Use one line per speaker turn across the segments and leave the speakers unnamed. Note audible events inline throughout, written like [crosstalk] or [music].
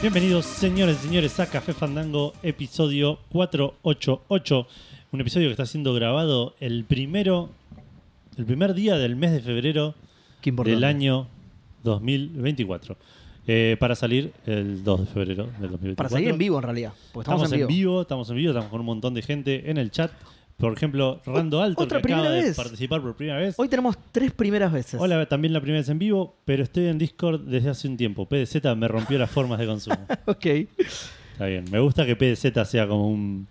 Bienvenidos, señores y señores, a Café Fandango, episodio 488. Un episodio que está siendo grabado el primero, el primer día del mes de febrero
Qué importante.
del año 2024. Eh, para salir el 2 de febrero del 2024.
Para salir en vivo, en realidad. Porque estamos, en vivo.
estamos en vivo, estamos con un montón de gente en el chat. Por ejemplo, Rando Alto, que
otra
acaba
primera
de
vez.
participar por primera vez.
Hoy tenemos tres primeras veces. [laughs]
Hola, también la primera vez en vivo, pero estoy en Discord desde hace un tiempo. PDZ me rompió las formas de
[laughs]
consumo.
Ok.
Está bien. Me gusta que PDZ sea como un,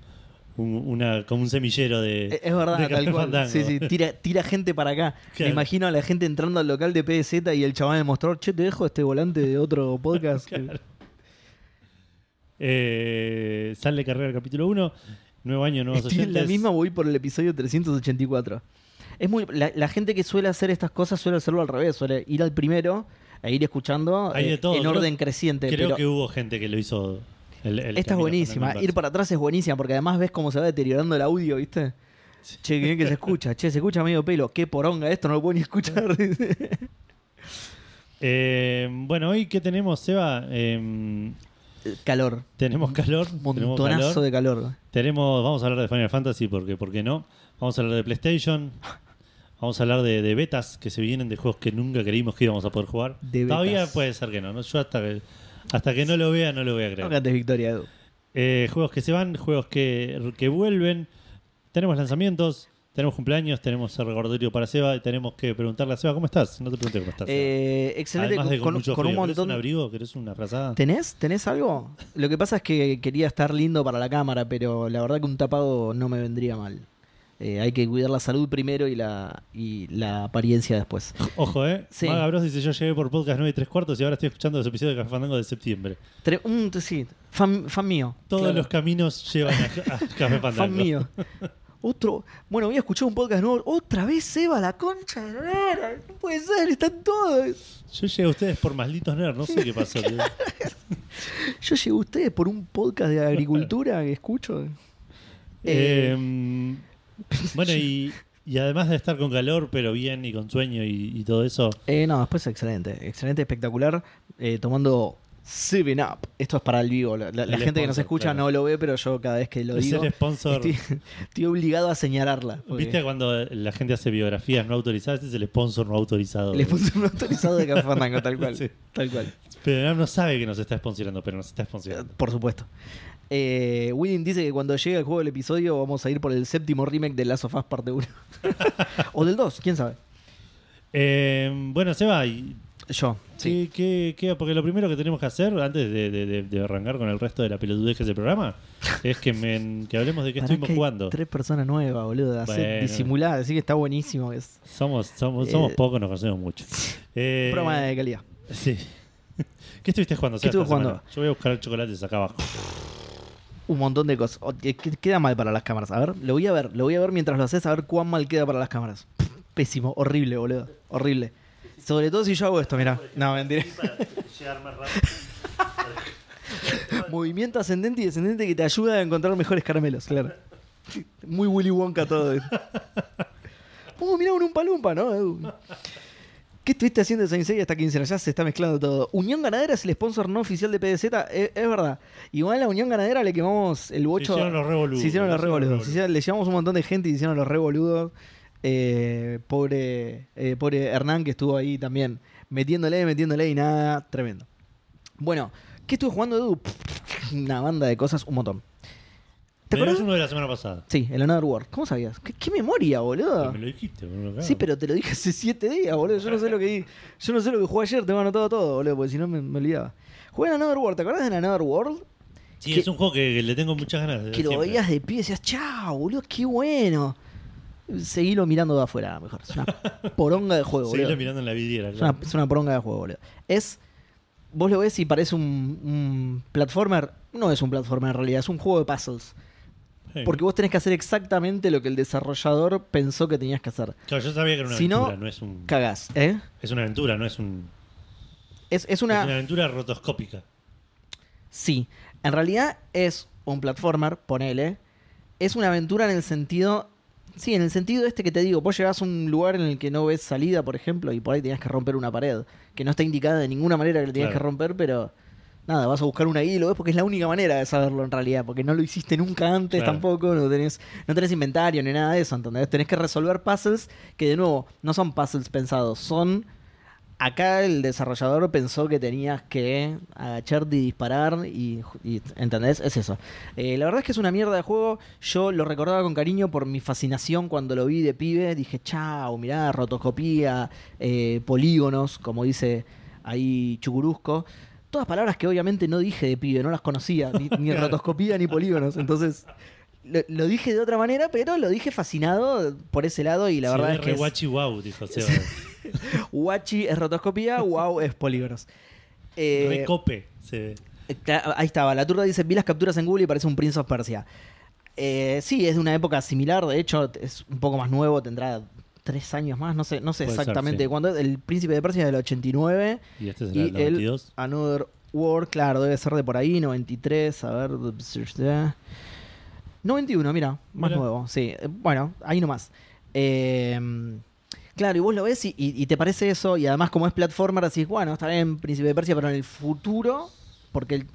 un- una, como un semillero de.
E-, Es verdad,
de Café
tal cual.
Fandango.
Sí, sí, tira, tira gente para acá. Me
Claro.
imagino a la gente entrando al local de PDZ y el chaval en el mostrador, che, te dejo este volante
[laughs]
de otro podcast.
Claro. Eh, sale carrera el capítulo 1. Nuevo año, nuevos
Estoy en la
oyentes.
misma, voy por el episodio 384. Es muy, la, la gente que suele hacer estas cosas suele hacerlo al revés, suele ir al primero e ir escuchando
Hay de
eh,
todo.
en
Creo-
orden creciente.
Creo
pero
que hubo gente que lo hizo. el- el
Esta es
camino
buenísima.
Fernando
Ir
Alonso.
para atrás es buenísima porque además ves cómo se va deteriorando el audio, ¿viste? Che, qué bien que se escucha. Che, se escucha medio pelo. Qué poronga esto, no lo puedo ni escuchar.
Eh, bueno, hoy, ¿qué tenemos, Seba? Eh,
calor.
tenemos [laughs] calor. tenemos calor.
Montonazo de calor.
Tenemos, vamos a hablar de Final Fantasy porque, ¿por qué no? Vamos a hablar de PlayStation. Vamos a hablar de, de betas que se vienen de juegos que nunca creímos que íbamos a poder jugar.
De
Todavía
betas.
puede ser que no, ¿no? Yo hasta que, hasta que no lo vea, no lo voy a
No
creer.
cantes victoria, Edu.
Eh, juegos que se van, juegos que, que vuelven. Tenemos lanzamientos, tenemos cumpleaños, tenemos el recordatorio para Seba y tenemos que preguntarle a Seba, ¿cómo estás? No te pregunté cómo estás. Seba.
Eh, excelente.
Además de con,
con,
mucho
con un
frío. ¿Querés un
montón.
abrigo? ¿Querés una frazada?
¿Tenés? ¿Tenés algo? Lo que pasa es que quería estar lindo para la cámara, pero la verdad que un tapado no me vendría mal. Eh, hay que cuidar la salud primero y la, y la apariencia después.
Ojo, ¿eh?
Sí.
Maga Bros dice, yo llegué por podcast 9 y 3 cuartos y ahora estoy escuchando los episodios de Café Fandango de septiembre.
Tre- un- sí, fan, fan mío.
Todos
Claro.
los caminos llevan a, a
[laughs]
Café Fandango.
Fan mío.
[laughs]
Otro, bueno, había escuchado un podcast nuevo. Otra vez Seba, la concha de la lora. No puede ser, están todos.
Yo llegué a ustedes por Malditos Nerd, no sé qué pasó. tío.
[laughs] Yo llegué a ustedes por un podcast de agricultura que escucho.
Eh, mm, bueno, y, y además de estar con calor, pero bien y con sueño y, y todo eso,
Eh, no, después excelente. Excelente, espectacular. Eh, tomando 7-Up. Esto es para el vivo. La, la- la
El
gente que nos
sponsor,
escucha
claro.
no lo ve, pero yo cada vez que lo
es
digo,
el sponsor.
estoy, estoy obligado a señalarla. porque
¿Viste cuando la gente hace biografías no autorizadas? Este es el sponsor no autorizado.
Le puse un autorizado de Café Fandango, tal cual.
[laughs] Sí.
Tal cual.
Pero no sabe que nos está sponsorando, pero nos está sponsorando.
Por supuesto. Eh, William dice que cuando llegue el juego del episodio vamos a ir por el séptimo remake de Last of Us
[laughs]
parte 1. o del 2, quién sabe.
Eh, bueno, Seba, y
Yo, sí.
¿Qué, qué- qué- porque lo primero que tenemos que hacer antes de, de- de- de arrancar con el resto de la pelotudez que es el
[laughs]
programa es que, me- que hablemos de qué
Pará
estuvimos
que hay
jugando.
Tres personas nuevas, boludo. Hacer
Bueno.
disimulada, así que está buenísimo. Es
Somos, somos,
Eh,
somos pocos, nos conocemos mucho. Eh,
[laughs] broma de calidad.
Sí. [laughs] ¿Qué estuviste jugando?
¿Qué
Seba,
estuve
esta semana?
jugando?
Yo voy a buscar chocolates acá abajo.
Un montón de cosas. O- que- que- Queda mal para las cámaras. A ver, lo voy a ver, lo voy a ver mientras lo haces, a ver cuán mal queda para las cámaras. Pésimo, horrible, boludo. Horrible. Sobre todo si yo hago esto, mirá. No, mentira. [laughs] Movimiento ascendente y descendente que te ayuda a encontrar mejores caramelos, claro. Muy Willy Wonka todo. Oh, mirá un palumpa, ¿no? Edu? ¿Qué estuviste haciendo de Saint Seiya hasta 15 Ya se está mezclando todo. Unión Ganadera es el sponsor no oficial de PDZ, e, es, es verdad. Igual a la Unión Ganadera le quemamos el bocho.
hicieron los re boludos,
Se hicieron los
se
re
hicieron los
boludos.
re
Se hicieron- Le llevamos un montón de gente y se hicieron los re boludos. Eh, pobre, eh, pobre Hernán que estuvo ahí también metiéndole, metiéndole y nada. Tremendo. Bueno, ¿qué estuve jugando, Edu? [laughs] Una banda de cosas, un montón. ¿Te
Me
acuerdas?
uno de la semana pasada.
Sí, el Another World. ¿Cómo sabías? ¿Qué, qué memoria, boludo?
Me lo dijiste, boludo, claro.
Ah. Sí, pero te lo dije hace siete días, boludo. Yo no sé lo que di- Yo no sé lo que jugué ayer, tengo anotado todo, boludo, porque si no me, me olvidaba. Jugué en Another World, ¿te acordás de Another World?
Sí,
que-
es un juego que, que le tengo muchas ganas. de
Que lo
siempre.
veías de pie y decías, chao, boludo, qué bueno. Seguilo mirando de afuera, mejor.
[laughs]
Es una poronga de juego,
Seguirlo
boludo.
mirando en la vidriera.
Es
claro.
una, es una poronga de juego, boludo. Es. Vos lo ves y parece un, un platformer. No es un platformer en realidad, es un juego de puzzles.
Sí.
Porque vos tenés que hacer exactamente lo que el desarrollador pensó que tenías que hacer.
Claro, yo sabía que era una
si no,
aventura, no, es un.
Cagás, ¿eh?
Es una aventura, no es un.
Es, es una.
Es una aventura rotoscópica.
Sí. En realidad es un platformer, ponele. Es una aventura en el sentido. Sí, en el sentido este que te digo, vos llegás a un lugar en el que no ves salida, por ejemplo, y por ahí tenías que romper una pared, que no está indicada de ninguna manera que la tenías
Claro.
que romper, pero nada, vas a buscar un águila y lo ves porque es la única manera de saberlo en realidad, porque no lo hiciste nunca antes
Claro.
tampoco, no tenés, no tenés inventario ni nada de eso, ¿entendés? Tenés que resolver puzzles que de nuevo no son puzzles pensados, son... Acá el desarrollador pensó que tenías que agacharte y disparar y, y- ¿entendés? Es eso. Eh, la verdad es que es una mierda de juego. Yo lo recordaba con cariño por mi fascinación cuando lo vi de pibe. Dije, chao, mirá, rotoscopía, eh, polígonos, como dice ahí Chucurusco. Todas palabras que obviamente no dije de pibe, no las conocía, ni,
[laughs]
ni rotoscopía ni polígonos. Entonces, lo, lo dije de otra manera, pero lo dije fascinado por ese lado y la
Se
verdad
ve
es que...
re
es-
guachi guau, dijo
[laughs]
Seba.
Guachi es rotoscopía, wow
[laughs]
es polígonos. Eh,
Recope se ve.
cla- ahí estaba, la turda dice, vi las capturas en Google y parece un Prince of Persia. Eh, sí, es de una época similar, de hecho es un poco más nuevo, tendrá tres años más, no sé, no sé
Puede ser,
exactamente
sí.
cuándo. El Príncipe de Persia es del 89
Y este será el
y el
92.
Another World, claro, debe ser de por ahí, 93, a ver... 91, mira, más
Mira.
nuevo, sí. Eh, Bueno, ahí nomás. Eh, claro, y vos lo ves y, y- y te parece eso, y además como es platformer, decís, bueno, está bien Príncipe de Persia, pero en el futuro, porque el,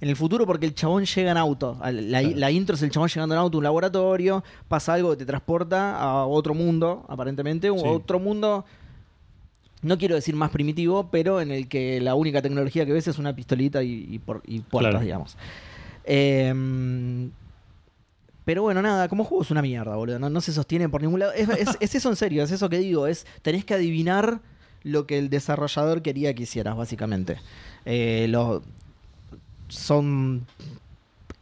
en el futuro porque el chabón llega en auto. Al- La,
Claro.
la intro es el chabón llegando en auto a un laboratorio, pasa algo que te transporta a otro mundo, aparentemente, u
Sí.
otro mundo... No quiero decir más primitivo, pero en el que la única tecnología que ves es una pistolita y, y por- y puertas,
Claro.
digamos. Eh, pero bueno, nada, como juego es una mierda, boludo. No, no se sostiene por ningún lado. Es, es- es eso en serio, es eso que digo. Es, tenés que adivinar lo que el desarrollador quería que hicieras, básicamente. Eh, lo- son.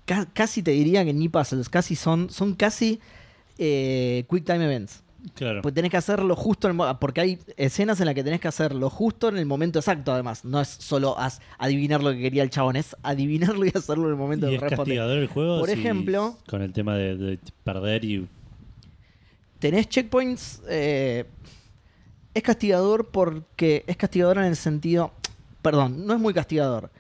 ca- casi te diría que ni puzzles, casi son. Son casi eh, quick time events.
Claro.
Pues tenés que hacerlo justo en el mo- porque hay escenas en las que tenés que hacerlo justo en el momento exacto, además. No es solo haz- adivinar lo que quería el chabón, es adivinarlo y hacerlo en el momento
Y
que
es
responde.
castigador el juego.
Por
si-
ejemplo-
Con el tema de, de perder y.
tenés checkpoints. eh, es castigador porque. Es castigador en el sentido. Perdón, no es muy castigador.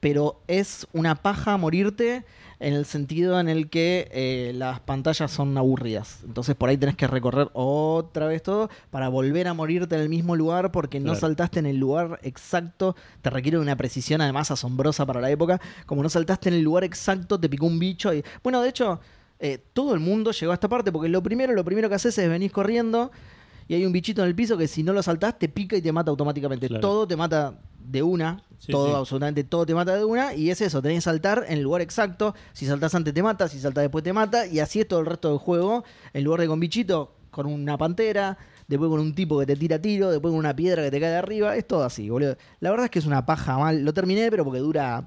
Pero es una paja morirte en el sentido en el que eh, las pantallas son aburridas. Entonces por ahí tenés que recorrer otra vez todo para volver a morirte en el mismo lugar porque no
Claro.
saltaste en el lugar exacto. Te requiere una precisión además asombrosa para la época. Como no saltaste en el lugar exacto, te picó un bicho. Y... Bueno, de hecho, eh, todo el mundo llegó a esta parte porque lo primero, lo primero que haces es venís corriendo y hay un bichito en el piso que si no lo saltás te pica y te mata automáticamente.
Claro.
Todo te mata de una,
Sí,
todo,
sí.
absolutamente todo te mata de una y es eso, tenés que saltar en el lugar exacto. Si saltás antes te mata, si saltás después te mata y así es todo el resto del juego. En lugar de con bichito, con una pantera, después con un tipo que te tira tiro, después con una piedra que te cae de arriba, es todo así, boludo. La verdad es que es una paja mal. Lo terminé, pero porque dura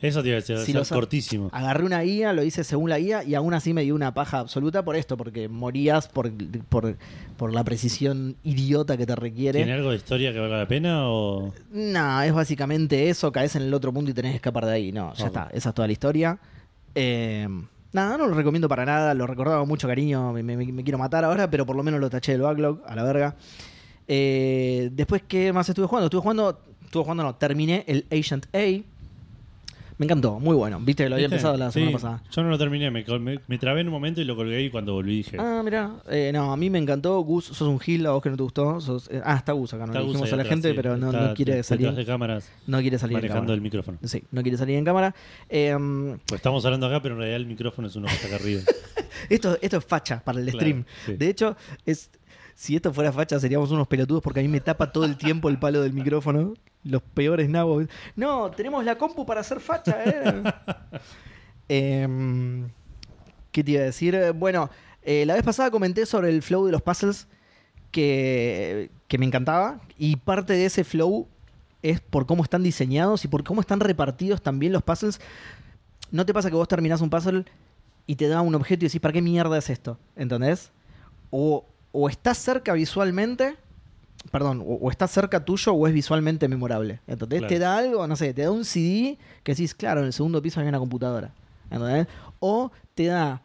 Eso te iba a decir, va a
Si
ser
lo sa-
cortísimo.
Agarré una guía, lo hice según la guía y aún así me dio una paja absoluta por esto, porque morías por, por, por la precisión idiota que te
¿Tiene
requiere.
algo de historia que valga la pena o.?
No, es básicamente eso, caes en el otro mundo y tenés que escapar de ahí. No, ya
Ok.
está, esa es toda la historia. Eh, nada, no lo recomiendo para nada, lo recordaba con mucho cariño, me, me- me quiero matar ahora, pero por lo menos lo taché del backlog, a la verga. Eh, después, ¿qué más estuve jugando? Estuve jugando, estuve jugando, no, terminé el Agent A. Me encantó, muy bueno. Viste que lo había
¿Viste?
empezado la semana
Sí,
pasada.
Yo no lo terminé, me, col- me- me trabé en un momento y lo colgué y cuando volví dije.
Ah, mirá. Eh, no, a mí me encantó. Gus, sos un gil, a vos que no te gustó. sos- eh, ah, está Gus acá, no
está
le
Gus
dijimos
ahí
a la
atrás,
gente,
sí,
pero no,
está
no quiere
detrás de
salir.
cámaras
No quiere salir en
manejando
cámara.
el micrófono.
Sí, no quiere salir en cámara. Eh,
Pues estamos hablando acá, pero en realidad el micrófono es uno que está acá
[laughs]
arriba.
esto, esto es facha para el
Claro,
stream.
sí.
De hecho, es, si esto fuera facha seríamos unos pelotudos porque a mí me tapa todo el tiempo el palo del micrófono. Los peores nabos. No, tenemos la compu para hacer facha, eh.
[laughs]
Em, ¿Qué te iba a decir? Eh, Bueno, eh, la vez pasada comenté sobre el flow de los puzzles que, que me encantaba y parte de ese flow es por cómo están diseñados y por cómo están repartidos también los puzzles. ¿No te pasa que vos terminás un puzzle y te da un objeto y decís, ¿para qué mierda es esto? ¿Entendés? O, o estás cerca visualmente, perdón, o, o está cerca tuyo o es visualmente memorable. ¿Entendés?
Claro.
Te da algo, no sé, te da un CD que decís, claro, en el segundo piso había una computadora. ¿Entendés? O te da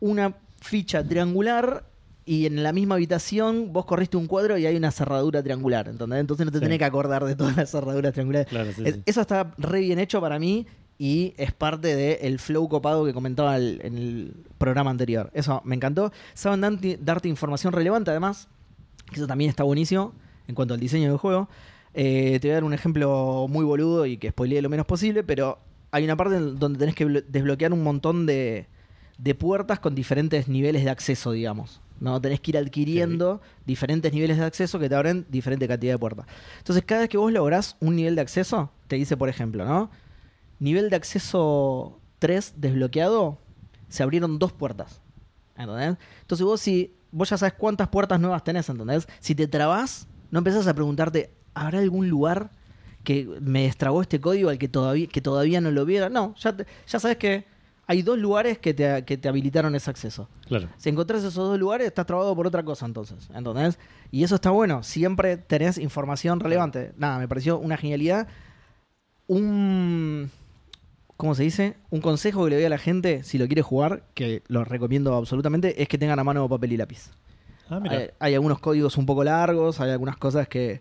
una ficha triangular y en la misma habitación vos corriste un cuadro y hay una cerradura triangular, ¿entendés? Entonces no te
Sí.
tenés que acordar de todas las cerraduras triangulares.
Claro, sí,
Es-
sí.
Eso está re bien hecho para mí y es parte del flow copado que comentaba el- en el programa anterior. Eso me encantó. Saben dante- darte información relevante además, que eso también está buenísimo en cuanto al diseño del juego. Eh, te voy a dar un ejemplo muy boludo y que spoilee lo menos posible, pero hay una parte en donde tenés que blo- desbloquear un montón de, de puertas con diferentes niveles de acceso, digamos. ¿no? Tenés que ir adquiriendo diferentes niveles de acceso que te abren diferente cantidad de puertas. Entonces, cada vez que vos lográs un nivel de acceso, te dice, por ejemplo, ¿no? Nivel de acceso 3 desbloqueado, se abrieron dos puertas. ¿Entendés? Entonces vos si vos ya sabes cuántas puertas nuevas tenés, ¿entendés? Si te trabas, no empezás a preguntarte, ¿habrá algún lugar que me destrabó este código al que todavía, que todavía no lo viera? No, ya, te- ya sabes que hay dos lugares que te, que te habilitaron ese acceso.
Claro.
Si encontrás esos dos lugares, estás trabado por otra cosa entonces. ¿Entendés? Y eso está bueno. Siempre tenés información relevante. Nada, me pareció una genialidad. Un. ¿Cómo se dice? Un consejo que le doy a la gente, si lo quiere jugar, que lo recomiendo absolutamente, es que tengan a mano papel y lápiz. Eh,
Ah, mira.
Hay, hay algunos códigos un poco largos, hay algunas cosas que,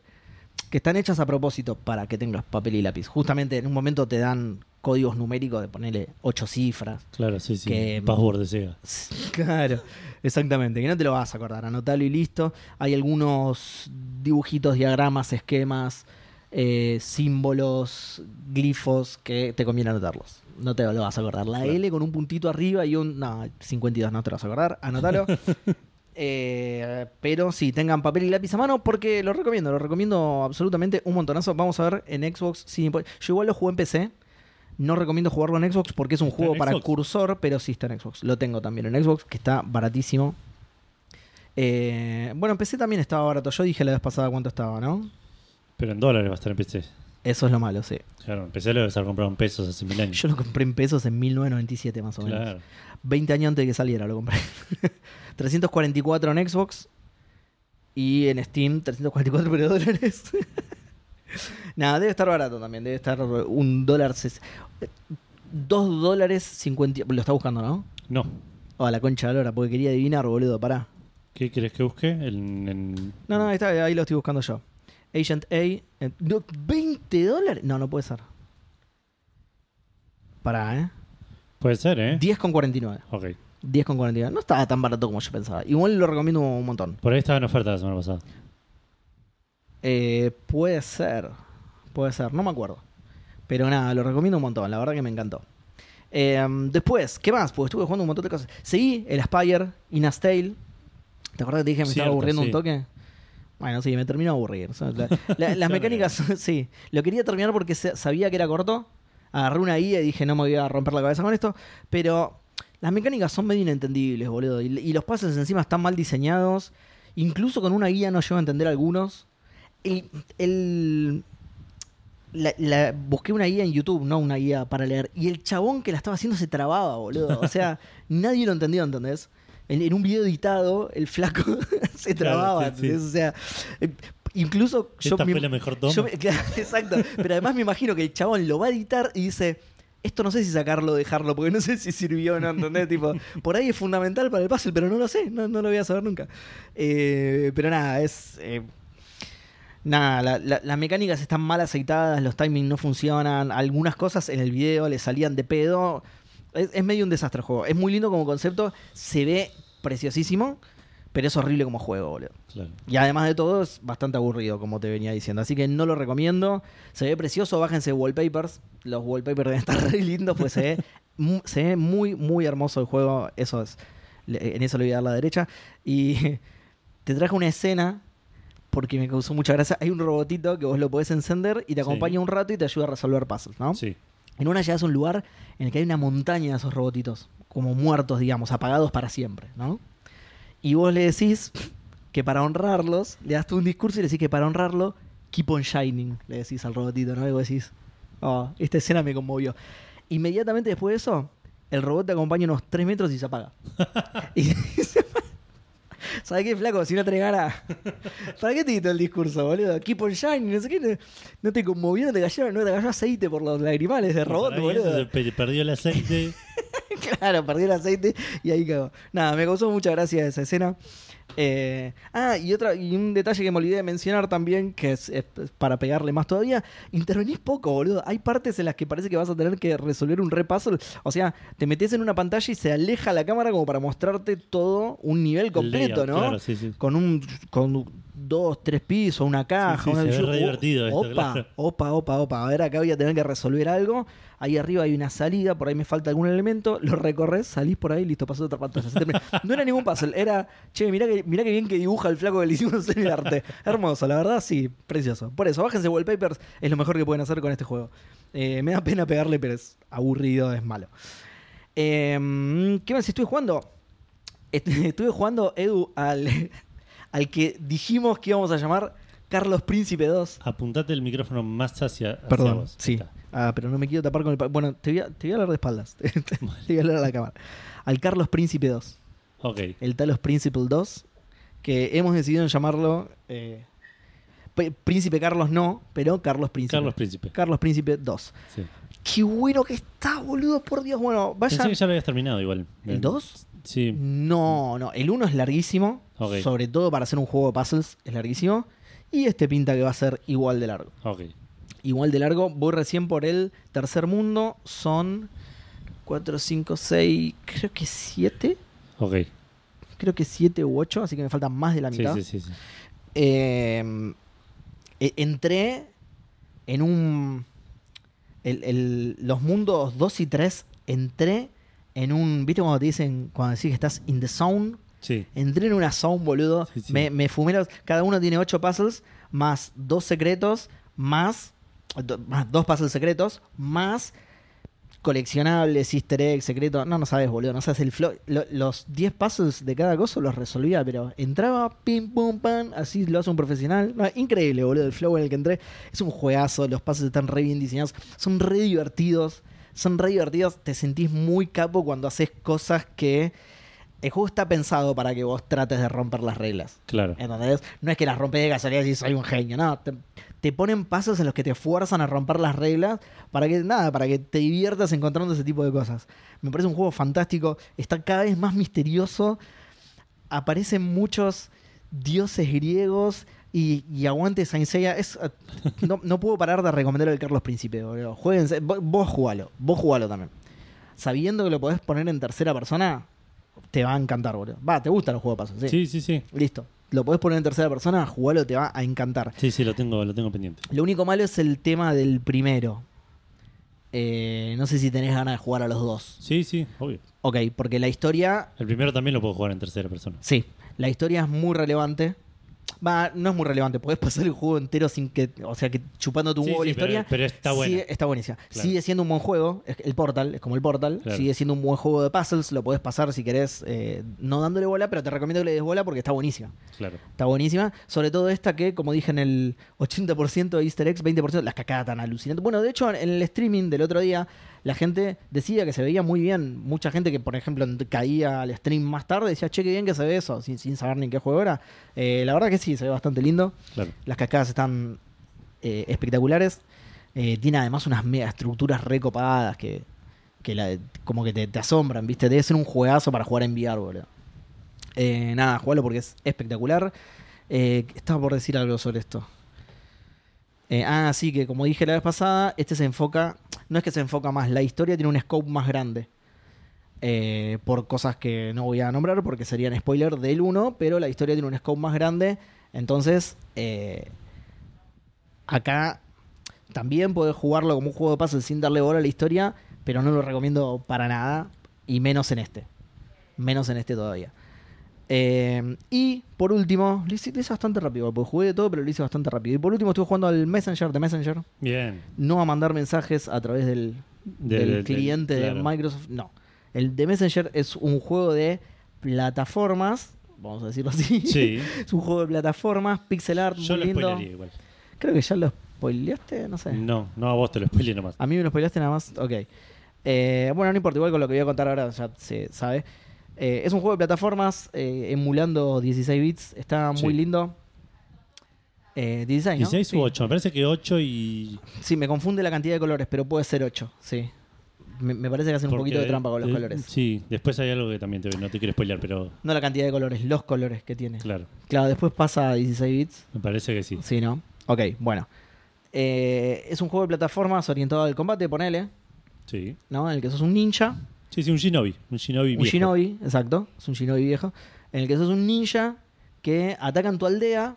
que están hechas a propósito para que tengas papel y lápiz. Justamente en un momento te dan códigos numéricos de ponerle ocho cifras.
Claro, sí, sí.
que-
Password de Sega.
[laughs] Claro, exactamente, que no te lo vas a acordar, anotalo y listo. Hay algunos dibujitos, diagramas, esquemas, eh, símbolos, glifos que te conviene anotarlos. No te lo vas a acordar. La
Claro.
L con un puntito arriba y un... No, 52 no te lo vas a acordar, anótalo. Eh, pero sí, tengan papel y lápiz a mano porque lo recomiendo, lo recomiendo absolutamente un montonazo. Vamos a ver en Xbox. si impo- Yo igual lo jugué en PC. No recomiendo jugarlo en Xbox porque es un
¿Está
juego
en
para
Xbox?
cursor, pero sí está en Xbox. Lo tengo también en Xbox, que está baratísimo. Eh, bueno, en PC también estaba barato. Yo dije la vez pasada cuánto estaba, ¿no?
Pero en dólares va a estar en PC.
Eso es lo malo, sí.
Claro, en PC lo debes haber comprado en pesos hace mil años.
Yo lo ¿eh? compré en pesos en 1997 más o menos.
claro.
20 años antes de que saliera lo compré. [laughs] 344 en Xbox y en Steam 344 pero dólares. [laughs] Nada, debe estar barato también, debe estar un dólar... ses- eh, Dos dólares 50... Lo está buscando, ¿no?
No.
Oh, la concha de la lora, porque quería adivinar, boludo, pará.
¿Qué querés que busque? En, en-
No, no, ahí, está, ahí lo estoy buscando yo. Agent A... eh, no, ¿20 dólares? No, no puede ser. Pará, ¿eh?
Puede ser, ¿eh?
10,49.
Ok.
10,49. No estaba tan barato como yo pensaba. Igual lo recomiendo un montón.
Por ahí estaba en oferta la semana pasada.
Eh, puede ser. Puede ser, no me acuerdo. Pero nada, lo recomiendo un montón, la verdad que me encantó. Eh, después, ¿qué más? Porque estuve jugando un montón de cosas. Seguí el Aspire, Ina's Tale. ¿Te acuerdas que te dije que me estaba
Cierto,
aburriendo
sí.
un toque? Bueno, sí, me terminó de aburrir. O
[laughs]
sea, la- la-
Ya
las
lo
mecánicas, [laughs] sí. Lo quería terminar porque se- sabía que era corto. Agarré una guía y dije, no me voy a romper la cabeza con esto. Pero las mecánicas son medio inentendibles, boludo. Y, y los pases encima están mal diseñados. Incluso con una guía no llego a entender algunos. El, el- la- la- busqué una guía en YouTube, no una guía para leer. Y el chabón que la estaba haciendo se trababa, boludo.
[laughs]
O sea, nadie lo entendió, ¿entendés? En, en un video editado, el flaco [laughs] se
Claro,
trababa.
sí, sí.
¿entendés? O sea, eh, incluso yo.
Esta
me-
fue la mejor toma.
yo me- [laughs] claro, exacto. Pero además me imagino que el chabón lo va a editar y dice. Esto no sé si sacarlo o dejarlo, porque no sé si sirvió o no,
[laughs]
¿entendés? tipo, por ahí es fundamental para el puzzle, pero no lo sé, no, no lo voy a saber nunca. Eh, pero nada, es. eh, Nada, la- la- las mecánicas están mal aceitadas, los timings no funcionan, algunas cosas en el video le salían de pedo. Es, es medio un desastre el juego. Es muy lindo como concepto, se ve preciosísimo, pero es horrible como juego, boludo.
Claro.
Y además de todo, es bastante aburrido, como te venía diciendo. Así que no lo recomiendo. Se ve precioso, bájense wallpapers. Los wallpapers deben estar [laughs] re lindos, pues se ve, mu- se ve muy, muy hermoso el juego. Eso es. le- En eso le voy a dar la derecha. Y [laughs] te traje una escena. Porque me causó mucha gracia. Hay un robotito que vos lo podés encender y
Sí.
te acompaña un rato y te ayuda a resolver puzzles, ¿no?
Sí.
En una llegas a un lugar en el que hay una montaña de esos robotitos, como muertos, digamos, apagados para siempre, ¿no? Y vos le decís que para honrarlos, le das tú un discurso y le decís que para honrarlo, keep on shining, le decís al robotito, ¿no? Y vos decís, oh, esta escena me conmovió. Inmediatamente después de eso, el robot te acompaña unos 3 metros y
[laughs]
se apaga. y se apaga. ¿Sabes qué, flaco? Si no tenés ganas. [laughs] ¿Para qué te quitó el discurso, boludo? Keep on shining, no sé qué. No, no te conmovió, no te cayó, no te cayó aceite por los lagrimales de robot,
Por ahí
boludo.
se pe- perdió el
[laughs]
aceite.
Claro, perdí el aceite y ahí cagó. Nada, me causó mucha gracia esa escena. Eh, ah, y otra, y un detalle que me olvidé de mencionar también, que es, es para pegarle más todavía, intervenís poco, boludo. Hay partes en las que parece que vas a tener que resolver un repaso. O sea, te metes en una pantalla y se aleja la cámara como para mostrarte todo un nivel
El layout,
completo, ¿no?
Claro, sí, sí.
Con un con dos, tres pisos, una caja.
Sí, sí,
una-
se ve
yo,
re
o-
divertido esto,
opa,
claro.
opa, opa, opa. A ver, acá voy a tener que resolver algo. Ahí arriba hay una salida, por ahí me falta algún elemento. Lo recorres, salís por ahí, listo, pasó otra pantalla. Se termina. No era ningún puzzle, era, che, mirá que, mirá que bien que dibuja el flaco que le hicimos en el arte. Hermoso, la verdad, sí, precioso. Por eso, bájense wallpapers, es lo mejor que pueden hacer con este juego. Eh, me da pena pegarle, pero es aburrido, es malo. Eh, ¿Qué más estuve jugando? Est- [laughs] Estuve jugando, Edu, al, [laughs] al que dijimos que íbamos a llamar Carlos Príncipe 2.
Apuntate el micrófono más hacia, hacia
Perdón,
vos.
sí.
Ahí está.
Ah, pero no me quiero tapar con el... pa- Bueno, te voy a, te voy a hablar de espaldas. [laughs] te voy a hablar a la cámara. Al Carlos Príncipe 2.
Ok.
El Talos Príncipe 2. Que hemos decidido llamarlo... eh, P- Príncipe Carlos no, pero Carlos Príncipe.
Carlos Príncipe.
Carlos Príncipe 2.
Sí.
Qué bueno que está, boludo, por Dios. Bueno,
Pensé
vayan...
que ya lo habías terminado igual. Em,
¿El 2?
Sí.
No, no. El 1 es larguísimo.
Ok.
Sobre todo para hacer un juego de puzzles es larguísimo. Y este pinta que va a ser igual de largo.
Ok.
Igual de largo. Voy recién por el tercer mundo. Son 4, 5, 6, creo que 7.
Ok.
Creo que 7 u 8. Así que me faltan más de la
Sí,
mitad.
sí, sí, sí.
Eh, e- entré en un. el- el- los mundos 2 y 3. Entré en un. ¿Viste cuando te dicen, cuando decís que estás in the zone?
Sí.
Entré en una zone, boludo.
Sí, sí.
Me, me fumé los- Cada uno tiene ocho puzzles, más dos secretos, más, do- más dos puzzles secretos, más coleccionables, easter eggs, secretos. No, no sabes, boludo. No sabes el flow. Lo- los 10 puzzles de cada cosa los resolvía, pero entraba, pim, pum, pan. Así lo hace un profesional. No, increíble, boludo. El flow en el que entré. Es un juegazo. Los puzzles están re bien diseñados. Son re divertidos. Son re divertidos. Te sentís muy capo cuando haces cosas que. El juego está pensado para que vos trates de romper las reglas.
Claro.
¿Entendés? No es que las rompes de casualidad y soy un genio, no. Te, te ponen pasos en los que te fuerzan a romper las reglas para que, nada, para que te diviertas encontrando ese tipo de cosas. Me parece un juego fantástico, está cada vez más misterioso, aparecen muchos dioses griegos y, y aguante Saint Seiya. Es, eh, no, no puedo parar de recomendar el Carlos Príncipe, boludo. Jueguense, vos, vos jugalo, vos jugalo también. Sabiendo que lo podés poner en tercera persona, te va a encantar, boludo. Va, te gustan los juegos de pasos,
Sí, sí, sí.
Listo. Lo podés poner en tercera persona, jugalo, te va a encantar.
Sí, sí, lo tengo, lo tengo pendiente.
Lo único malo es el tema del primero. Eh, no sé si tenés ganas de jugar a los dos.
Sí, sí, obvio.
Ok, porque la historia.
El primero también lo puedo jugar en tercera persona.
Sí, la historia es muy relevante. Va, no es muy relevante. Podés pasar el juego entero sin que. O sea, que chupando tu
Sí,
huevo
sí,
la
pero-
historia.
pero está buena.
Sigue- está buenísima.
Claro.
Sigue siendo un buen juego. es- El Portal, es como el Portal.
Claro.
Sigue siendo un buen juego de puzzles. Lo podés pasar si querés, eh, no dándole bola, pero te recomiendo que le des bola porque está buenísima.
Claro.
Está buenísima. Sobre todo esta que, como dije, en el 80% de Easter eggs, 20%, las cacadas tan alucinantes. Bueno, de hecho, en el streaming del otro día, la gente decía que se veía muy bien. Mucha gente que, por ejemplo, en- caía al stream más tarde decía, che, qué bien que se ve eso, sin, sin saber ni en qué juego era. Eh, la verdad que sí, se ve bastante lindo.
Claro.
Las cascadas están eh, espectaculares. Eh, tiene además unas mega estructuras recopadas que, que la- como que te, te asombran, ¿viste? Debe ser un juegazo para jugar en VR, boludo. Eh, nada, jugalo porque es espectacular. Eh, estaba por decir algo sobre esto. Eh, ah, sí, que como dije la vez pasada, este se enfoca. No es que se enfoca más, la historia tiene un scope más grande. Eh, por cosas que no voy a nombrar porque serían spoiler del 1, pero la historia tiene un scope más grande. Entonces, eh, acá también podés jugarlo como un juego de puzzle sin darle bola a la historia, pero no lo recomiendo para nada, y menos en este. Menos en este todavía. Eh, y por último, lo hice, lo hice bastante rápido, porque jugué de todo, pero lo hice bastante rápido. Y por último, estuve jugando al Messenger de Messenger.
Bien.
No a mandar mensajes a través del,
De-
del
del-
cliente de
claro.
Microsoft. No. El de Messenger es un juego de plataformas. Vamos a decirlo así.
[laughs] Sí.
[laughs] Es un juego de plataformas, pixel art,
Yo
muy
lo
lindo.
spoilería igual.
Creo que ya lo spoileaste, no sé.
No, no a vos te lo spoileé nomás.
A mí me lo spoileaste nada más. Ok. Eh, bueno, no importa, igual con lo que voy a contar ahora ya se sabe. Eh, es un juego de plataformas eh, emulando 16 bits. Está muy
Sí.
lindo. Eh, 16, ¿no?
16
Sí.
u 8, me parece que 8 y.
Sí, me confunde la cantidad de colores, pero puede ser 8, sí. Me, me parece que hacen un
porque-
poquito de trampa con los
eh,
colores.
Sí, después hay algo que también te, no te quiero spoilear, pero
No la cantidad de colores, los colores que tiene. Claro,
claro,
después pasa a 16 bits.
me parece que sí.
Sí, ¿no? Ok, bueno. Eh, es un juego de plataformas orientado al combate, ponele,
Sí,
¿no? En el que sos un ninja,
sí, sí un shinobi. Un shinobi
un
viejo.
shinobi, exacto, es un shinobi viejo, en el que sos un ninja que atacan tu aldea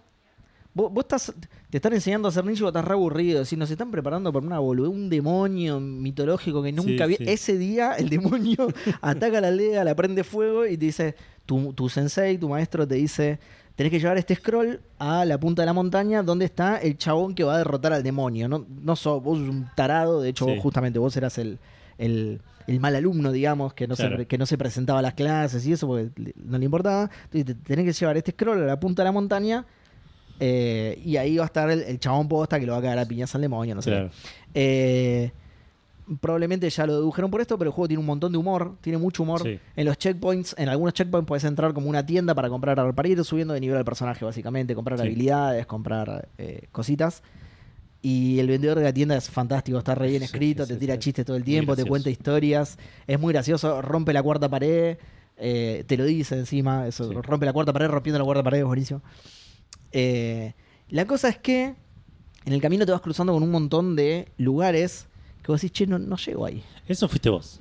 Vos, vos estás, te están enseñando a hacer ninja y vos estás re aburrido. Si nos están preparando para una boludez, un demonio mitológico que nunca
Sí,
vi.
sí.
Ese día
[laughs]
el demonio ataca a la aldea, la prende fuego y te dice, tu, tu sensei, tu maestro te dice, tenés que llevar este scroll a la punta de la montaña donde está el chabón que va a derrotar al demonio. No, no sos, vos sos un tarado, de hecho
Sí.
vos justamente vos eras el, el, el mal alumno, digamos, que no,
Claro.
se, pre- que no se presentaba a las clases y eso porque le- no le importaba. Entonces te tenés que llevar este scroll a la punta de la montaña eh, y ahí va a estar el, el chabón posta que lo va a cagar a piñas al demonio, no sé.
Claro.
Eh, probablemente ya lo dedujeron por esto, pero el juego tiene un montón de humor, tiene mucho humor.
Sí.
En los checkpoints, en algunos checkpoints puedes entrar como una tienda para comprar ar- para ir subiendo de nivel al personaje, básicamente, comprar
Sí.
habilidades, comprar eh, cositas. Y el vendedor de la tienda es fantástico, está re bien
Sí,
escrito,
sí,
te
sí,
tira
sí.
chistes todo el
Muy
tiempo, te
gracioso.
cuenta historias, es muy gracioso, rompe la cuarta pared, eh, te lo dice encima, eso,
Sí.
rompe la cuarta pared, rompiendo la cuarta pared, es buenísimo. Eh, la cosa es que en el camino te vas cruzando con un montón de lugares que vos decís, che, no, no llego ahí.
Eso fuiste vos.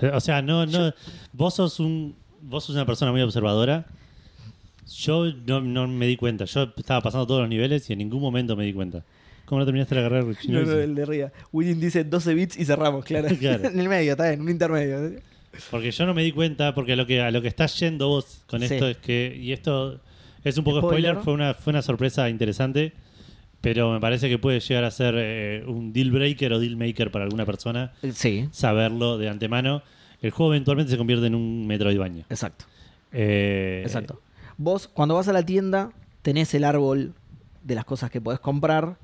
Eh, O sea, no, no. Vos sos un. Vos sos una persona muy observadora. Yo no, no me di cuenta. Yo estaba pasando todos los niveles y en ningún momento me di cuenta. ¿Cómo no terminaste la carrera de Richie?
No, no,
Noise?
el de arriba. William dice 12 bits y cerramos, [laughs] claro.
Claro.
en el medio, está bien, un intermedio.
Porque yo no me di cuenta, porque a lo que, a lo que estás yendo vos con
Sí.
esto es que. Y esto es un poco
Spoiler.
spoiler, fue, una, fue una sorpresa interesante. Pero me parece que puede llegar a ser eh, un deal breaker o deal maker para alguna persona
Sí,
saberlo de antemano. El juego eventualmente se convierte en un Metroidvania.
exacto.
Eh,
Exacto. Vos, cuando vas a la tienda, tenés el árbol de las cosas que podés comprar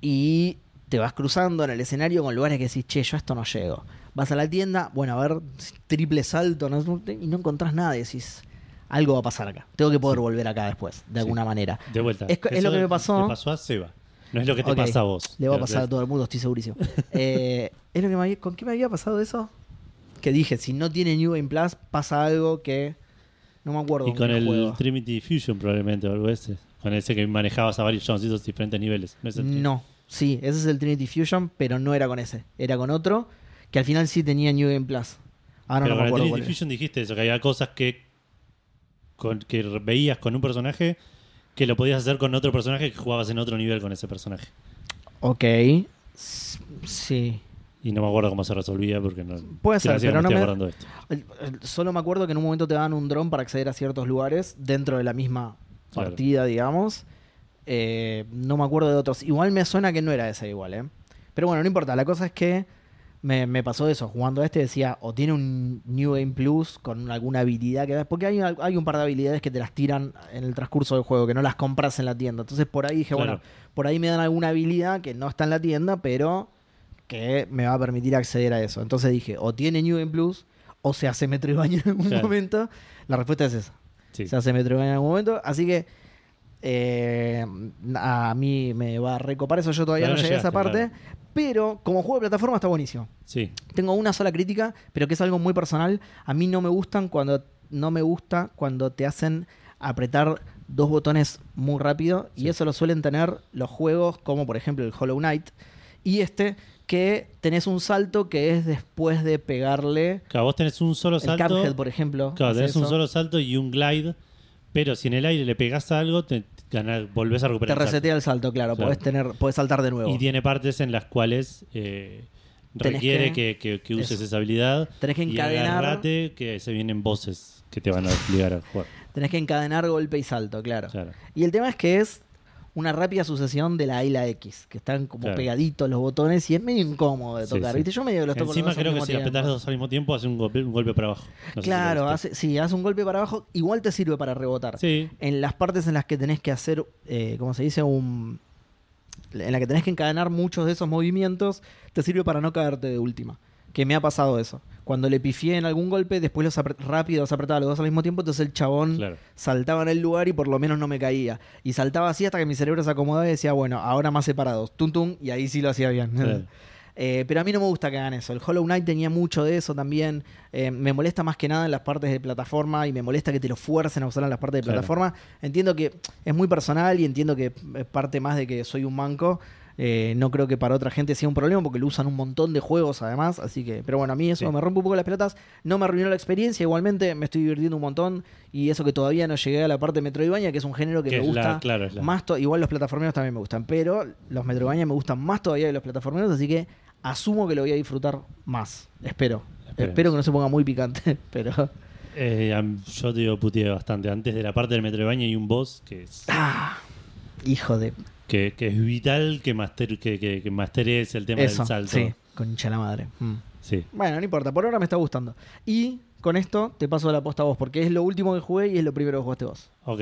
y te vas cruzando en el escenario con lugares que decís, che, yo a esto no llego. Vas a la tienda, bueno, a ver, triple salto, no- y no encontrás nada y decís, algo va a pasar acá. Tengo que poder volver acá después, de alguna manera.
De vuelta.
Es co- es
Eso
lo que me pasó.
Le pasó a Seba. No es lo que te
Ok,
pasa a vos.
Le va a
Pero-
pasar a todo el mundo,
[laughs]
estoy segurísimo. Eh, es lo que me había- ¿Con qué me había pasado eso? Que dije, si no tiene New Game Plus, pasa algo que no me acuerdo.
Y con
qué
el
juego.
Trinity Fusion probablemente o algo ese. Con ese que manejabas a varios Joneses diferentes niveles. No. es el Trinity.
No, sí, ese es el Trinity Fusion, pero no era con ese, era con otro, que al final sí tenía New Game Plus.
Pero
Ahora Ah, no me
con el
acuerdo
Trinity
cuál era.
Fusion dijiste eso, que había cosas que, con- que veías con un personaje que lo podías hacer con otro personaje que jugabas en otro nivel con ese personaje.
Ok, s- sí.
Y no me acuerdo cómo se resolvía porque no.
Puede ser,
Gracias que
pero no
estoy
me-
acordando de esto.
El- el- Solo me acuerdo que en un momento te dan un dron para acceder a ciertos lugares dentro de la misma
Claro.
partida, digamos. Eh, no me acuerdo de otros. Igual me suena que no era ese igual, ¿eh? Pero bueno, no importa. La cosa es que me, me pasó eso. Jugando a este decía, o tiene un New Game Plus con alguna habilidad que... Porque hay, al- hay un par de habilidades que te las tiran en el transcurso del juego, que no las compras en la tienda. Entonces por ahí dije,
Claro.
bueno, por ahí me dan alguna habilidad que no está en la tienda, pero que me va a permitir acceder a eso. Entonces dije, o tiene New Game Plus, o se hace Metro Baño en algún
Claro.
momento. La respuesta es esa.
Sí.
Se hace Metro Baño en algún momento. Así que eh, a mí me va a recopar eso. Yo todavía
Todavía
no
no
llegué a esa parte.
llegaste,
Pero como juego de plataforma está buenísimo.
sí.
Tengo una sola crítica, pero que es algo muy personal. A mí no me gustan cuando no me gusta cuando te hacen apretar dos botones muy rápido y
Sí.
eso lo suelen tener los juegos como por ejemplo el Hollow Knight y este que tenés un salto que es después de pegarle
Claro, vos tenés un solo
el
salto.
Cuphead, por ejemplo.
Claro,
hace
tenés un
eso.
solo salto y un glide, pero si en el aire le pegás a algo, te, ganás- volvés a
te
recuperar. el salto.
resetea el salto, claro,
Claro.
Podés tener podés saltar de nuevo.
Y tiene partes en las cuales eh,
Tenés
requiere
que-
que, que- que uses
eso.
esa habilidad.
Tenés que encadenar.
Y agarrate que se vienen voces que te van a obligar a jugar.
Tenés que encadenar golpe y salto, claro.
Claro.
Y el tema es que es una rápida sucesión de la A y la X, que están como
Claro.
pegaditos los botones y es medio incómodo de
Sí,
tocar.
sí.
¿Viste? Yo medio los toco los
Encima
dos al
creo que
mismo
si
tiempo.
apretás los dos al mismo tiempo, hace un golpe, un golpe para abajo. No sé si lo
claro,
viste.
hace, si hace un golpe para abajo, igual te sirve para rebotar.
Sí,
En las partes en las que tenés que hacer, eh, como se dice, un. En la que tenés que encadenar muchos de esos movimientos, te sirve para no caerte de última. Que me ha pasado eso. Cuando le pifié en algún golpe, después los apre- rápido los apretaba los dos al mismo tiempo, entonces el chabón
claro.
saltaba en el lugar y por lo menos no me caía. Y saltaba así hasta que mi cerebro se acomodaba y decía, bueno, ahora más separados, tum tum, y ahí sí lo hacía bien.
Claro.
Eh, pero a mí no me gusta que hagan eso. El Hollow Knight tenía mucho de eso también. Eh, me molesta más que nada en las partes de plataforma y me molesta que te lo fuercen a usar en las partes de
Claro.
plataforma. Entiendo que es muy personal y entiendo que es parte más de que soy un manco. Eh, no creo que para otra gente sea un problema porque lo usan un montón de juegos además. Así que, pero bueno, a mí eso
Sí.
me rompe un poco las pelotas. No me arruinó la experiencia, igualmente me estoy divirtiendo un montón. Y eso que todavía no llegué a la parte de Metroidvania, que es un género que,
Que
me
es la-
gusta
claro, es la-
más. to- Igual los plataformeros también me gustan, pero los Metroidvania me gustan más todavía que los plataformeros. Así que asumo que lo voy a disfrutar más. Espero.
Esperemos.
Espero que no se ponga muy picante, [laughs] pero.
Eh, am- yo te digo, puteé bastante. Antes de la parte del Metroidvania hay un boss que es,
Ah, hijo de.
que, que es vital que, master, que, que, que masterees el tema
Eso,
del salto.
sí, concha la madre. Mm.
Sí.
Bueno, no importa, por ahora me está gustando. Y con esto te paso la posta a vos, porque es lo último que jugué y es lo primero que jugaste vos.
Ok.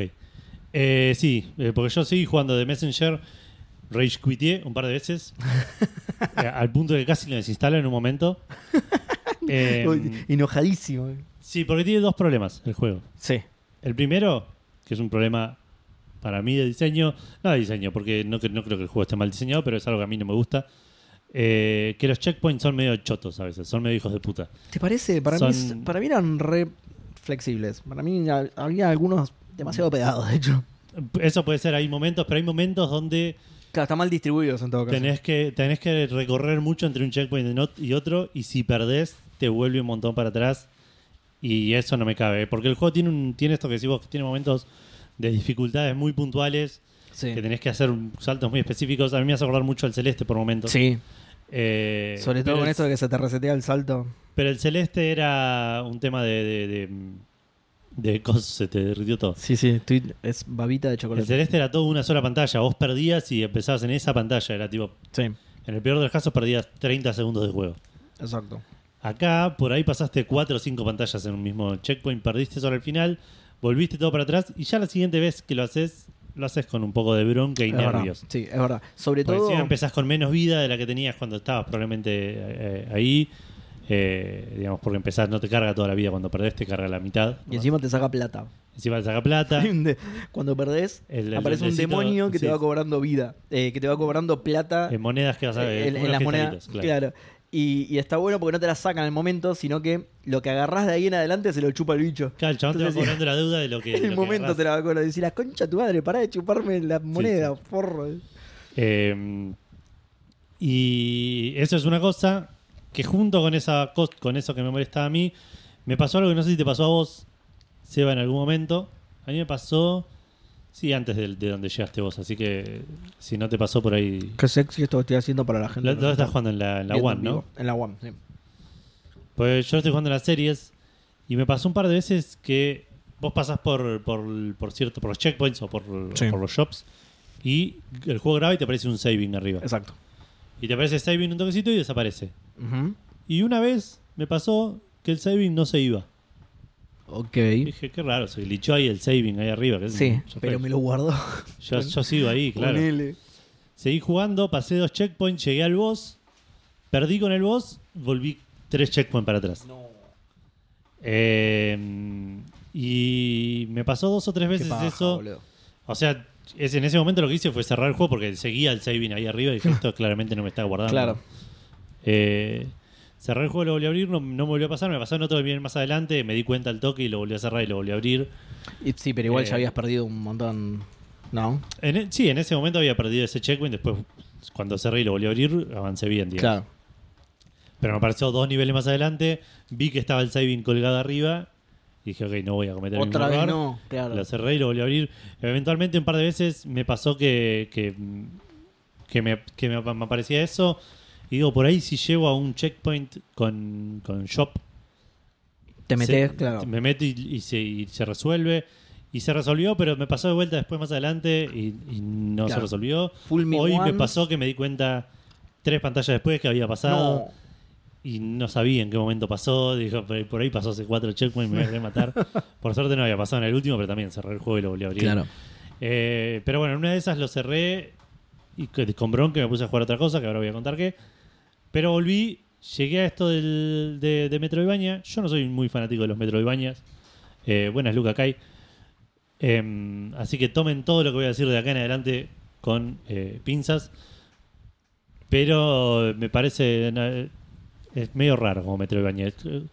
Eh, sí, eh, porque yo seguí jugando de Messenger, Rage Quitié un par de veces, eh, al punto que casi lo desinstalo en un momento. Eh,
Uy, Enojadísimo.
sí, porque tiene dos problemas el juego.
Sí.
El primero, que es un problema para mí de diseño, no de diseño, porque no, cre- no creo que el juego esté mal diseñado, pero es algo que a mí no me gusta. eh, que los checkpoints son medio chotos a veces, son medio hijos de puta.
¿Te parece? Para, mí,
Son-
para mí eran re flexibles. Para mí ha- había algunos demasiado pegados, de hecho.
Eso puede ser, hay momentos, pero hay momentos donde
Claro, está mal distribuidos en todo caso.
tenés que, tenés que recorrer mucho entre un checkpoint y no- y otro, y si perdés, te vuelve un montón para atrás. Y eso no me cabe, ¿eh? porque el juego tiene, un, tiene esto que decís vos, que tiene momentos de dificultades muy puntuales,
Sí.
que tenés que hacer saltos muy específicos. A mí me hace acordar mucho al Celeste por momentos.
Sí,
Eh,
sobre todo
pero
con
el-
esto de que se te resetea el salto.
Pero el celeste era un tema de. de, de, de cosas, se te derritió todo.
Sí, sí, estoy- es babita de
El
chocolate.
celeste era todo una sola pantalla. Vos perdías y empezabas en esa pantalla. Era tipo.
Sí,
En el peor de los casos perdías 30 segundos de juego.
exacto.
Acá, por ahí pasaste 4 o 5 pantallas en un mismo checkpoint, perdiste sobre el final, volviste todo para atrás y ya la siguiente vez que lo haces, lo haces con un poco de bronca y
Es verdad.
nervios.
Sí, es verdad. Sobre
Porque
todo.
encima empezás con menos vida de la que tenías cuando estabas probablemente eh, ahí. eh, digamos, porque empezás, no te carga toda la vida. Cuando perdés, te carga la mitad.
Y encima te saca plata.
Encima te saca plata.
[laughs] Hay un de- Cuando perdés,
El- el
aparece un
duendecito,
demonio que te
sí.
va cobrando vida, eh, que te va cobrando plata
En monedas que vas a
eh, en, en
unos
las monedas.
cristalitos,
Claro. Y, y está bueno porque no te la sacan al momento, sino que lo que agarrás de ahí en adelante se lo chupa el bicho.
Claro, el chabón te va
Entonces,
cobrando la deuda de lo que. de
En [laughs] el
lo que
momento
agarrás.
te la va cobrando. Decís, la concha de tu madre, pará de chuparme la moneda,
sí.
forro.
Eh, y eso es una cosa que junto con esa cos- con eso que me molestaba a mí, me pasó algo que no sé si te pasó a vos, Seba, en algún momento. A mí me pasó, sí, antes del- de, donde llegaste vos, así que si no te pasó por ahí...
Qué sexy esto que estoy haciendo para la gente.
Lo, lo estás jugando en la, en la One, ¿no?
En la One, sí.
Pues yo estoy jugando en las series y me pasó un par de veces que vos pasás por, por, por cierto, por los checkpoints o por,
Sí.
por los shops y el juego graba y te aparece un saving arriba.
Exacto.
Y te aparece saving un toquecito y desaparece.
Ujú.
Y una vez me pasó que el saving no se iba.
Ok.
Y dije, qué raro, se glitchó ahí el saving ahí arriba. que es-
Sí,
ya fue.
pero me lo guardo.
yo, yo sigo ahí, claro.
Ponele.
Seguí jugando, pasé dos checkpoints, llegué al boss, perdí con el boss, volví tres checkpoints para atrás. Eh, y me pasó dos o tres
Qué
veces
paja,
eso.
boludo.
O sea, es, en ese momento lo que hice fue cerrar el juego porque seguía el saving ahí
[laughs]
arriba y dije, esto claramente no me está guardando.
Claro.
Eh, cerré el juego, lo volví a abrir, no, no me volvió a pasar, me pasó en otro que viene más adelante, me di cuenta al toque y lo volví a cerrar y lo volví a abrir.
Y- sí, pero igual
Eh,
ya habías perdido un montón. ¿No?
En e- sí, en ese momento había perdido ese checkpoint, después cuando cerré y lo volví a abrir, avancé bien, digamos.
Claro.
Pero me apareció dos niveles más adelante, vi que estaba el saving colgado arriba, y dije, ok, no voy a cometer el mismo
Otra vez
error.
no. Claro.
Lo cerré y lo volví a abrir. Eventualmente un par de veces me pasó que, que, que me, que me ap- me aparecía eso. Y digo, por ahí si llego a un checkpoint con, con shop,
Te metes,
se-
claro.
me meto y, y se, y se resuelve. Y se resolvió, pero me pasó de vuelta después más adelante y, y no se
Claro.
resolvió.
Full me
Hoy
once.
me pasó que me di cuenta tres pantallas después que había pasado
No.
y no sabía en qué momento pasó. Dijo, por por ahí pasó hace cuatro checkpoints, me voy a querer
[laughs]
matar. Por suerte no había pasado en el último, pero también cerré el juego y lo volví a abrir.
Claro.
Eh, pero bueno, en una de esas lo cerré y que- con bronca me puse a jugar otra cosa, que ahora voy a contar qué. Pero volví, llegué a esto del, de, de Metroidvania. Yo no soy muy fanático de los Metroidvanias. Eh, buenas, Luca Kai. Em, así que tomen todo lo que voy a decir de acá en adelante con eh, pinzas. Pero me parece. na- Es medio raro como Metroidvania. Es- eh,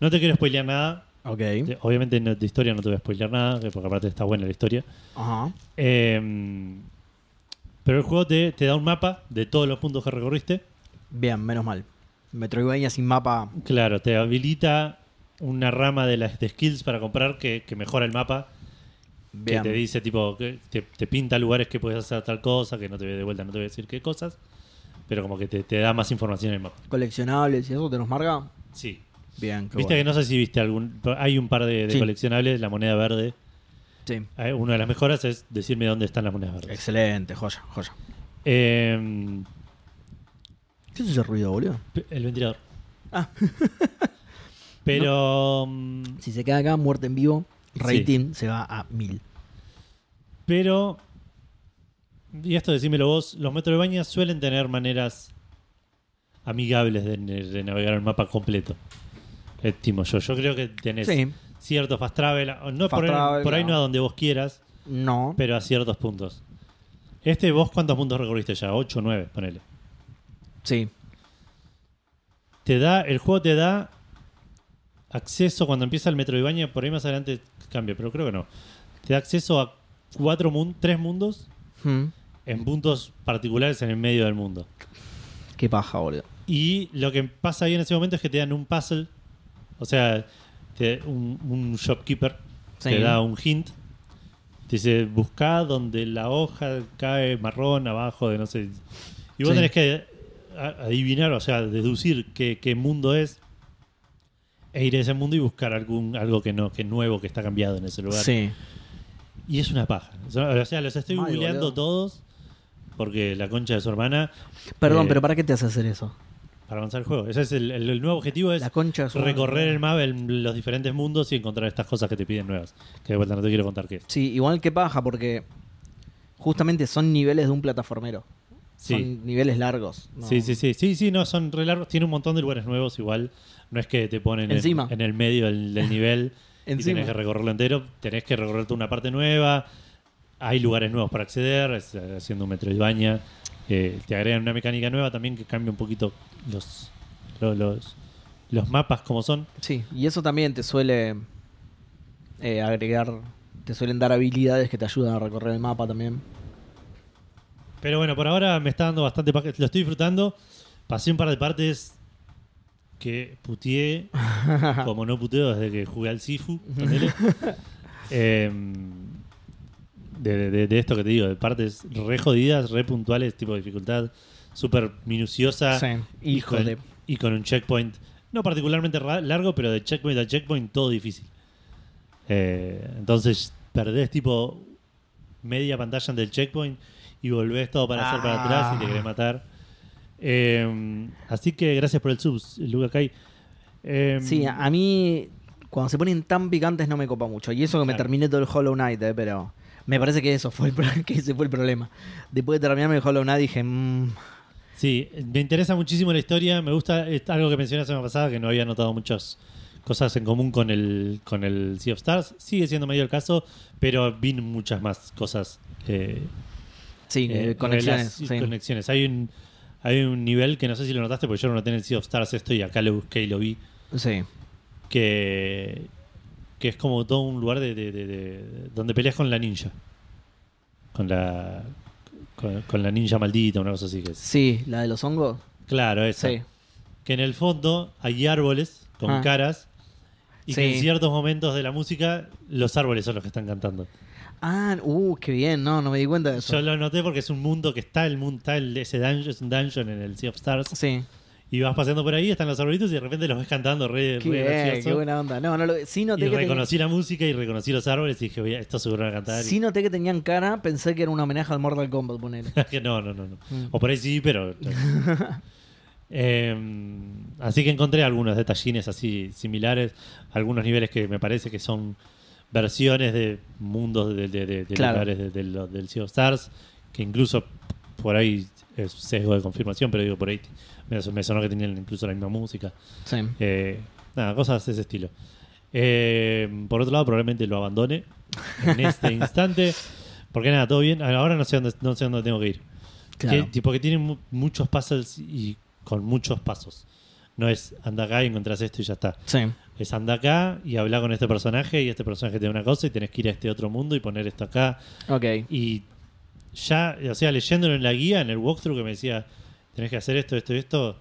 No te quiero spoilear nada.
Ok.
Te- Obviamente no- de historia no te voy a spoilear nada, que- porque aparte está buena la historia.
Ajá.
Eh, Em, Pero el juego te, te da un mapa de todos los puntos que recorriste.
Bien, menos mal. Metroidvania sin mapa.
Claro, te habilita una rama de las de skills para comprar que, que mejora el mapa.
Bien.
Que te dice, tipo, que te, te pinta lugares que puedes hacer tal cosa, que no te ve de vuelta, no te voy a decir qué cosas. Pero como que te, te da más información en el mapa.
Coleccionables y eso te nos marca.
Sí.
Bien, qué
Viste que no sé si viste algún. Hay un par de, de
Sí.
coleccionables, la moneda verde.
Sí.
Eh, Una de las mejoras es decirme dónde están las monedas verdes.
Excelente, joya, joya.
Eh,
¿Qué es ese ruido, boludo?
p- el ventilador.
Ah.
[laughs] Pero. mm,
Si se queda acá, muerte en vivo, rating se va a mil.
Pero. Y esto decímelo vos, los Metroidvania suelen tener maneras amigables de, de navegar el mapa completo. Estimo yo. Yo creo que tenés
Sí.
ciertos fast travel, o no
Fast
por, ahí-
travel,
por ahí
no.
no a donde vos quieras,
No.
pero a ciertos puntos. Este, vos, ¿cuántos puntos recorriste ya? 8 o 9, ponele.
Sí.
Te da, el juego te da acceso cuando empieza el Metroidvania, por ahí más adelante cambia, pero creo que no. Te da acceso a cuatro mun- tres mundos
Hmm.
en puntos particulares en el medio del mundo.
Qué paja, boludo.
Y lo que pasa ahí en ese momento es que te dan un puzzle, o sea, te- un, un shopkeeper
Sí.
te da un hint. Te dice, busca donde la hoja cae marrón abajo de no sé. Y vos
Sí.
tenés que a- adivinar, o sea, deducir qué, qué mundo es e ir a ese mundo y buscar algún algo que no que nuevo que está cambiado en ese lugar.
Sí.
Y es una paja. O sea, los estoy
Mal,
googleando
boludo.
todos porque la concha de su hermana
Perdón,
Eh,
pero ¿para qué te hace hacer eso?
para avanzar el juego. Ese es el, el- el nuevo objetivo es
La concha de su madre.
pues, recorrer el mapa en los diferentes mundos y encontrar estas cosas que te piden nuevas. Que de vuelta no te quiero contar qué es.
Sí, igual que paja, porque justamente son niveles de un plataformero.
Sí.
Son niveles largos. ¿no?
Sí, sí, sí, sí, sí, no, son re largos. Tiene un montón de lugares nuevos igual. No es que te ponen en-
Encima.
En, el medio del, del
[laughs]
nivel y
Encima.
tenés que recorrerlo entero. Tenés que recorrerte una parte nueva. Hay lugares nuevos para acceder, es, eh, haciendo un metro baña. te agregan una mecánica nueva también que cambia un poquito los, los, los, los mapas como son.
Sí, y eso también te suele eh, agregar, te suelen dar habilidades que te ayudan a recorrer el mapa también.
Pero bueno, por ahora me está dando bastante paja. Lo estoy disfrutando. Pasé un par de partes que puteé, como no puteo desde que jugué al Sifu. ponele. Em, de, de- de esto que te digo, de partes re jodidas, re puntuales, tipo de dificultad súper minuciosa.
Sí,
y
hijo
con-
de-
Y con un checkpoint, no particularmente ra- largo, pero de checkpoint a checkpoint todo difícil. Eh, entonces perdés tipo media pantalla del checkpoint y volvés todo para hacer
Ah.
para atrás y te querés matar. Eh, así que gracias por el subs, Luca Kai. Eh,
Sí, a a mí cuando se ponen tan picantes no me copa mucho. Y eso que me
Claro.
terminé todo el Hollow Knight, eh, pero me parece que eso fue el, pro- [laughs] que ese fue el problema. Después de terminarme el Hollow Knight dije, "Mm,
sí, me interesa muchísimo la historia. Me gusta es algo que mencioné la semana pasada que no había notado muchas cosas en común con el con el Sea of Stars. Sigue siendo medio el caso, pero vi muchas más cosas. eh,
sí,
Eh,
eh, conexiones.
relas-
sí.
conexiones. Hay un hay un nivel que no sé si lo notaste porque yo no lo tenía en el Sea of Stars esto y acá lo busqué y lo vi
Sí.
que que es como todo un lugar de, de- de- de- donde peleas con la ninja con la con, con la ninja maldita una cosa así que es
Sí, la de los hongos.
claro esa
Sí.
que en el fondo hay árboles con
Ah.
caras y que en
Sí.
ciertos momentos de la música los árboles son los que están cantando
Ah, uh, qué bien, no, no me di cuenta de eso.
yo lo noté porque es un mundo que está el mundo está el- ese dungeon es un dungeon en el Sea of Stars
Sí.
Y vas paseando por ahí, están los arbolitos y de repente los ves cantando re,
Qué,
re
bien,
gracioso.
qué buena onda. No, no lo- sí noté
y
que tenía-
reconocí la música y reconocí los árboles y dije, "Oye, esto seguro van a cantar.
sí noté que tenían cara, pensé que era un homenaje al Mortal Kombat, ponele.
Y- [laughs] que no, no, no, no.
Mm.
O por ahí sí,
[laughs]
pero. Eh, así que encontré algunos detallines así similares, algunos niveles que me parece que son versiones de mundos de, de- de- de
Claro.
lugares de- de lo- del Sea of Stars, que incluso por ahí es sesgo de confirmación, pero digo por ahí me me sonó que tenían incluso la misma música.
Sí.
Eh, nada, cosas de ese estilo. Eh, por otro lado, probablemente lo abandone en
[laughs]
este instante. Porque nada, todo bien. Ahora no sé dónde, no sé dónde tengo que ir.
Claro.
Que- tipo que tiene mu- muchos puzzles y con muchos pasos. No es anda acá y encontrás esto y ya está.
Sí.
Es anda acá y habla con este personaje y este personaje te da una cosa y tenés que ir a este otro mundo y poner esto acá.
Ok.
Y ya, o sea, leyéndolo en la guía, en el walkthrough que me decía, tenés que hacer esto, esto y esto,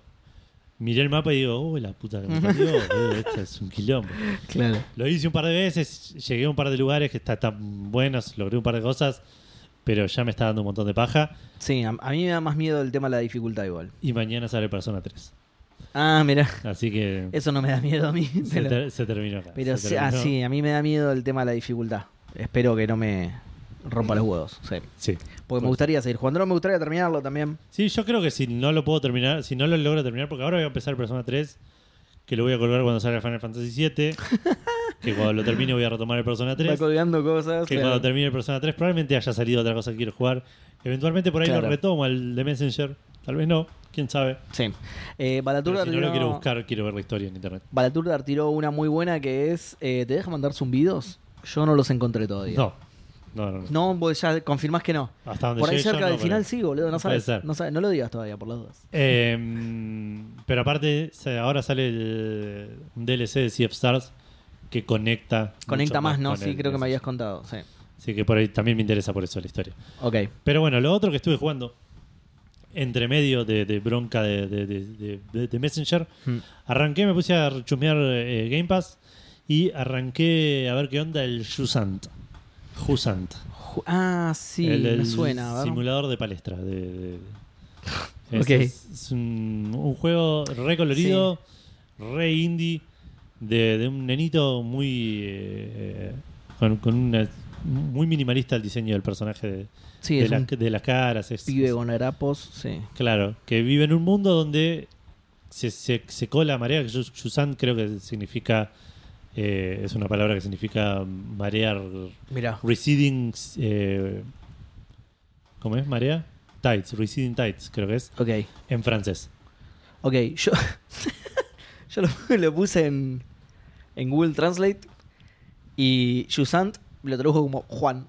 miré el mapa y digo, uy, la puta que me parió, boludo, esto es un quilombo.
Claro.
Lo hice un par de veces, llegué a un par de lugares que están tan buenos, logré un par de cosas, pero ya me está dando un montón de paja.
Sí, a, a mí me da más miedo el tema de la dificultad igual.
Y mañana sale Persona 3.
Ah, mira,
Así que
eso no me da miedo a mí.
se,
Pero,
ter- se terminó acá.
pero
se
sí, ah,
terminó.
sí, a mí me da miedo el tema de la dificultad. Espero que no me rompa los huevos. sí.
Sí.
Porque me gustaría seguir jugando, me gustaría terminarlo también.
Sí, yo creo que si no lo puedo terminar, si no lo logro terminar, porque ahora voy a empezar Persona 3, que lo voy a colgar cuando salga Final Fantasy
[laughs]
7, que cuando lo termine voy a retomar el Persona
Va
3,
colgando cosas.
que
claro.
cuando termine el Persona 3 probablemente haya salido otra cosa que quiero jugar. Eventualmente por ahí
Claro.
lo retomo, el de Messenger, tal vez no, quién sabe.
Sí. Eh, Balaturda
Pero si no lo
tiró-
quiero buscar, quiero ver la historia en internet.
Balaturdar tiró una muy buena que es. eh, ¿Te deja mandar zumbidos? Yo no los encontré todavía.
No, no, no. no.
No, vos ya confirmás que no.
Hasta donde
Por ahí
llegué yo,
cerca
no,
del
pero-
final sí, boludo. No
Puede
sabes,
ser.
no sabes. No lo digas todavía, por las dudas.
Eh, pero aparte, se- ahora sale el, un DLC de Sea of Stars que conecta.
Conecta
mucho
más, ¿no?
con
Sí,
el
creo que
Messenger.
me habías contado. Sí.
Así que por ahí también me interesa por eso la historia.
Ok.
Pero bueno, lo otro que estuve jugando, entre medio de, de bronca de, de- de- de- de- de Messenger,
Hmm.
arranqué, me puse a chusmear eh, Game Pass y arranqué a ver qué onda el Jusant. Jusant.
Ju- Ah, sí,
el,
me
el
suena. a ver.
simulador de palestra. de-
[laughs]
de- es,
Ok.
es- es un, un juego re colorido, re indie, de, de un nenito muy. eh, eh, con, con una- muy minimalista el diseño del personaje de,
Sí,
de,
es
las-
un
de las caras. es-
pibe
es-
con harapos. Sí.
claro, que vive en un mundo donde se, se, se cola marea. que Yu- Yusan creo que significa. eh, es una palabra que significa marear.
Mirá.
Receding. eh, ¿Cómo es? ¿Marea? Tides. Receding tides, creo que es.
Ok.
En francés. [laughs]
Ok, yo, [laughs] yo lo, lo puse en, en Google Translate y Jusant lo tradujo como Juan.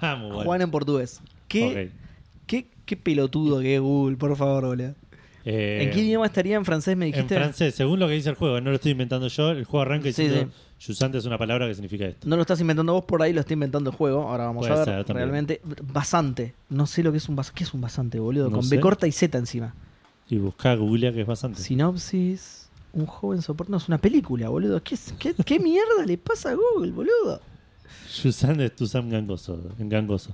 Muy bueno.
Juan en portugués. ¿Qué,
Ok.
qué, qué pelotudo que es Google, por favor, boludo.
Eh,
¿En qué idioma estaría en francés, me
En
dijiste?
francés, según lo que dice el juego, no lo estoy inventando yo. El juego arranca
Sí,
diciendo Yusante es una palabra que significa esto.
No lo estás inventando vos, por ahí lo está inventando el juego. Ahora vamos
Puede
a
ser,
ver.
también.
realmente. Basante. No sé lo que es un basante. ¿Qué es un basante, boludo?
No
Con
sé.
B corta y Z encima.
Y busca Google, que es bastante.
Sinopsis. Un joven soporte. No, es una película, boludo. ¿Qué, es- qué, qué mierda le pasa a Google, boludo?
Yusan es Tusam gangoso. gangoso.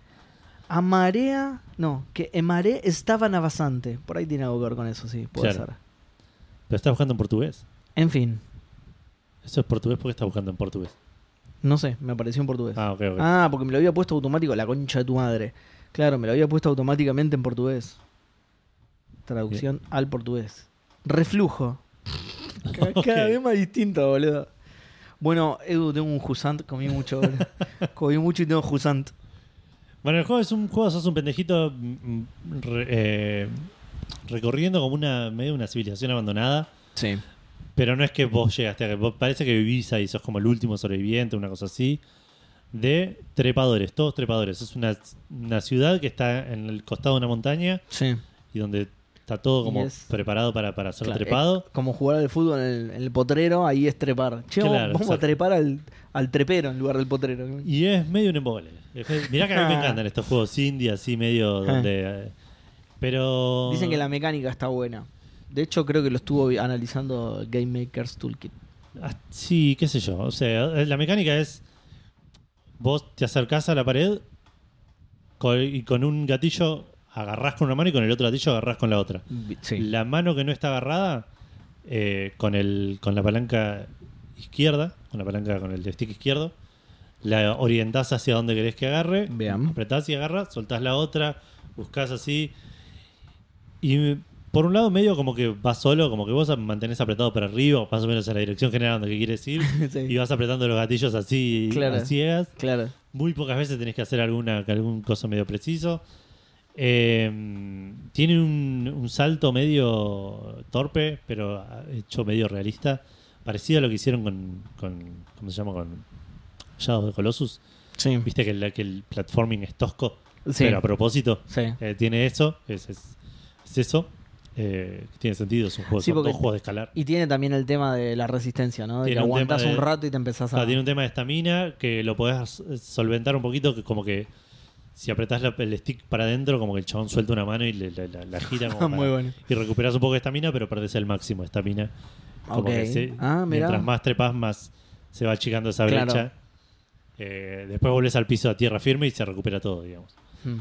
A marea, no, que en marea estaban a basante. Por ahí tiene algo que ver con eso, sí, puede
Claro.
ser.
Pero está buscando en portugués.
En fin,
Eso es portugués porque está buscando en portugués.
no sé, me apareció en portugués. Ah,
Ah, ok, ok.
porque me lo había puesto automático, la concha de tu madre. Claro, me lo había puesto automáticamente en portugués. Traducción al portugués.
[laughs]
Reflujo. Ca-
Ok.
Cada vez más distinto, boludo. Bueno, Edu, tengo un jusant, comí
[laughs]
mucho, boludo. comí mucho y tengo jusant.
Bueno, el juego es un juego, sos un pendejito mm, mm, re- eh, recorriendo como una medio una civilización abandonada.
Sí.
Pero no es que vos llegaste a que vos parece que vivís ahí, sos como el último sobreviviente, una cosa así. De trepadores, todos trepadores. Es una, una ciudad que está en el costado de una montaña
Sí.
y donde está todo como
Y es-
preparado para, para ser
Claro,
trepado.
es como jugar al fútbol en el, en el potrero, ahí es trepar. Che, vamos-
Claro,
vamos
exacto.
a trepar al, al trepero en lugar del potrero.
Y es medio un embole. Es medio- Mirá que a mí
[laughs]
me encantan estos juegos indie, así medio
Ah.
donde. eh, Pero.
Dicen que la mecánica está buena. De hecho, creo que lo estuvo vi- analizando Game Maker's Toolkit.
Ah, Sí, qué sé yo. O sea, eh, la mecánica es. Vos te acercás a la pared co- y con un gatillo agarrás con una mano y con el otro gatillo agarrás con la otra.
Sí.
La mano que no está agarrada, eh, con, el, con la palanca izquierda, con la palanca con el stick izquierdo, la orientás hacia donde querés que agarre,
Bien.
apretás y agarras, soltás la otra, buscás así. Y por un lado, medio como que vas solo, como que vos mantenés apretado para arriba, más o menos en la dirección general donde quieres ir,
[laughs] Sí.
y vas apretando los gatillos así,
Claro.
a ciegas.
Claro.
Muy pocas veces tenés que hacer alguna, algún coso medio preciso. Eh, tiene un, un salto medio torpe, pero hecho medio realista. Parecido a lo que hicieron con, con ¿cómo se llama? Con Shadow de Colossus.
Sí.
Viste que, el- que el platforming es tosco,
Sí.
pero a propósito.
Sí.
eh, tiene eso, es, es- es eso. eh, tiene sentido, es un juego,
Sí,
son
porque-
dos juegos de escalar.
Y tiene también el tema de la resistencia, ¿no? De que
Tiene un
aguantás
tema de-
un rato y te empezás
O sea,
a.
tiene un tema de estamina que lo podés eh, solventar un poquito, que como que si apretás la- el stick para adentro, como que el chabón suelta una mano y le- la, la- la gira. Como
Ah, [laughs] muy
para-
bueno.
Y recuperás un poco de estamina, pero perdés el máximo de estamina. Como
Ok.
que se-
Ah, mirá.
mientras más trepas, más se va achicando esa brecha.
Claro.
Eh, después volvés al piso a tierra firme y se recupera todo, digamos.
Mm.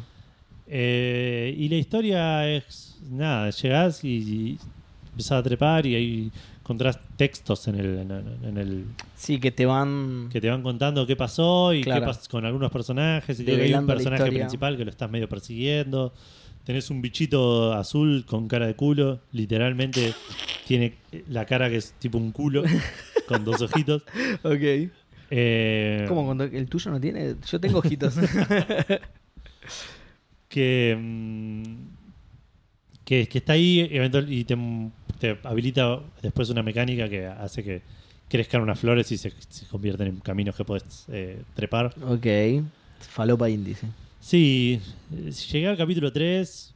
Eh, y la historia es nada, llegás y, y empezás a trepar y ahí encontrás textos en el, en el- en el-
Sí, que te van. [laughs]
que te van contando qué pasó y
Claro.
qué pasó con algunos personajes. Y creo que hay un
Develando la
personaje
historia.
principal que lo estás medio persiguiendo. Tenés un bichito azul con cara de culo, literalmente tiene la cara que es tipo un
[laughs]
culo con dos ojitos.
Ok.
Eh,
Como cuando el tuyo no tiene. Yo tengo
[laughs]
ojitos.
que, mm, que, que está ahí eventual- y te, te habilita después una mecánica que hace que crezcan unas flores y se, se convierten en caminos que puedes eh, trepar.
ok. Falopa índice.
Sí, eh, si llegué al capítulo 3,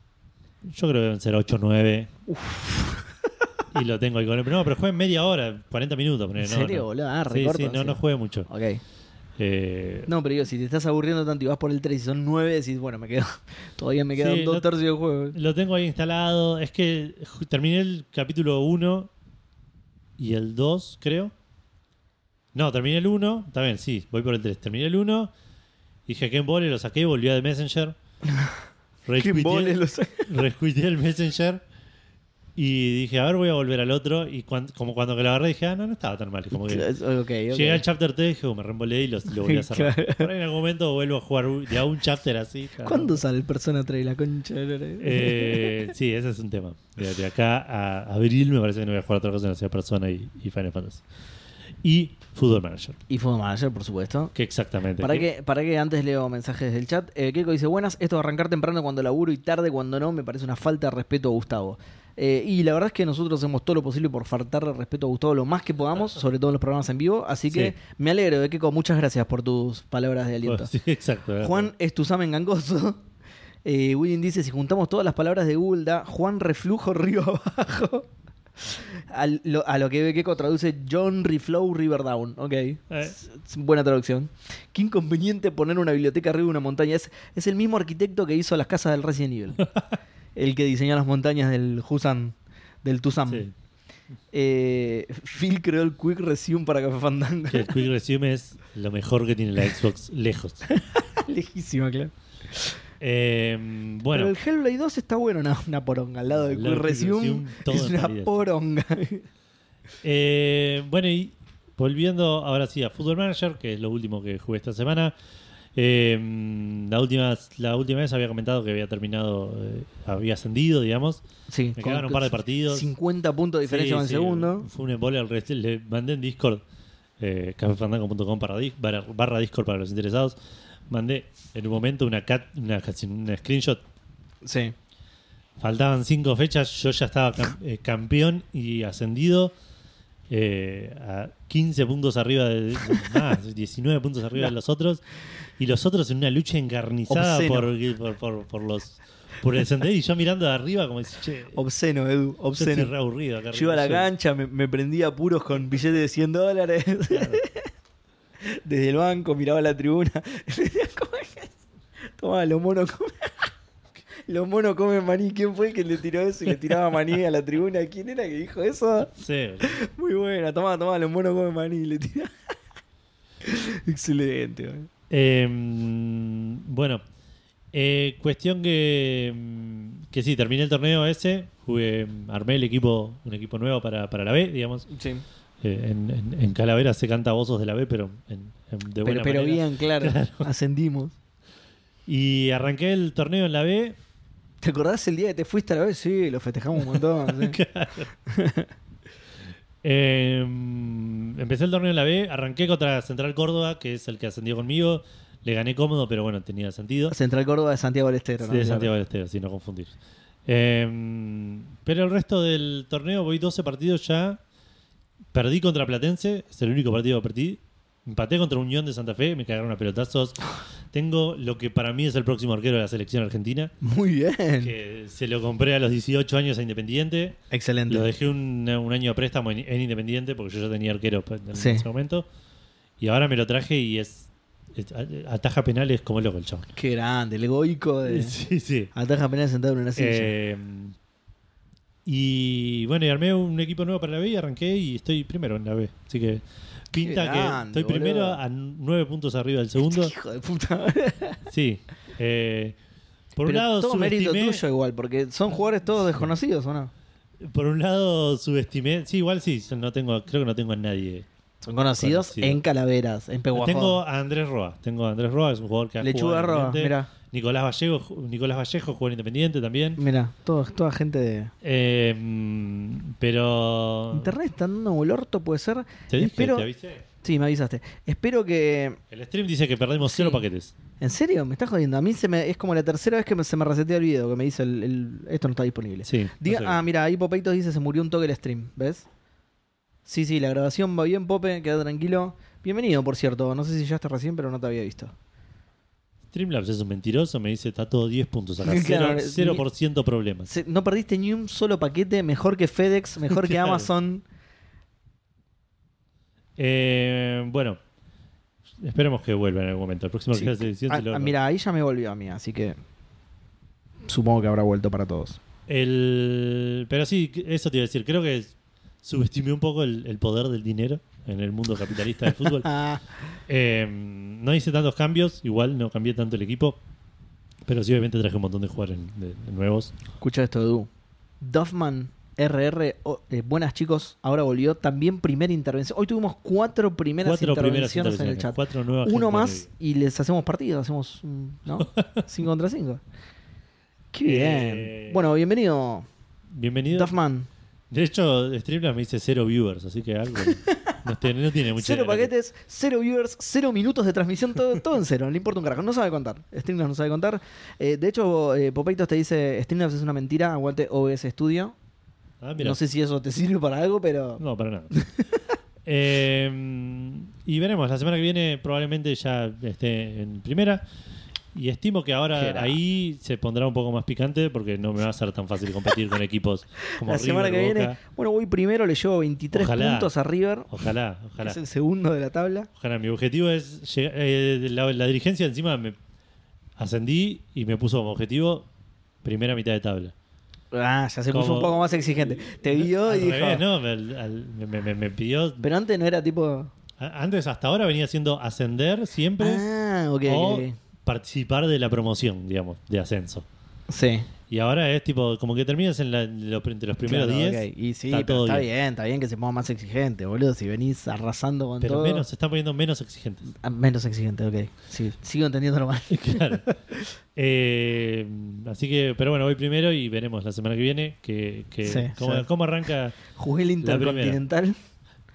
yo creo que deben ser 8 o 9. Y lo tengo ahí con él. Pero no, pero juegue media hora, 40 minutos. ponele,
¿En
no,
serio,
no.
boludo? Ah,
sí,
recorto
sí, no,
encima.
no juegue mucho.
Ok.
Eh,
No, pero digo, si te estás aburriendo tanto y vas por el 3 y son 9, decís, bueno, me quedo. [laughs] Todavía me quedan
Sí,
dos
no-
tercios de juego.
Lo tengo ahí instalado. Es que ju- terminé el capítulo 1 y el 2, creo. No, terminé el 1. Está bien, sí, voy por el 3. Terminé el 1. Dije que en vole, lo saqué, volvió de
[laughs]
Messenger.
boles
Resquité
los-
el Messenger. Y dije, a ver, voy a volver al otro. Y cuan- como cuando que lo agarré, dije, ah, no, no estaba tan mal. Como que
Ok, ok.
llegué al chapter 3, dije, oh, me reembolé y lo, lo
[laughs]
volví a cerrar.
Claro.
Por ahí en algún momento vuelvo a jugar un- ya un chapter así. claro.
¿Cuándo sale el Persona 3 la concha? de la lora?
Eh, sí, ese es un tema. De, de acá a abril me parece que no voy a jugar otra cosa en la persona y, y Final Fantasy. Y Football Manager,
[laughs] Y Football Manager, por supuesto.
que exactamente.
Para que, para que antes leo mensajes del chat. Eh, Keiko dice, buenas, esto de arrancar temprano cuando laburo y tarde cuando no, me parece una falta de respeto a Gustavo. Eh, y la verdad es que nosotros hacemos todo lo posible por faltarle respeto a Gustavo lo más
[laughs]
que podamos, sobre todo en los programas en vivo. Así que
Sí.
me alegro de Keiko, muchas gracias por tus palabras de
[laughs]
aliento.
Sí, exacto.
Juan es tu examen gangoso. [laughs] Eh, William dice, si juntamos todas las palabras de Gulda, Juan reflujo río [laughs] abajo. Al- lo- a lo que Bequeco traduce John Reflow River Down. Ok.
Eh,
S- s- Buena traducción. Qué inconveniente poner una biblioteca arriba de una montaña. Es, es el mismo arquitecto que hizo las casas del Resident Evil. el que diseñó las montañas del Husan, del Tusam.
Sí.
Eh, Phil creó el Quick Resume para Café Fandango.
Que el Quick Resume es lo mejor que tiene la Xbox lejos.
[laughs] Lejísima, claro.
Eh, bueno,
Pero el Hellblade 2 está bueno, no, una poronga. Al lado del
Al lado
Quick
del Quick
Resume
Resume, todo
es
en
una
realidad.
poronga.
eh, bueno, y volviendo ahora sí a Football Manager, que es lo último que jugué esta semana. Eh, la, última, la última vez había comentado que había terminado, eh, había ascendido, digamos.
Sí,
Me quedaban un par de partidos.
50 puntos de diferencia
Sí,
con el
sí,
segundo.
Fue un embole al resto. Le mandé en Discord, eh, cafefandango.com barra, dis- barra- barra Discord para los interesados. Mandé en un momento una, cat, una, casi una screenshot. eh,
Sí.
Faltaban cinco fechas. Yo ya estaba cam- eh, campeón y ascendido. eh, a 15 puntos arriba de, de- [laughs] más, 19 puntos arriba de los otros. Y los otros en una lucha encarnizada por,
Obsceno.
por, por- por los por el sendero. Y yo mirando de arriba como si, che, yo
Obsceno, Edu,
estoy re
obsceno.
aburrido acá
Yo iba a la
arriba".
cancha, me, me prendía puros con billetes de 100 dólares. [laughs] Desde el banco miraba la tribuna. [laughs] ¿Cómo es? Tomá, los monos comen. [laughs] Los monos comen maní. ¿Quién fue el que le tiró eso y le tiraba maní a la tribuna? ¿Quién era que dijo eso?
Sí, boludo.
Muy buena, tomá, tomá, los monos comen maní, le [laughs] tira. Excelente, güey.
Eh, Em, bueno, eh, cuestión que, mm, que sí, terminé el torneo ese, jugué, armé el equipo, un equipo nuevo para, para la B, digamos.
Sí.
Eh, en, en- en Calavera se canta Vosos de la B, pero en- en- de
Pero,
buena
pero
manera.
bien, claro, ascendimos.
Y arranqué el torneo en la
[laughs]
B.
¿Te acordás el día que te fuiste a la vez? Sí, lo festejamos un [laughs] montón. sí.
Eh, empecé el torneo en la B, arranqué contra Central Córdoba, que es el que ascendió conmigo. Le gané cómodo, pero bueno, tenía sentido.
Central Córdoba de Santiago del Estero, ¿no?
Sí, de Santiago del Estero, sin no confundir. Eh, pero el resto del torneo voy 12 partidos ya. Perdí contra Platense, es el único partido que perdí. Empaté contra Unión de Santa Fe, me cagaron a pelotazos. Tengo lo que para mí es el próximo arquero de la selección argentina,
Muy bien.
que se lo compré a los 18 años a Independiente.
Excelente.
Lo dejé un, un año a préstamo en, en Independiente porque yo ya tenía arquero en
Sí.
ese momento. Y ahora me lo traje y es eh, ataja penales como loco el chavo.
Qué grande, el egoico
[laughs]
de.
Sí, sí.
Ataja apenas sentado en una silla.
Eh, y bueno, y armé un equipo nuevo para la B y arranqué y estoy primero en la B. Así que pinta que
grande,
estoy primero
boludo. Este
a nueve puntos arriba del segundo.
Hijo de puta.
Sí. Eh, por, un
Pero
lado,
todo mérito
subestimé,
tuyo igual, porque son jugadores todos desconocidos, ¿o no?
por un lado subestimé. Sí, igual sí, yo no tengo, creo que no tengo a nadie.
Son conocidos
Conocido.
en Calaveras, en Peguajó.
Tengo a Andrés Roa. Tengo a Andrés Roa, es un jugador que ha
Lechuga
jugado en
Roa,
Independiente.
mira.
Nicolás Vallejo, ju- Nicolás Vallejo jugó en Independiente también.
Mira, toda gente de.
Eh, mm, pero.
Internet está dando un orto, puede ser.
Te dije,
Espero-
te avisé.
Sí, me avisaste. Espero que.
El stream dice que perdimos cero
Sí.
paquetes.
¿En serio? ¿Me estás jodiendo? A mí se me, es como la tercera vez que me- se me resetea el video, que me dice el, el- esto no está disponible.
Sí. no
Diga,
sé.
ah, mira, ahí Popeitos dice se murió un toque el stream, ¿ves? Sí, sí, la grabación va bien, Pope, queda tranquilo. Bienvenido, por cierto. No sé si ya está recién, pero no te había visto.
Streamlabs es un mentiroso, me dice está todo 10 puntos acá.
[laughs] Claro,
0%, problemas.
Se- no perdiste ni un solo paquete, mejor que FedEx, mejor
[laughs]
que
Claro.
Amazon.
Eh, bueno, esperemos que vuelva en algún momento. El próximo
Sí.
que hace edición
Ah,
se lo-
ah, mira, ahí ya me volvió a mí, así que supongo que habrá vuelto para todos.
El- Pero sí, eso te iba a decir. Creo que subestimé un poco el, el poder del dinero en el mundo capitalista del
[laughs]
fútbol.
Ah,
Eh, no hice tantos cambios, igual no cambié tanto el equipo. Pero sí, obviamente traje un montón de jugadores de- de nuevos.
escucha esto, Edu. Duffman RR, o- eh, buenas chicos, ahora volvió. También primera intervención. Hoy tuvimos cuatro primeras,
Cuatro primeras
intervenciones, en el
intervenciones,
chat.
cuatro nuevas
Uno
gente
más y les hacemos partido, hacemos, mm,
[laughs]
¿no? 5 contra 5. Qué bien.
Eh,
Bueno, bienvenido,
Bienvenido.
Duffman.
De hecho, Streamlabs me dice cero viewers, así que algo
[laughs]
no tiene, no tiene mucha
Cero
gracia.
paquetes, cero viewers, cero minutos de transmisión, todo, todo en cero, no le importa un carajo, no sabe contar. Streamlabs no sabe contar. Eh, de hecho, eh, Popeitos te dice, Streamlabs es una mentira, aguante OBS Studio.
Ah, mira.
No sé si eso te sirve para algo, pero...
No, para
[laughs]
nada. Eh, y veremos, la semana que viene probablemente ya esté en primera. Y estimo que
Qué
ahora
grande.
ahí se pondrá un poco más picante porque no me va a ser tan fácil competir con
[laughs]
equipos como
la
River,
semana que
Boca.
viene, bueno, voy primero, le llevo 23
Ojalá.
puntos a River,
Ojalá,
que
ojalá.
es el segundo de la tabla.
Ojalá, mi objetivo es llegar- eh, la, la dirigencia encima me ascendí y me puso como objetivo primera mitad de tabla.
Ah, ya se puso
Como-
un poco más exigente. Te vio
Al
y dijo...
revés, no, me, al- me- me- me pidió.
Pero antes no era tipo...
a- Antes, hasta ahora venía siendo ascender siempre
Ah, ok.
o
ok.
participar de la promoción, digamos, de ascenso.
Sí.
Y ahora es tipo, como que terminas en la- en los, entre los primeros
Claro,
10,
ok. Y sí,
está
pero
todo
está
bien.
bien. está bien que se ponga más exigente, boludo. Si venís arrasando con
pero
todo.
menos, se están poniendo menos exigentes.
[laughs] Ah, menos exigente, ok. Sí, sigo
[laughs]
entendiéndolo mal.
Claro. Eh, así que, pero bueno, voy primero y veremos la semana que viene que, que-
Sí,
cómo,
sí.
cómo arranca.
Jugué el
La primera.
Intercontinental.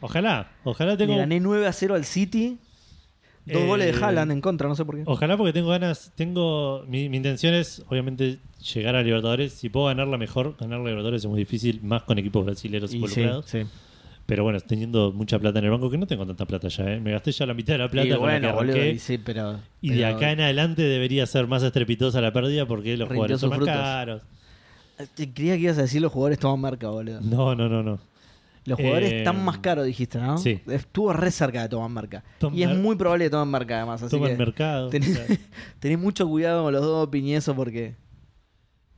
Ojalá, ojalá
Le
tengo.
gané 9 a 0 al City. Dos
Eh,
goles de Haaland en contra, no sé por qué.
Ojalá porque tengo ganas, tengo, mi, mi intención es obviamente llegar a Libertadores, si puedo ganarla mejor, ganar la Libertadores es muy difícil, más con equipos brasileños
Y sí,
involucrados,
sí.
pero bueno, teniendo mucha plata en el banco, que no tengo tanta plata ya, ¿eh? me gasté ya la mitad de la plata
Y
con la que
bueno, boludo,
arranqué,
y sí, pero.
y de
pero-
acá en adelante debería ser más estrepitosa la pérdida porque los
Rindió
jugadores son más
sus frutos.
caros.
Te creía que ibas a decir los jugadores toman marca, boludo.
No, no, no, no.
Los jugadores
Eh,
están más caros, dijiste, ¿no?
sí.
Estuvo re cerca de tomar marca.
Toman
y es
Mar-
muy probable que tomen marca, además. Así
Toma
que
el mercado.
[laughs] tenés,
claro.
tenés mucho cuidado con los dos y eso porque.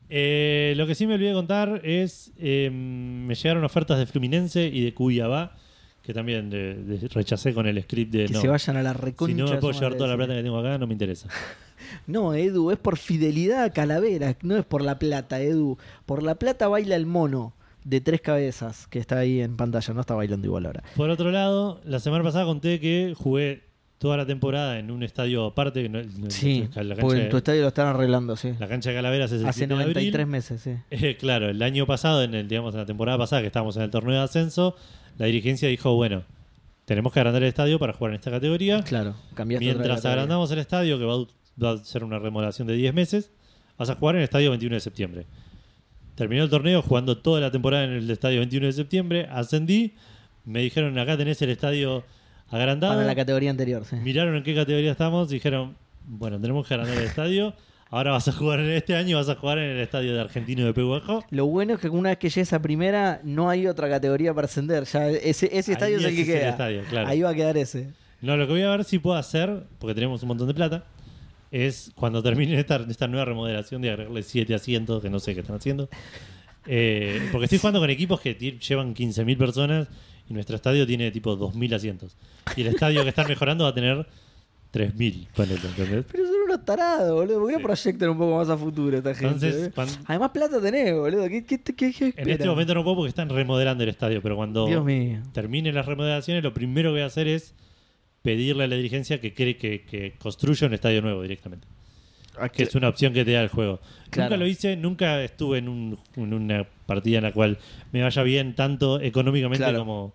Eh, lo que sí me olvidé contar es eh, me llegaron ofertas de Fluminense y de Cuyabá, que también eh, de- rechacé con el script de
Que
Eh, no.
se vayan a la
Si
reconcha.
no me
de su
puedo llevar
madre,
toda la
decime.
plata que tengo acá, no me interesa.
No, Edu, es por fidelidad a Calavera, no es por la plata, Edu. Por la plata baila el mono de tres cabezas que está ahí en pantalla, no está bailando igual ahora.
Por otro lado, la semana pasada conté que jugué toda la temporada en un estadio aparte. Que no- no-
Sí,
Eh, la,
porque en
cancha,
tu estadio lo están arreglando, sí.
la cancha de Calaveras es el
Hace
7 de abril.
93 meses, sí.
Eh, claro, el año pasado, en el, digamos, en la temporada pasada que estábamos en el torneo de ascenso, la dirigencia dijo, bueno, tenemos que agrandar el estadio para jugar en esta categoría.
Claro, cambiaste otra
Mientras
categoría.
agrandamos el estadio, que va a, du- va a ser una remodelación de 10 meses, vas a jugar en el estadio 21 de septiembre. Terminó el torneo jugando toda la temporada en el estadio 21 de septiembre, ascendí, me dijeron acá tenés el estadio agrandado,
Para la categoría anterior, sí.
miraron en qué categoría estamos, dijeron, bueno, tenemos que agrandar el estadio, ahora vas a jugar en este año, vas a jugar en el estadio de Argentino de Pehuajo.
Lo bueno es que una vez que llegues a primera, no hay otra categoría para ascender. Ya ese, ese
Ahí
estadio es el
ese
que
es el
queda.
estadio, claro.
Ahí va a quedar ese.
No, lo que voy a ver si puedo hacer, porque tenemos un montón de plata, es cuando termine esta, esta nueva remodelación de agregarle siete asientos, que no sé qué están haciendo. Eh, porque estoy jugando con equipos que ti- llevan 15.000 personas y nuestro estadio tiene tipo 2.000 asientos. Y el estadio que están mejorando va a tener 3.000, ponele, ¿entendés?
Pero son unos tarados, boludo. ¿Por qué no
Sí.
proyectan un poco más a futuro esta gente?
Entonces,
eh?
cuan-
Además, plata tenés, boludo. ¿Qué, qué, qué, qué
en este
esperan?
momento no puedo porque están remodelando el estadio, pero cuando
Dios mío.
termine las remodelaciones, lo primero que voy a hacer es pedirle a la dirigencia que cree que, que construya un estadio nuevo directamente. que es una opción que te da el juego.
Claro.
Nunca lo hice, nunca estuve en, un- en una partida en la cual me vaya bien tanto económicamente
Claro.
como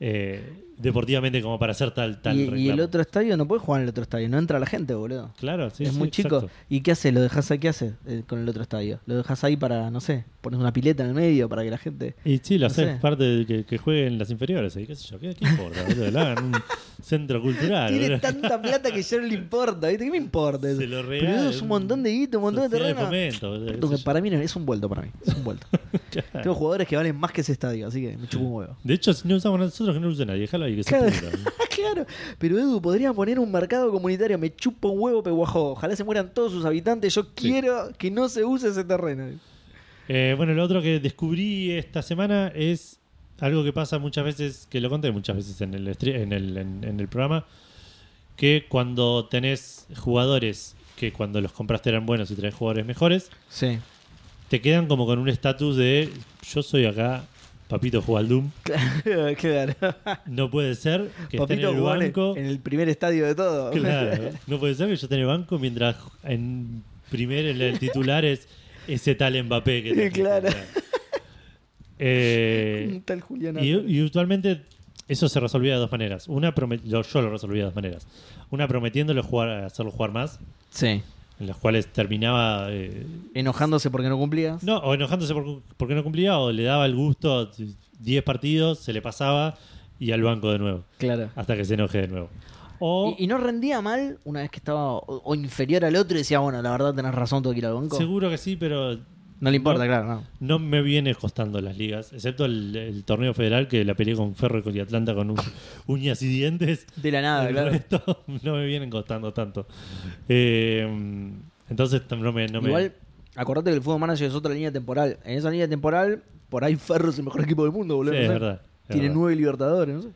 eh, deportivamente como para hacer tal tal
y, y el
reclamo.
otro estadio no puede jugar en el otro estadio, no entra la gente, boludo.
claro, sí,
es
sí,
muy chico.
exacto.
¿Y qué hace? ¿Lo dejas ahí? ¿Qué hace eh, con el otro estadio? ¿Lo dejas ahí para, no sé, pones una pileta en el medio para que la gente.
Y sí, lo
No
haces
sé.
parte de que, que jueguen las inferiores, ¿eh? qué sé yo, qué, qué importa, boludo, lo hagan en un centro cultural.
Tiene
boludo.
tanta plata que ya no le importa, ¿viste? ¿Qué me importa? Eso?
Se lo
Pero eso es
regalan.
un montón de guito, un montón de
Sociedad
terreno.
fomento, boludo, qué
Lo que
sé yo.
para mí no- es un vuelto para mí, es
[laughs]
un vuelto. Tengo jugadores que valen más que ese estadio, así que me chupo un
[laughs]
huevo. [laughs]
De hecho, si no usamos nosotros, que no lo use nadie, déjalo ahí que se
Claro.
pudra.
claro, pero Edu, podría poner un mercado comunitario. Me chupa un huevo, Peguajó. Ojalá se mueran todos sus habitantes. Yo quiero que no se use ese terreno.
Eh, bueno, lo otro que descubrí esta semana es algo que pasa muchas veces, que lo conté muchas veces en el, estre- en el, en- en el programa, que cuando tenés jugadores que cuando los compraste eran buenos y tenés jugadores mejores,
Sí.
te quedan como con un estatus de yo soy acá, papito juega al Doom,
Claro, [laughs] claro.
no puede ser que esté en
Papito
el
jugó en el-
banco,
en el primer estadio de
[laughs]
todo.
claro, no puede ser que yo esté en el banco mientras en primer en el titular es ese tal Mbappé que tenés.
[laughs] Claro.
[laughs] Eh,
[laughs] Un tal Julián.
Y, y usualmente eso se resolvía de dos maneras. Una prome- lo- yo lo resolvía de dos maneras. Una prometiéndole jugar, hacerlo jugar más,
Sí.
en las cuales terminaba eh,
Enojándose porque no cumplías.
no, o enojándose por- porque no cumplía, o le daba el gusto 10 partidos, se le pasaba y al banco de nuevo,
Claro.
hasta que se enoje de nuevo. O
Y, y no rendía mal una vez que estaba o, o inferior al otro y decía, bueno, la verdad tenés razón, tengo que ir al banco.
seguro que sí, pero
No le importa,
No.
claro, no.
no me viene costando las ligas, excepto el, el torneo federal que la peleé con Ferro y con Atlanta con un- uñas y dientes.
De la nada,
El
claro.
resto [laughs] no me vienen costando tanto. Eh, entonces no me. No me-
Igual, acordate que el fútbol manager es otra línea temporal. En esa línea temporal, por ahí Ferro es el mejor equipo del mundo,
Sí,
boludo. no
es
sé.
verdad. es
Tiene
verdad.
nueve libertadores, no sé.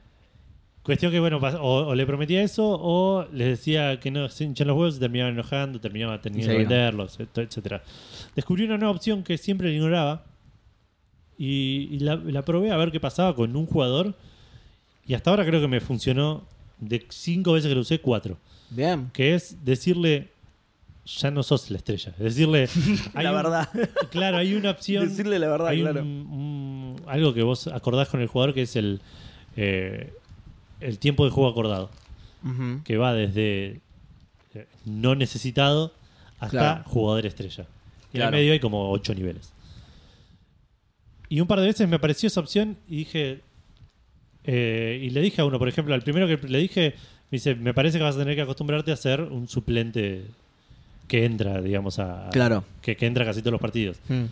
Cuestión que, bueno, pas- o, o le prometía eso, o les decía que no se hinchan los huevos, se terminaban enojando, terminaba teniendo
Sí,
que
no.
venderlos, et- etcétera Descubrí una nueva opción que siempre ignoraba y, y la, la probé a ver qué pasaba con un jugador. Y hasta ahora creo que me funcionó de cinco veces que lo usé, cuatro.
Bien.
Que es decirle, ya no sos la estrella. Es
[laughs]
decirle, hay
la
un-
[laughs] verdad.
Claro, hay una opción.
Decirle la verdad,
hay un-
claro.
un- algo que vos acordás con el jugador que es el, eh, el tiempo de juego acordado.
Ujú.
Que va desde eh, no necesitado hasta
Claro.
jugador estrella. Y en
Claro.
el medio hay como ocho niveles. Y un par de veces me apareció esa opción y dije. eh, y le dije a uno, por ejemplo, al primero que le dije, me dice: Me parece que vas a tener que acostumbrarte a ser un suplente que entra, digamos, a.
Claro.
Que, que entra casi todos los partidos.
Mm.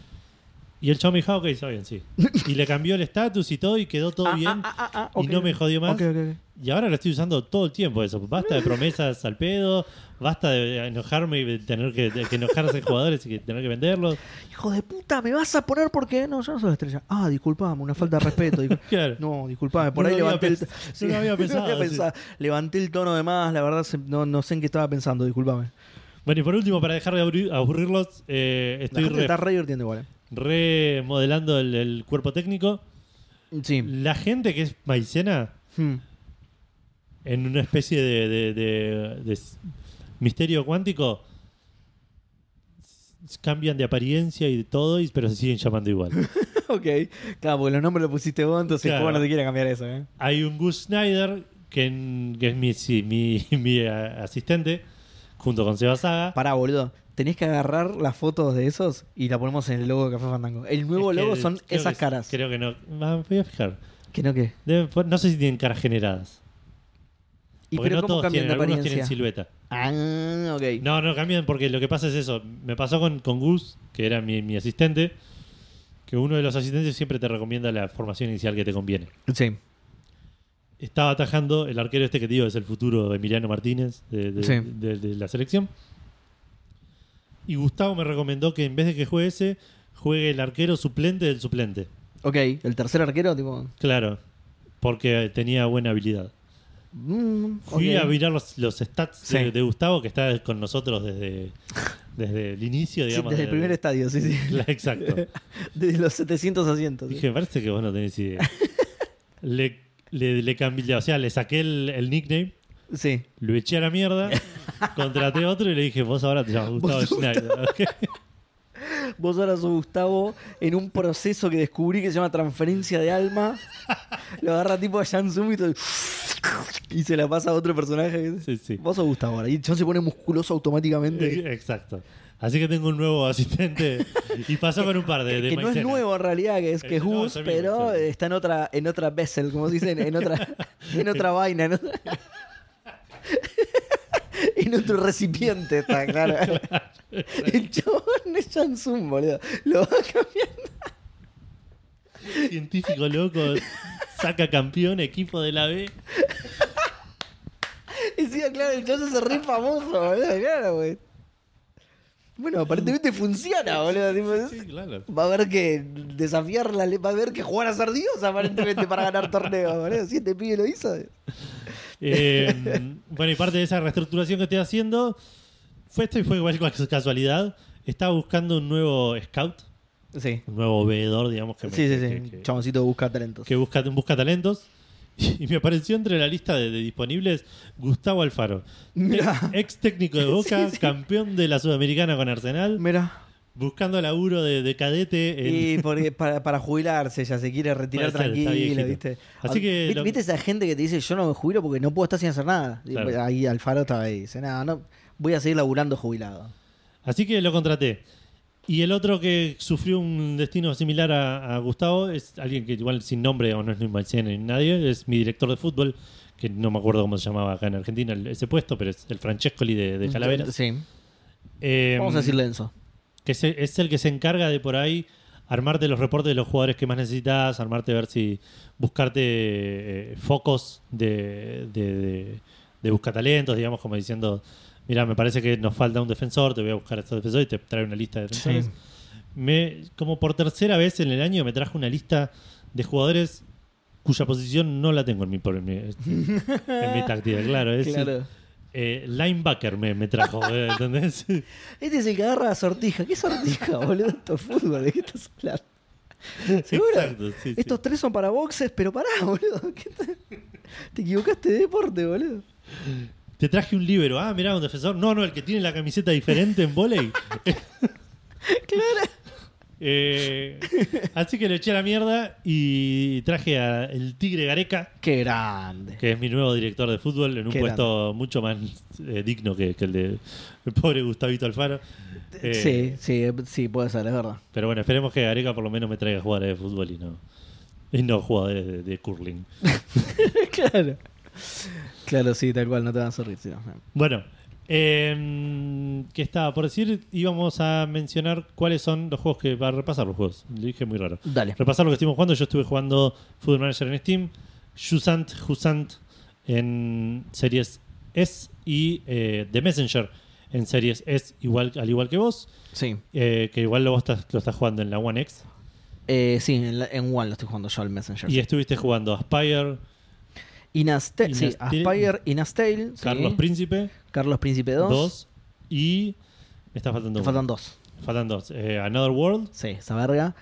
Y el chavo me dijo, "Ah, ok, está bien,
[laughs]
sí. Y le cambió el estatus y todo y quedó todo
Ah,
bien.
ah, ah, ah,
y
ok.
no me jodió más.
Ok, ok, ok.
Y ahora lo estoy usando todo el tiempo eso. Basta
[laughs]
de promesas al pedo, basta de enojarme y de tener que, de que enojarse a jugadores y que tener que venderlos.
Hijo de puta, ¿me vas a poner porque No, yo no soy la estrella. Ah, disculpame, una falta de respeto. [laughs] Discul-
Claro.
No, disculpame, por
No
ahí
lo había
levanté el
pens-
tono. [laughs]
no lo había pensado, [laughs] sí.
Levanté el tono de más, la verdad se- no, no sé en qué estaba pensando, disculpame.
Bueno, y por último, para dejar de abri- aburrirlos, eh,
La
estoy
gente
re-
está re divirtiendo igual. eh.
remodelando el, el cuerpo técnico.
Sí.
La gente que es maicena,
¿eh? Mm. [laughs]
en una especie de, de- de- de s- misterio cuántico s- cambian de apariencia y de todo, y- pero se siguen llamando
[laughs]
igual.
Ok. Claro, porque los nombres los pusiste vos, entonces el
Claro.
juego no te quiere cambiar eso, ¿eh?
Hay un Gus Snyder, que, en- que es mi, sí, mi, [laughs] mi, eh, asistente, junto con Seba Saga.
Pará, boludo. Tenés que agarrar las fotos de esos y la ponemos en el logo de Café Fandango. El nuevo
Es que
logo son
creo que
esas
sí,
caras.
Creo que no. Ah, me voy a fijar.
¿Que no qué?
Deben pon- no sé si tienen caras generadas.
¿Y
porque
pero
no
cómo
todos
cambian
tienen,
de
algunos tienen
apariencia?
silueta.
Ah, ok.
No, no cambian porque lo que pasa es eso. Me pasó con, con Gus, que era mi, mi asistente, que uno de los asistentes siempre te recomienda la formación inicial que te conviene.
Sí.
estaba atajando el arquero este que te digo es el futuro Emiliano Martínez de, de-
Sí.
de- de la selección. Y Gustavo me recomendó que en vez de que juegue ese, juegue el arquero suplente del suplente.
Ok, el tercer arquero, tipo.
Claro, porque tenía buena habilidad.
mm,
Fui
ok.
a mirar los, los stats de-
Sí.
de, Gustavo, que está con nosotros desde, desde el inicio,
Sí,
digamos.
desde el
de-
primer estadio, sí, sí.
[laughs] Claro, Exacto.
Desde los 700 asientos. sí.
Dije, me parece que vos no tenés idea. le, le, le cambié, o sea, le saqué el, el nickname,
Sí.
lo eché a la mierda, contraté otro y le dije, vos ahora te llamas Gustavo
Vos sos
Schneider. Ok.
Vos ahora sos Gustavo en un proceso que descubrí que se llama transferencia de alma. Lo agarra tipo a Jansum y, [laughs] todo- y se la pasa a otro personaje.
Sí, sí.
Vos sos Gustavo ahora. Y el chabón se pone musculoso automáticamente.
Exacto. Así que tengo un nuevo asistente y pasó por un par [laughs] de, de
que no es
maicenas.
nuevo en realidad, que es que es
No,
Gus,
está bien,
pero
está bien.
está en otra, en otra vessel, como se dice, en,
[laughs]
en otra, en otra vaina, en, otra- [laughs] en otro recipiente está, claro.
[laughs]
El chabón es Jansum, boludo. Lo va cambiando.
Científico loco, saca campeón, equipo de la B.
Y sí, claro, el chabón se hace re famoso, boludo, claro, güey. Bueno, aparentemente funciona, boludo. tipo, es-
Sí, claro.
Va a haber que desafiar la ley, va a haber que jugar a ser Dios aparentemente para ganar torneos, boludo. Si este pibe lo hizo.
Eh, bueno, y parte de esa reestructuración que estoy haciendo fue esto y fue igual cual- casualidad. Estaba buscando un nuevo scout,
Sí.
un nuevo veedor, digamos que me-
Sí, sí,
que-
sí.
que-
Chaboncito busca talentos.
que busca, busca talentos. Y me apareció entre la lista de, de disponibles Gustavo Alfaro,
Mirá.
ex, ex técnico
[laughs]
de Boca,
Sí, sí.
campeón de la Sudamericana con Arsenal,
Mira.
buscando laburo de, de cadete. en-
Y porque para, para jubilarse ya se quiere retirar
Puede ser, está
tranquilo,
viejito.
¿viste?
Así
Ah,
que
¿Viste,
lo-
viste esa gente que te dice yo no me jubilo porque no puedo estar sin hacer nada? Y
Claro.
ahí Alfaro estaba ahí. Dice, no, no, voy a seguir laburando jubilado.
Así que lo contraté. Y el otro que sufrió un destino similar a, a Gustavo es alguien que igual sin nombre, digamos, no es ni Mancini ni nadie, es mi director de fútbol, que no me acuerdo cómo se llamaba acá en Argentina el- ese puesto, pero es el Francescoli de, de Calaveras.
Sí.
Eh,
Vamos a decir Lenzo.
Que es, es el que se encarga de por ahí armarte los reportes de los jugadores que más necesitas, armarte, ver si buscarte eh, focos de, de, de, de buscatalentos, digamos, como diciendo, mira, me parece que nos falta un defensor, te voy a buscar a este defensor y te trae una lista de defensores. Me, como por tercera vez en el año me trajo una lista de jugadores cuya posición no la tengo en mi, por- en mi, este, en mi táctica, claro. Es decir,
Claro.
eh, linebacker me, me trajo, eh, ¿entendés?
Este es el que agarra la sortija. ¿Qué sortija, [laughs] boludo? Esto es fútbol, ¿de qué estás hablando? [laughs] ¿Seguro?
Exacto, sí, sí.
Estos tres son para boxes, pero pará, [laughs] boludo. ¿Qué te... te equivocaste de deporte, boludo.
Te traje un libero. Ah, mirá, un defensor. No, no, el que tiene la camiseta diferente en volei.
[laughs] Claro.
Eh, así que le eché a la mierda y traje a el Tigre Gareca,
Qué grande.
que es mi nuevo director de fútbol, en un
Qué
puesto mucho más eh, digno que, que el de el pobre Gustavito Alfaro. Eh,
sí, sí, sí, puede ser, es verdad.
Pero bueno, esperemos que Gareca por lo menos me traiga jugadores de fútbol y no, y no jugadores de, de curling.
[laughs] claro. Claro, sí, tal cual, no te van a sorrir. sí, no.
Bueno, eh, ¿qué estaba por decir? Íbamos a mencionar cuáles son los juegos que va a repasar los juegos. Le dije muy raro.
Dale.
repasar lo que estuvimos jugando. Yo estuve jugando Football Manager en Steam, Jusant, Jusant en series S y eh, The Messenger en series S, igual, al igual que vos,
Sí.
eh, que igual lo, vos estás, lo estás jugando en la One X.
Eh, sí, en, la- en One lo estoy jugando yo al Messenger.
Y estuviste jugando Aspire,
Inaste- sí,
Inastale-
Aspire, Inastale, sí.
Carlos Príncipe,
Carlos Príncipe 2.
2 y. Me está faltando
Te
uno.
faltan dos.
Faltan dos. Eh, Another World
Sí, esa verga.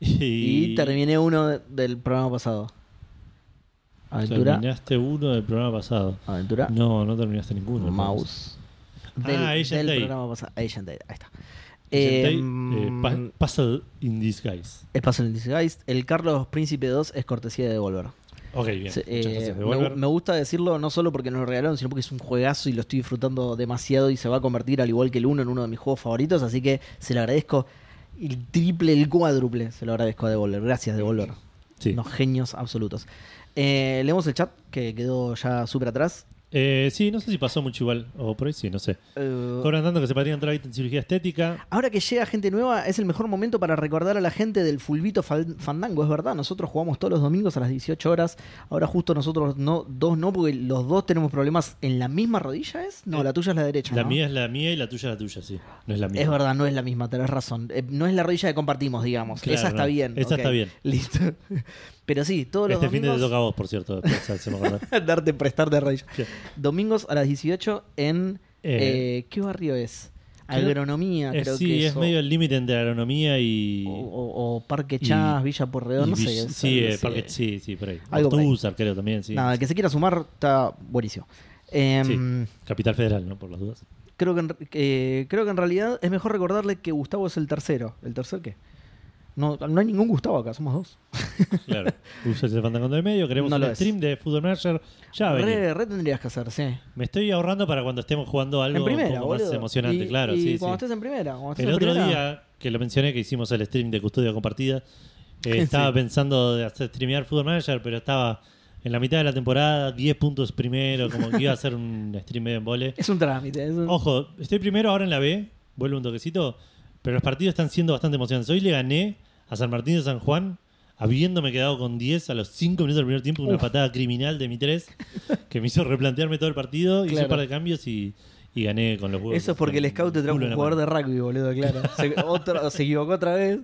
Y,
y.
terminé uno de- del programa pasado. Aventura.
Terminaste uno del programa pasado.
Aventura.
No, no terminaste ninguno.
Ah.
pues.
Mouse.
Ah,
Del,
Agent
del
Day.
programa pasado. Agent Day, ahí está.
Agent Day, eh,
Em,
pa- Puzzle in Disguise.
el paso del Disguise. El Carlos Príncipe 2 es cortesía de Devolver.
Ok, bien.
Sí,
Muchas
eh,
gracias,
me-
Devolver.
me, gusta decirlo no solo porque nos lo regalaron, sino porque es un juegazo y lo estoy disfrutando demasiado y se va a convertir, al igual que el 1, en uno de mis juegos favoritos. Así que se lo agradezco el triple, el cuádruple. Se lo agradezco a Devolver. Gracias, Devolver.
Sí.
Unos genios absolutos. Eh, leemos el chat que quedó ya súper atrás.
Eh, sí, no sé si pasó mucho igual. O por ahí sí, no sé.
Eh,
Cobran tanto que se podría entrar ahorita en cirugía estética.
Ahora que llega gente nueva, es el mejor momento para recordar a la gente del Fulbito Fal- Fandango, es verdad. Nosotros jugamos todos los domingos a las 18 horas. Ahora justo nosotros no, dos no, porque los dos tenemos problemas en la misma rodilla, ¿es? No,
Eh,
la tuya es la derecha.
La
¿no?
mía es la mía y la tuya es la tuya, sí. No es la mía.
Es verdad, no es la misma, tenés razón. Eh, no es la rodilla que compartimos, digamos.
Claro,
Esa está
no.
bien.
Esa
ok.
está bien.
[laughs] Listo. Pero sí, todos los
Este fin de
domingos...
te toca a vos, por cierto. después, se me acordó.
[laughs] darte prestar de rodilla.
Sí.
Domingos a las 18 en...
Eh,
eh, ¿Qué barrio es?
creo-
Agronomía,
Eh,
creo
sí,
que
es
o-
medio el límite entre agronomía y.
O, o- o Parque
y-
Chas, Villa Porredón,
y
no sé.
Villa-
es
sí,
algo
eh,
así.
parque- sí, sí, por ahí.
Algo por ahí.
Ortúzar, creo también, sí.
Nada, el que se quiera sumar está buenísimo. Em,
Sí, Capital Federal, ¿no? Por las dudas.
creo, que en, eh, creo que en realidad es mejor recordarle que Gustavo es el tercero. ¿El tercer qué? No, no hay ningún Gustavo acá, somos dos.
Claro. Usa el fandango del medio. Queremos
No
un
lo es.
stream de Football Manager. Ya venimos.
Re, re tendrías que hacer, sí.
Me estoy ahorrando para cuando estemos jugando algo
en primera,
un poco
boludo.
más emocionante,
Y-
claro.
y
sí,
cuando
sí.
estés en primera. cuando estés
El
en
otro
primera-
día que lo mencioné, que hicimos el stream de custodia compartida, eh,
[laughs] Sí.
estaba pensando de hacer streamear Football Manager, pero estaba en la mitad de la temporada, 10 puntos primero, como que iba a hacer un stream medio en vole.
Es un trámite. es un-
Ojo, estoy primero ahora en la B, vuelvo un toquecito, pero los partidos están siendo bastante emocionantes. Hoy le gané a San Martín de San Juan, habiéndome quedado con 10 a los 5 minutos del primer tiempo, con una
Uf.
patada criminal de mi 3, que me hizo replantearme todo el partido, hice
Claro.
un par de cambios y, y gané con los huevos.
Eso es porque el scout te trajo
Culo en la
un jugador
mano.
de rugby, boludo, claro.
[laughs]
Se, otra- se equivocó otra vez.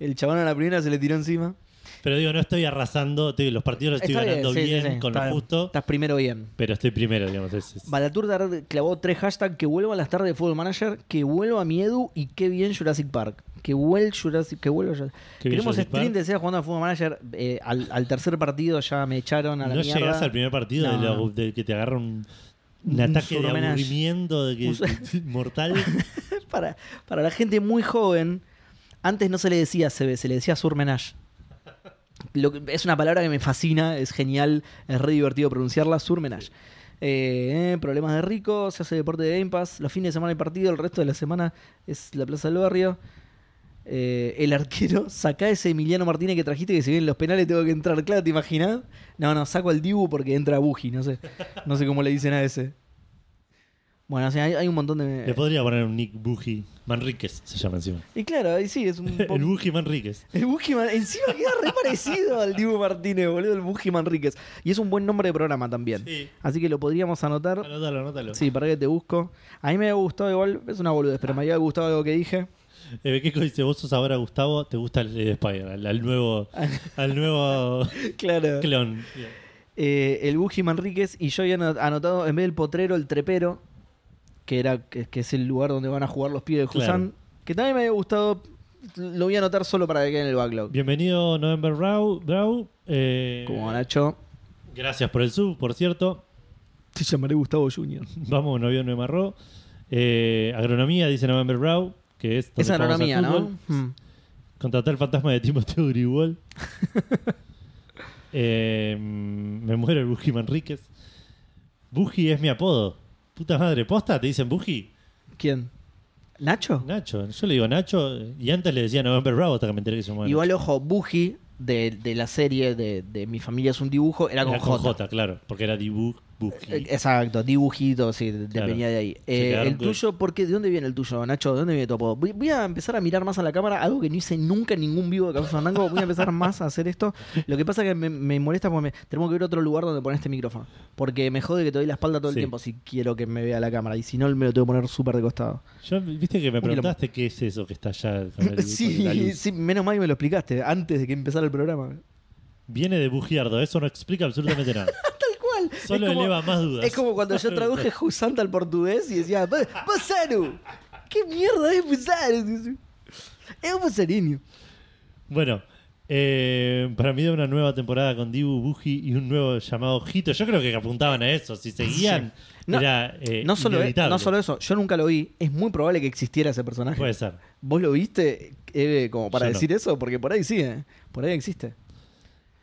El chabón a la primera se le tiró encima.
Pero digo, no estoy arrasando, estoy- los partidos los estoy
Está
ganando
sí,
bien,
sí, sí,
con
está
lo
bien.
justo,
Estás primero bien.
pero estoy primero, digamos. es- es-
Balatur clavó tres hashtags que vuelva a las tardes de Football Manager, que vuelva a Miedu y que bien Jurassic Park. Que vuelva Jurassic, que vuelva Jurassic
Qué bien
Queremos
Jurassic
stream
Park.
de sea jugando a Football Manager. eh, al, al tercer partido ya me echaron a la
no
mierda.
llegás al primer partido de
No,
la-
no.
de que te agarra un, un
Un
ataque de
surmenage.
aburrimiento de que,
Un sur-
[laughs] mortal.
para, para la gente muy joven, antes no se le decía CB, se le decía surmenage. Lo que- es una palabra que me fascina, es genial, es re divertido pronunciarla, surmenage. Eh, eh, problemas de rico, se hace deporte de Game Pass, los fines de semana hay partido, el resto de la semana es la Plaza del Barrio. Eh, el arquero, saca ese Emiliano Martínez que trajiste que si bien los penales tengo que entrar, claro, ¿te imaginas? No, no, saco al Dibu porque entra Buji, no sé. No sé cómo le dicen a ese. Bueno, o sea, hay, hay un montón de...
Le podría poner un Nick Buji Manríquez, se llama encima.
Y claro, ahí sí, es
[laughs]
un po-
El Buji Manríquez.
El Buji Man- encima queda re parecido al Dibu Martínez, boludo, el Buji Manríquez. Y es un buen nombre de programa también.
Sí.
Así que lo podríamos anotar.
Anótalo, anótalo.
Sí, para que te busco. A mí me había gustado igual, es una boludez, pero me había gustado algo que
[laughs]
dije.
Eh, Bequeco dice, vos sos ahora Gustavo, te gusta el, el Spider, al, al
[laughs]
nuevo, al nuevo
Claro.
clon.
Eh, el Buji Manríquez y yo había ano- anotado en vez del potrero, el trepero, que era que, que es el lugar donde van a jugar los pibes de
Claro.
Husán, que también me había gustado. Lo voy a anotar solo para que quede en el backlog.
Bienvenido November Brow. Brow. Eh,
Como Nacho.
gracias por el sub, por cierto.
Te llamaré Gustavo Junior.
Vamos, novio no marró. Eh, agronomía, dice November Brow, que es... donde
Es
jugamos al
agronomía, ¿no?
fútbol.
Mm.
Contratar el fantasma de Timoteo [laughs]
[laughs]
Gribol. Eh, me muero el Buji Manríquez. Buji es mi apodo. Puta madre, posta, te dicen Buji.
¿Quién? ¿Nacho?
Nacho, yo le digo Nacho y antes le decía November Bravo hasta que me enteré que se llamaba
Igual, ojo, Buji de, de la serie de, de Mi familia es un dibujo era
Nacho.
con,
Era con
J.
J, claro, porque era Dibu Buji.
Eh, Exacto, dibujito, sí, de-
Claro.
venía de ahí.
Se
Eh,
quedaron
el
con-
tuyo, ¿por qué? ¿De dónde viene el tuyo, Nacho? ¿De dónde viene tu apodo? Voy, voy a empezar a mirar más a la cámara, algo que no hice nunca en ningún vivo de Café Fandango. Voy a empezar más a hacer esto. Lo que pasa es que me, me molesta porque me- tenemos que ir a otro lugar donde poner este micrófono. Porque me jode que te doy la espalda todo el
Sí.
tiempo si quiero que me vea la cámara. Y si no, me lo tengo que poner súper de costado.
Yo, viste que me
quilombo.
preguntaste qué es eso que está allá. con el- con la
[laughs] Sí,
luz.
sí, menos mal que me lo explicaste antes de que empezara el programa.
Viene de Bugiardo, eso no explica absolutamente nada.
Tal cual.
Solo
[laughs] Es como-
eleva más dudas.
Es como cuando
[laughs]
yo traduje Jusanta al portugués y decía, "Pa- Passaru, ¿qué mierda es Passaru? Es un pasariño.
Bueno, eh, para mí de una nueva temporada con Dibu, Buji y un nuevo llamado Jito. Yo creo que apuntaban a eso. Si seguían,
No,
era eh,
No solo,
inevitable.
no solo eso, yo nunca lo vi. Es muy probable que existiera ese personaje.
Puede ser.
¿Vos lo viste, Eve, como para
Yo no.
decir eso? Porque por ahí sí, ¿eh? por ahí existe.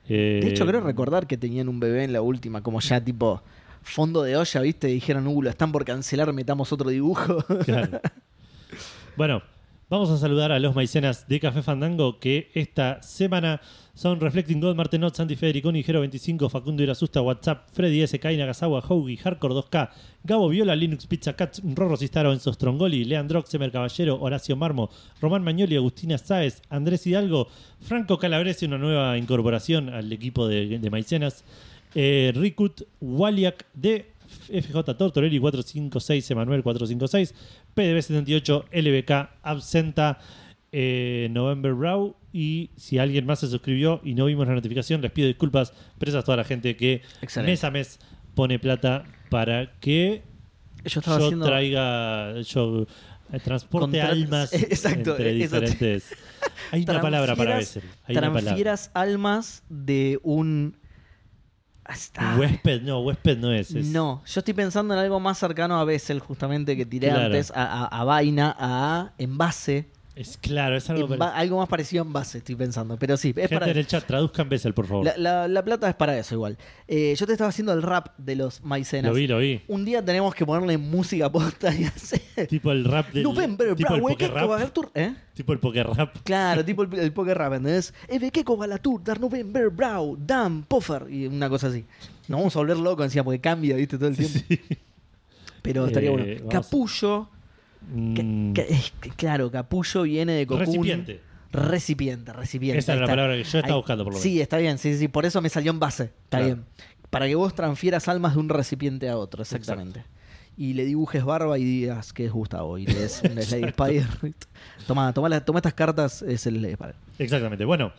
Eh,
De hecho, creo recordar que tenían un bebé en la última, como ya tipo fondo de olla, ¿viste? Dijeron, uh, lo están por cancelar, metamos otro dibujo.
Claro. Bueno, Vamos a saludar a los maicenas de Café Fandango que esta semana son Reflecting God, Martenot, Santi Federico, Nigero25, Facundo Irasusta, WhatsApp, Freddy S, Kai Nagasawa, Hoagie, Hardcore 2K, Gabo Viola, Linux Pizza Cats, Rorro Cistaro, Enzo Strongoli, Leandro Oxemer Caballero, Horacio Marmo, Román Mañoli, Agustina Sáez, Andrés Hidalgo, Franco Calabrese, una nueva incorporación al equipo de, de maicenas, eh, Rikut, Waliak de FJ Tortorelli 456, Emanuel 456, PDB 78, LBK, Absenta, eh, November Raw. Y si alguien más se suscribió y no vimos la notificación, les pido disculpas, pero esa es toda la gente que
Excelente.
mes a mes pone plata para que
[laughs] Yo estaba
yo
haciendo.
traiga, yo eh, transporte
Contra-
almas
Eh, [laughs] exacto,
entre
eso te- [laughs]
diferentes. Hay una palabra para
Transfieras-
veces. Hay una palabra.
transfieras almas de un. Ah, está.
Huésped, no, huésped no es. es-
No, yo estoy pensando en algo más cercano a Bessel, justamente que tiré
Claro.
antes, a, a- a vaina, a envase.
Es claro, es algo
Enva-
para.
algo más parecido a envase, estoy pensando. Pero sí, es
Gente
para.
en el chat, traduzcan Bessel, por favor.
La, la- la plata es para eso, igual. Eh, yo te estaba haciendo el rap de los maicenas.
Lo vi, lo vi.
Un día tenemos que ponerle música posta y hacer.
Tipo el rap del.
Eh, [laughs] November,
tipo el
bravo, que
poker rap.
Covagatur. ¿Eh?
Tipo el poker rap.
Claro, tipo el, el poker "Eh, rap, ¿entendés? EBK Covalatur, Dar November, Brau, Dan, Poffer y una cosa así. Nos vamos a volver locos encima porque cambia, ¿viste? Todo el tiempo. Pero estaría
Eh,
bueno.
vamos.
Capullo. que-
Mm,
que- es que, claro, capullo viene de cocún.
Recipiente.
Recipiente, recipiente.
Esa
ahí
era la
está.
palabra que yo estaba
Ahí-
buscando, por lo menos.
Sí, está bien, sí, sí. Por eso me salió en base. Está
Claro.
bien. Para que vos transfieras almas de un recipiente a otro, exactamente. Y le dibujes barba y digas que es Gustavo. Y le
[laughs]
des un Slade Spider. toma, toma, la- toma estas cartas, es el Slade Spider.
Exactamente. Bueno,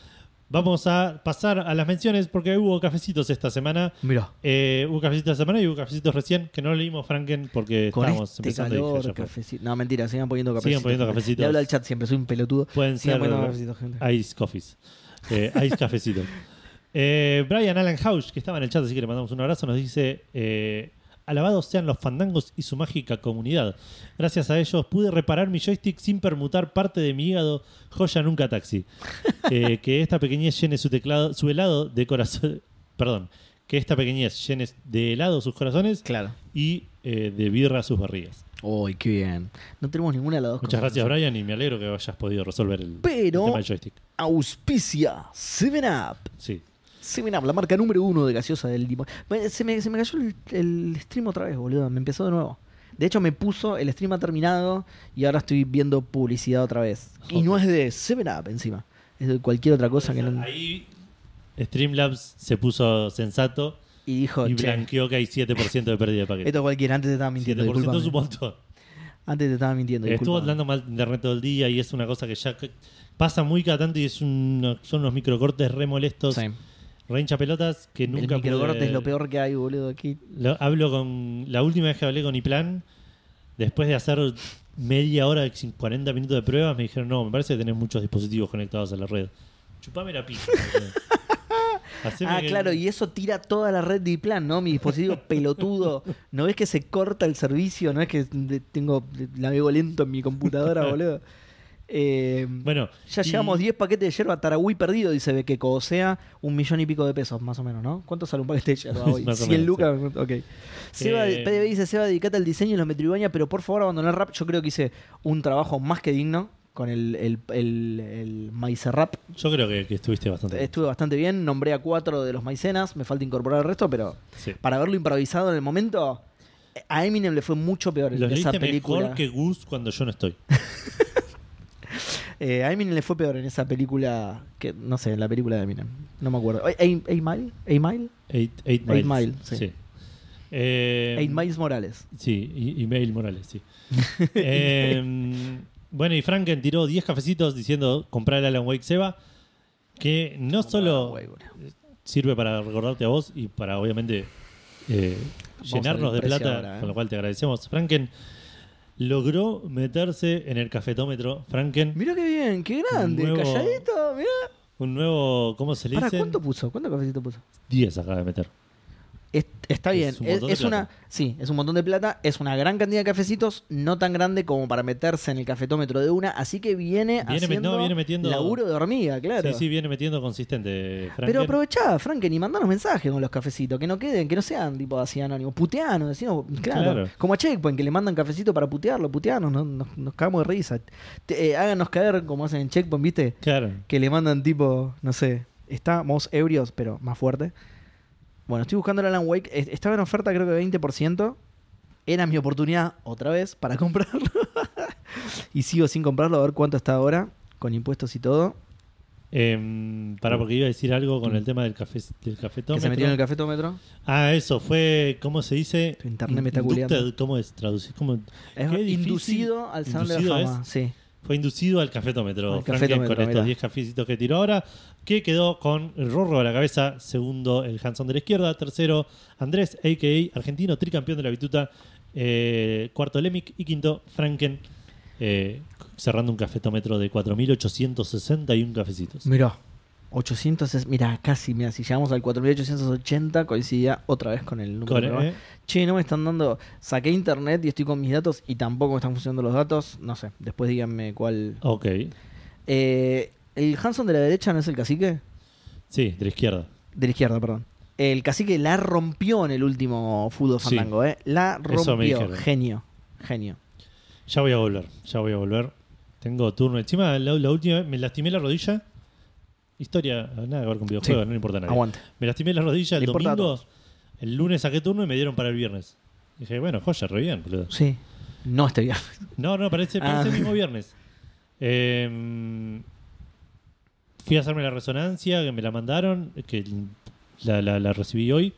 vamos a pasar a las menciones porque hubo cafecitos esta semana.
Mirá.
Eh, hubo cafecitos esta semana y hubo cafecitos recién que no lo leímos, Franken, porque
Con
estábamos
este
empezando. y dije,
calor,
ya fue.
cafecito. No, mentira, sigan poniendo cafecitos.
Sigan poniendo cafecitos.
Le hablo al chat siempre, soy un pelotudo.
Pueden
Sigan
ser
poniendo cafecitos, gente.
ice coffees. Eh, ice
[laughs]
cafecitos. Eh, Brian Alan House, que estaba en el chat, así que le mandamos un abrazo, nos dice: eh, Alabados sean los fandangos y su mágica comunidad. Gracias a ellos pude reparar mi joystick sin permutar parte de mi hígado. Joya nunca
[laughs]
taxi. Eh, que esta pequeñez llene su teclado, su helado de corazón. [laughs] Perdón. Que esta pequeñez llene de helado sus corazones
Claro.
y eh, de birra sus barrigas.
Uy, qué bien. No tenemos ninguna de las dos
Muchas
cosas.
gracias, Brian, y me alegro que hayas podido resolver el, el
Pero-
tema del joystick.
Auspicia 7up.
Sí.
7up, la marca número uno de gaseosa del limón. Me- Se me, se me cayó el, el stream otra vez, boludo. Me empezó de nuevo. De hecho, me puso, el stream ha terminado y ahora estoy viendo publicidad otra vez. Y no es de 7up encima. Es de cualquier otra cosa que no.
Ahí Streamlabs se puso sensato
Y dijo,
y
"Che,
blanqueó que hay 7% de pérdida de paquete.
esto es cualquiera. Antes te estaba mintiendo.
7% es un
discúlpame.
montón.
Antes te estaba mintiendo.
Estuvo
discúlpame.
hablando mal de internet todo el día y es una cosa que ya c- pasa muy cada tanto y es un- son unos microcortes re molestos,
Sí.
re hincha pelotas que nunca pues,
el microcorte
pude-
es lo peor que hay, boludo. Aquí.
Lo- hablo con. La última vez que hablé con Iplan, después de hacer media hora, de cin- 40 minutos de pruebas, me dijeron: No, me parece que tenés muchos dispositivos conectados a la red. Chupame la pija.
[laughs]
Haceme
Ah,
que-
claro, y eso tira toda la red de plan, ¿no?
[laughs]
Mi dispositivo pelotudo. ¿No ves que se corta el servicio? ¿No es que de- tengo la veo lento en mi
[laughs]
computadora, boludo? Eh,
Bueno,
ya
y-
llevamos 10 paquetes de yerba Tarahui perdido, dice Bequeco. O sea, un millón y pico de pesos, más o menos, ¿no? ¿Cuánto sale un paquete de yerba hoy?
[laughs] Más o
100
menos,
lucas. Ok. Seba,
Eh,
PDB dice: Seba, dedicate al diseño y los metribaña, pero por favor abandoná el rap. Yo creo que hice un trabajo más que digno con el, el, el, el maíz rap.
Yo creo que, que estuviste bastante. bien.
Estuve bastante bien, nombré a cuatro de los maicenas, me falta incorporar el resto, pero
Sí.
para verlo improvisado en el momento, a Eminem le fue mucho peor
Los
esa
leíste
película.
mejor que Gus cuando yo no estoy.
Eh, a Eminem le fue peor en esa película, que no sé, la película de Eminem, no me acuerdo. ¿Eight Mile? ¿Eight Mile?
Eight, eight miles.
Mile, sí.
Eh,
Eight Miles Morales.
Sí, y, y Mail Morales,
[laughs]
sí. Eh, bueno, y Franken tiró 10 cafecitos diciendo comprar el Alan Wake Seba, que no solo
Bueno, bueno.
sirve para recordarte a vos y para obviamente eh,
Vamos
llenarnos
a ver
de
el precio
plata,
ahora, eh.
con lo cual te agradecemos. Franken logró meterse en el cafetómetro. Franken,
Mirá qué bien, qué grande,
Nuevo-
calladito, mirá.
un nuevo, ¿cómo se le
¿Para
dice?
cuánto puso? ¿Cuánto cafecito puso?
10 acaba de meter.
Es- está
Es
bien.
un
Es,
montón de
es una.
plata.
Sí, es un montón de plata. Es una gran cantidad de cafecitos, no tan grande como para meterse en el cafetómetro de una. Así que
Viene
viene,
met-
haciendo
no, viene metiendo-
laburo de hormiga, claro.
Sí, sí, viene metiendo consistente, Frank.
Pero aprovechá, Franken, y mandanos mensajes con los cafecitos, que no queden, que no sean tipo así anónimos. Puteanos, decimos, claro,
Claro.
Como a Checkpoint, que le mandan cafecito para putearlo, puteanos, no- nos, nos cagamos de risa. Te- eh, háganos caer como hacen en Checkpoint, ¿viste?
Claro.
Que le mandan tipo, no sé, estamos ebrios, pero más fuerte. Bueno, estoy buscando el Alan Wake. Es- Estaba en oferta creo que 20%. Era mi oportunidad otra vez para [laughs] comprarlo. y sigo sin comprarlo, a ver cuánto está ahora, con impuestos y todo.
Em, pará, porque iba a decir algo con el tema del café del
Que se
cafetómetro.
metió en el cafetómetro.
Ah, eso fue, ¿cómo se dice?
Tu internet me está
Inducta-
culeando.
¿Cómo es traducir? ¿Cómo?
Es
Qué difícil.
inducido al Salón
Inducido
de la Fama. Sí.
Fue inducido al cafetómetro,
Al
Franken,
cafetómetro,
con
mirá.
estos 10 cafecitos que tiró ahora, que quedó con el Rorro a la cabeza, segundo el Hanson de la izquierda, tercero Andrés, a.k.a. argentino, tricampeón de la bituta, eh, cuarto Lemic y quinto Franken, eh, cerrando un cafetómetro de 4.861 cafecitos.
Mirá. 800 es, mirá, casi, mirá, si llegamos al 4880 coincidía otra vez con el número.
Con-
del programa.
eh,
Che, no me están dando, saqué internet y estoy con mis datos y tampoco me están funcionando los datos, no sé, después díganme cuál.
ok,
Eh, el Hanson de la derecha no es el cacique,
sí, de la izquierda.
de la izquierda, perdón. El cacique la rompió en el último fútbol
Sí.
fandango, eh. La
me
rompió,
dijeron.
genio, genio.
Ya voy a volver, ya voy a volver. Tengo turno. Encima, la, la última vez me lastimé la rodilla. Historia, nada que ver con videojuegos,
Sí.
no le importa a nadie.
Aguante.
Me lastimé la rodilla el
Le importa a
domingo.
todos.
El lunes saqué turno y me dieron para el viernes. Dije, bueno, joya, re bien, boludo.
Sí. No este bien.
No, no, parece,
Ah.
parece el mismo viernes. Eh, fui a hacerme la resonancia, que me la mandaron, que la, la- la recibí hoy.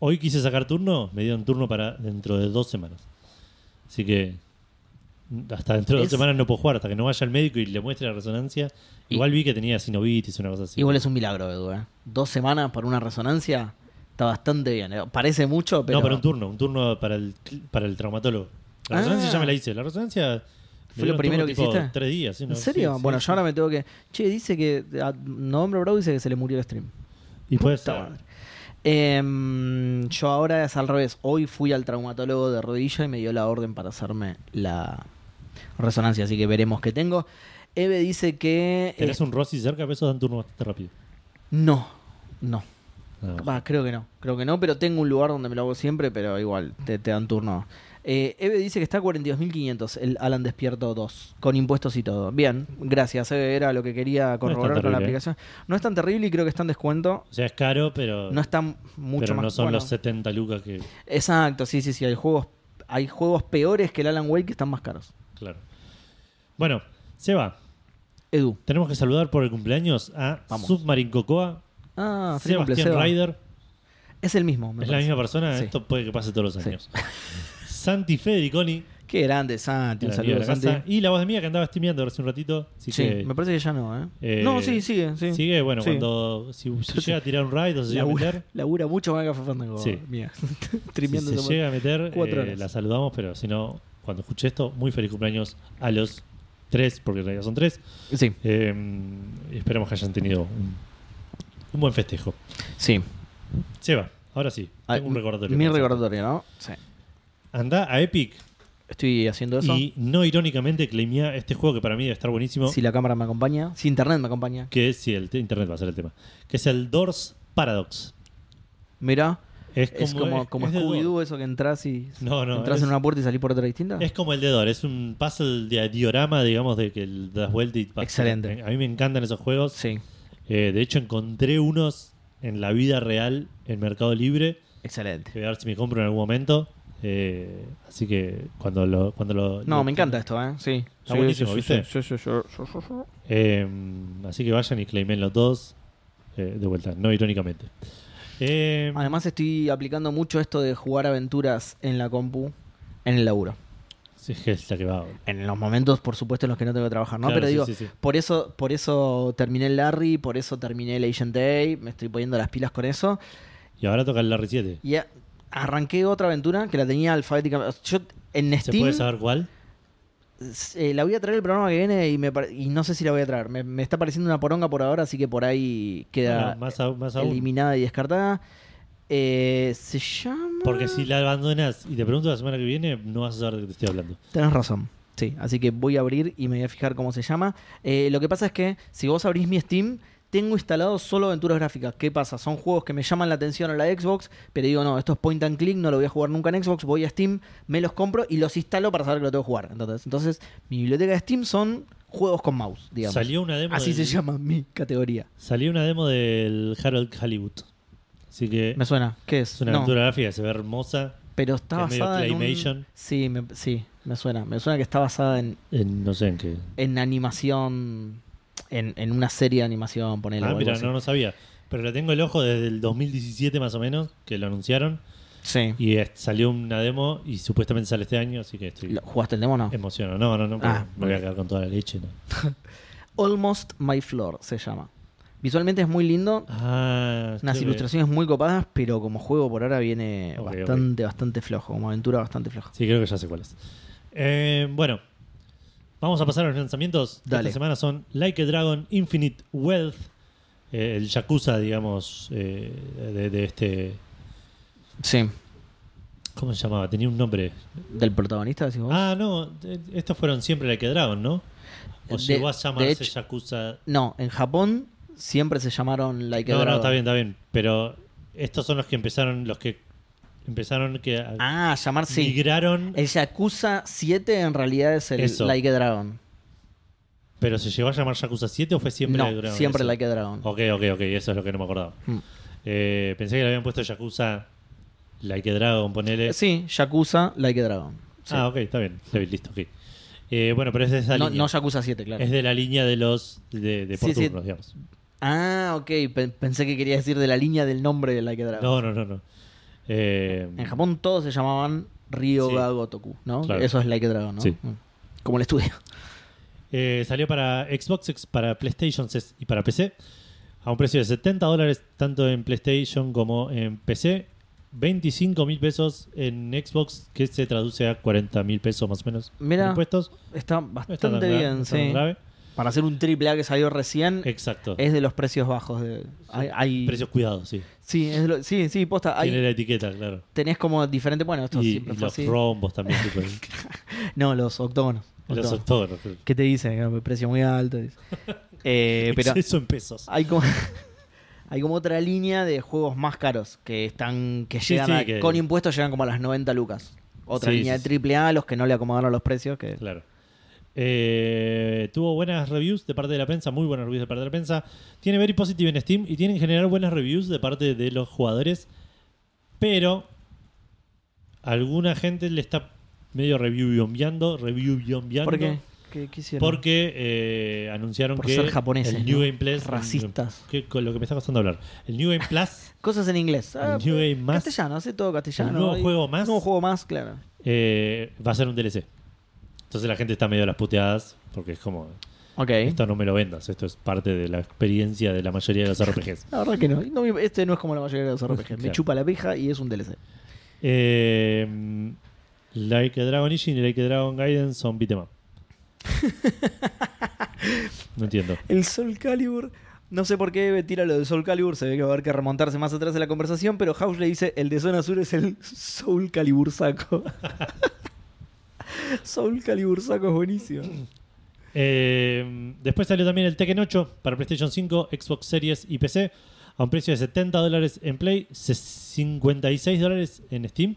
Hoy quise sacar turno, me dieron turno para dentro de dos semanas. Así que hasta dentro de
Es-
dos semanas no puedo jugar, hasta que no vaya al médico y le muestre la resonancia.
Y-
Igual vi que tenía sinovitis, una cosa así.
Igual es un milagro, Edu, ¿eh? Dos semanas por una resonancia está bastante bien. ¿eh? Parece mucho, pero.
No, para un turno, un turno para el, cl- para el traumatólogo. La
Ah.
resonancia ya me la hice. La resonancia. me
¿Fue lo
dieron
primero
turno
que
tipo
hiciste?
Tres días. sí,
¿En
no,
serio?
sí,
bueno,
sí.
yo ahora me tengo que. Che, dice que. ah, A November Brown dice que se le murió el stream.
Y puede
Puta
ser.
madre. Em, yo ahora es al revés. Hoy fui al traumatólogo de rodilla y me dio la orden para hacerme la resonancia, así que veremos qué tengo. Eve dice que. eh,
Tenés un Rossi cerca, pero esos dan turno bastante rápido.
No, no.
No.
Va, creo que no, creo que no, pero tengo un lugar donde me lo hago siempre, pero igual, te, te dan turno. Eh, Eve dice que está a 42.500 el Alan Despierto 2, con impuestos y todo. Bien, gracias, Eve, era lo que quería corroborar con la
terrible, ¿eh?
aplicación. No es tan terrible y creo que está en descuento.
O sea, es caro, pero.
No es tan mucho
pero
más
no son
bueno.
los 70 lucas que.
Exacto, sí, sí, sí, hay juegos, hay juegos peores que el Alan Wake que están más caros.
Claro. Bueno, Seba,
Edu.
tenemos que saludar por el cumpleaños a
Vamos.
Submarine Cocoa,
Ah, feliz cumple,
Sebastián
Seba.
Ryder.
Es el mismo, me
Es la
parece.
misma persona,
Sí.
esto puede que pase todos los
Sí.
años. Santi Federiconi,
Qué grande, Santi, un
el amigo de
saludo,
la casa,
Santi.
y la voz de mía que andaba streameando hace un ratito. Así
Sí,
que
me parece que ya no, ¿eh?
Eh,
no, sí, sigue, sí.
Sigue, bueno,
Sí.
cuando si, si
[laughs]
llega a tirar un raid o se llega a
Labura,
meter,
labura mucho más que Café Fandango.
Sí.
Mía. [laughs]
si
Trimeando
se
esa-
llega a meter,
cuatro
eh,
horas.
la saludamos, pero si no, cuando escuche esto, muy feliz cumpleaños a los tres, porque en realidad son tres.
Sí,
Eh, esperemos que hayan tenido un, un buen festejo.
sí.
Seba, ahora sí,
Ah,
tengo un recordatorio.
Mi
para hacerte.
recordatorio, ¿no? Sí.
Andá a Epic
Estoy haciendo eso.
y no irónicamente claimía este juego que para mí debe estar buenísimo,
Si la cámara me acompaña. Si internet me acompaña.
que es, si el te- internet va a ser el tema, que es el Doors Paradox.
Mira.
Es como,
Es como,
es-
como
es de
Scooby-Doo, eso que entras y.
No, no,
Entras
es-
en una puerta y salís por otra distinta.
Es como el de Dor, es un puzzle de diorama, digamos, de que el- das vuelta y vas-
Excelente.
A mí me encantan esos juegos.
Sí.
Eh, de hecho, encontré unos en la vida real en Mercado Libre.
Excelente.
Que voy a ver si me compro en algún momento. Eh, así que cuando lo. Cuando lo
No,
lo-
me encanta esto, ¿eh? Sí.
Está
Sí,
buenísimo,
sí,
¿viste?
Sí, sí, sí, sí, sí, sí.
Eh, así que vayan y claimen los dos. eh, de vuelta, no irónicamente. Eh,
Además, estoy aplicando mucho esto de jugar aventuras en la compu, en el laburo.
sí, es que es la que va. boludo.
En los momentos, por supuesto, en los que no tengo que trabajar, ¿no?
Claro,
Pero
sí,
digo,
sí, sí.
Por eso, por eso terminé el Larry, por eso terminé el Agent Day, me estoy poniendo las pilas con eso.
Y ahora toca el Larry 7.
Y a- arranqué otra aventura que la tenía alfabéticamente. Yo en
¿Se
Steam
puede saber cuál?
eh, la voy a traer el programa que viene y, me pare- y no sé si la voy a traer. Me, me está pareciendo una poronga por ahora, así que por ahí queda
Bueno, más, au- más aún.
eliminada y descartada. Eh, se llama.
Porque si la abandonas y te pregunto la semana que viene, no vas a saber de qué te estoy hablando.
Tenés razón. Sí, así que voy a abrir y me voy a fijar cómo se llama. Eh, lo que pasa es que si vos abrís mi Steam, tengo instalado solo aventuras gráficas. ¿Qué pasa? Son juegos que me llaman la atención a la Xbox, pero digo, no, esto es point and click, no lo voy a jugar nunca en Xbox, voy a Steam, me los compro y los instalo para saber que lo tengo que jugar. Entonces, entonces mi biblioteca de Steam son juegos con mouse, digamos.
Salió una demo.
Así se
del-
llama mi categoría.
Salió una demo del Harold Hollywood. Así que
Me suena. ¿Qué es?
es una
No,
aventura gráfica, se ve hermosa.
pero está
que es medio
basada en un-
claymation.
Sí, me, sí, me suena. Me suena que está basada en,
En- no sé en qué.
en animación, en, en una serie de animación, ponele. o
Ah,
algo
mira,
así.
no, no sabía. Pero le tengo el ojo desde el 2017 más o menos, que lo anunciaron.
Sí.
Y eh, salió una demo y supuestamente sale este año, así que estoy
¿Lo- ¿Jugaste el demo o no?
emocionado. No, no, no, porque
Ah,
me voy a quedar con toda la leche. ¿no?
Almost My Floor se llama. Visualmente es muy lindo,
Ah,
unas
creo que-
ilustraciones muy copadas, pero como juego por ahora viene
Ok, ok.
bastante, bastante flojo, como aventura bastante floja.
Sí, creo que ya sé cuál es. Eh, bueno, vamos a pasar a los lanzamientos. de
Dale.
Esta semana son Like a Dragon, Infinite Wealth, eh, el Yakuza, digamos, eh, de, de este...
Sí.
¿Cómo se llamaba? Tenía un nombre.
¿Del protagonista decís vos?
Ah, no, de- estos fueron siempre Like a Dragon, ¿no? O
De-
llegó a
de
llamarse
hecho-
Yakuza...
No, en Japón siempre se llamaron Like a
No, no,
Dragon.
está bien, está bien. Pero estos son los que empezaron, los que empezaron que a-
Ah, llamar sí.
migraron,
El Yakuza 7 en realidad es el
Eso.
Like a Dragon.
pero se llegó a llamar Yakuza 7 o fue siempre
no,
Like a Dragon?
siempre
Eso.
Like a Dragon.
Ok, ok, ok, eso es lo que no me acordaba.
Mm.
Eh, pensé que le habían puesto Yakuza Like a Dragon, ponele.
Sí, Yakuza, Like a Dragon. Sí.
Eh, Ah, ok, está bien. Está bien, listo, ok. Eh, bueno, pero es de esa
no,
línea.
no Yakuza 7, claro.
es de la línea de los de, de por
Sí, sí.
turnos, digamos.
Ah, ok. pe- pensé que quería decir de la línea del nombre de Like a Dragon.
No, no, no, no. Eh,
En Japón todos se llamaban Ryoga
Sí.
Gotoku, ¿no?
Claro.
Eso es Like a Dragon, ¿no?
Sí.
Mm. Como el estudio. [laughs]
eh, salió para Xbox, ex- para PlayStation ses- y para PC a un precio de 70 dólares tanto en PlayStation como en PC. 25 mil pesos en Xbox, que se traduce a 40 mil pesos más o menos en
Mira,
impuestos.
Está
No está tan
bastante
gra-
bien,
no está tan
sí. Eh,
grave.
Para hacer un triple A que salió recién,
Exacto.
es de los precios bajos. De, hay, hay-
Precios cuidados, sí.
sí, es de lo- sí, sí, posta. hay-
Tiene la etiqueta, claro.
tenés como diferente. Bueno, esto
Y,
siempre
y
fue
los
así.
rombos
[laughs]
también. tipo,
No, los octógonos.
los
Octógonos.
octógonos.
¿Qué te dicen? Ah, Precio muy alto.
[laughs]
dice. Eh, pero
Eso en pesos.
hay como. [laughs] Hay como otra línea de juegos más caros que están que
Sí,
llegan
sí,
a-
que-
con impuestos llegan como a las 90 lucas. Otra
Sí,
línea
sí,
de triple A, los que no le acomodaron los precios, que
Claro. Eh, tuvo buenas reviews de parte de la prensa, muy buenas reviews de parte de la prensa. Tiene Very Positive en Steam y tiene en general buenas reviews de parte de los jugadores. Pero alguna gente le está medio review yombiando, review yombiando.
¿Por qué? ¿Qué, qué hicieron?
Porque eh, anunciaron
Por
que
ser japoneses,
el New
¿no?
Game Plus
Racistas.
que- con lo que me está costando hablar. El New Game Plus
Cosas en inglés. Ah,
New Game más.
Castellano, hace todo castellano.
Un nuevo
Hay-
juego más.
Nuevo juego más, claro.
eh, va a ser un DLC. Entonces la gente está medio a las puteadas porque es como,
Ok.
esto no me lo vendas, esto es parte de la experiencia de la mayoría de los RPGs.
La verdad que no. No me- Este no es como la mayoría de los RPG. Me
Claro.
chupa la pija y es un DLC.
Eh, like a Dragon Ishin y Like a Dragon Gaiden son beat'em up. No entiendo.
El Soul Calibur. No sé por qué tira lo del Soul Calibur. Se ve que va a haber que remontarse más atrás de la conversación. Pero House le dice: el de Zona Sur es el Soul Calibur [laughs] Saco. Soul Calibur Saco es buenísimo.
Eh, después salió también el Tekken 8 para PlayStation 5, Xbox Series y PC a un precio de 70 dólares en Play, 56 dólares en Steam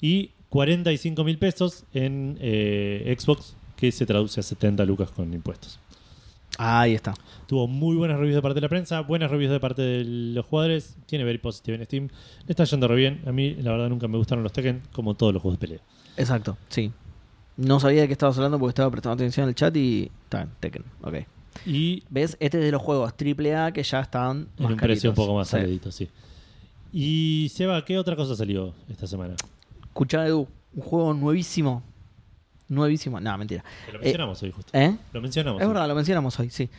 y 45 mil pesos en eh, Xbox, que se traduce a 70 lucas con impuestos.
Ahí está.
Tuvo muy buenas reviews de parte de la prensa, buenas reviews de parte de los jugadores, tiene very positive en Steam, le está yendo re bien. A mí, la verdad, nunca me gustaron los Tekken, como todos los juegos de pelea.
Exacto, sí. No sabía de qué estabas hablando porque estaba prestando atención al chat y. Está bien, Tekken. Ok.
Y
¿Ves? Este es de los juegos AAA que ya están.
En
más
un precio
caritos.
un poco más
Sí.
saladito, sí. Y Seba, ¿qué otra cosa salió esta semana?
Escuchá, Edu, un juego nuevísimo. Nuevísimo. No, mentira.
Que lo
Eh,
mencionamos hoy, justo.
¿Eh?
Lo mencionamos.
Es
hoy.
verdad, lo mencionamos hoy, sí.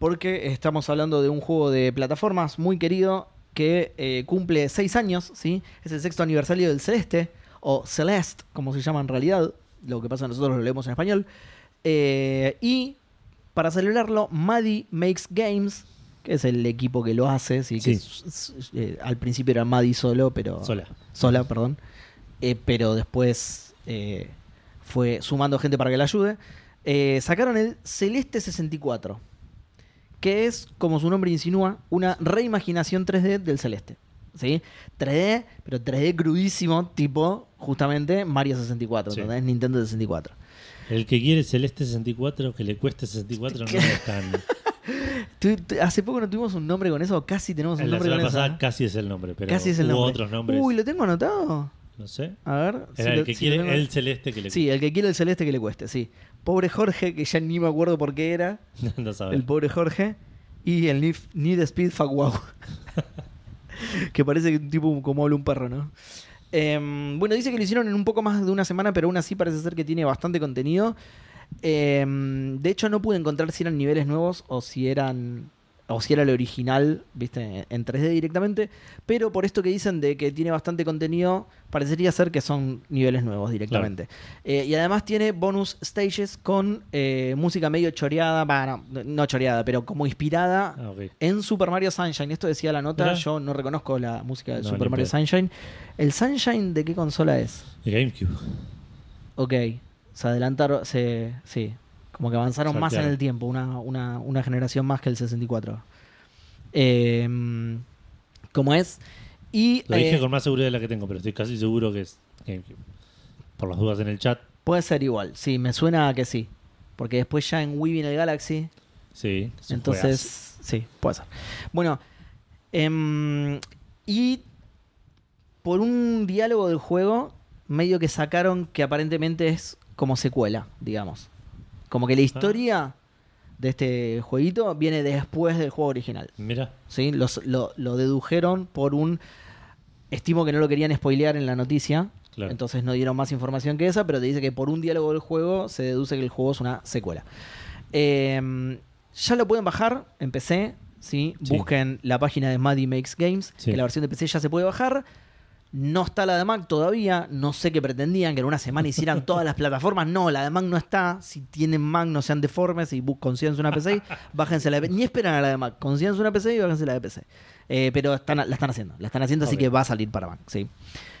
Porque estamos hablando de un juego de plataformas muy querido que eh, cumple seis años, ¿sí? Es el sexto aniversario del Celeste, o Celeste, como se llama en realidad. Lo que pasa nosotros lo leemos en español. Eh, y para celebrarlo, Maddy Makes Games, que es el equipo que lo hace, sí, que
Sí.
s- s- eh, al principio era Maddie solo, pero
Sola.
sola, perdón, Eh, pero después eh, fue sumando gente para que la ayude. Eh, sacaron el Celeste 64, que es, como su nombre insinúa, una reimaginación 3D del Celeste. ¿Sí? 3D, pero 3D crudísimo, tipo justamente Mario 64,
Sí.
¿entendés? Nintendo 64.
El que quiere Celeste 64, que le cueste 64, no
¿Qué?
es
[laughs]
tan.
Tu- tu- hace poco no tuvimos un nombre con eso, o casi tenemos un
En la
nombre
semana
con eso.
pasada
¿eh?
casi es el nombre, pero
Casi es el
hubo
nombre.
otros nombres.
Uy, lo tengo anotado.
No sé.
A ver. si
Era el
lo-
que
si lo
quiere
tengo-
el celeste que le
Sí, el que quiere el celeste que le cueste, sí. Pobre Jorge, que ya ni me acuerdo por qué era.
cueste. [laughs] no sabe.
El pobre Jorge. Y el Need, Need Speed Fuck Wow. [laughs] que parece que un tipo como habla un perro, ¿no? Em, bueno, dice que lo hicieron en un poco más de una semana, pero aún así parece ser que tiene bastante contenido. Em, de hecho, no pude encontrar si eran niveles nuevos o si eran. O si era el original, viste, en 3D directamente. Pero por esto que dicen de que tiene bastante contenido, parecería ser que son niveles nuevos directamente. Eh, y además tiene bonus stages con eh, música medio choreada, bah, no, no choreada, pero como inspirada
Ah, ok.
en Super Mario Sunshine, esto decía la nota,
Mirá.
yo no reconozco la música de
No, ni
Super Mario
pedo.
Sunshine. ¿El Sunshine de qué consola es?
El GameCube.
Ok, se adelantaron, se, sí, como que avanzaron más en
Saltearon.
el tiempo, una, una, una generación más que el 64. Eh, ¿Cómo es? Y
Lo
eh,
dije con más seguridad de la que tengo, pero estoy casi seguro que es GameCube. Por las dudas en el chat,
puede ser igual, sí, me suena a que sí. Porque después ya en Wii viene el Galaxy,
sí. es un juegazo.
Entonces, sí, puede ser. Bueno, em, y por un diálogo del juego, medio que sacaron que aparentemente es como secuela, digamos. Como que la historia de este jueguito viene después del juego original.
Mira,
¿sí? Los- lo, lo dedujeron por un estimo que no lo querían spoilear en la noticia.
Claro.
Entonces no dieron más información que esa, pero te dice que por un diálogo del juego se deduce que el juego es una secuela. Eh, ya lo pueden bajar en PC. ¿sí?
Sí.
Busquen la página de Maddie Makes Games,
Sí.
que la versión de PC ya se puede bajar. No está la de Mac todavía. No sé qué pretendían, que en una semana hicieran todas las plataformas. No, la de Mac no está. Si tienen Mac, no sean deformes y bu- consíganse una PC, bájense la de Ni esperan a la de Mac. Consíganse una PC y bájense la de PC. Eh, pero están, la están haciendo. La están haciendo, así
Ok.
que va a salir para Mac. Sí.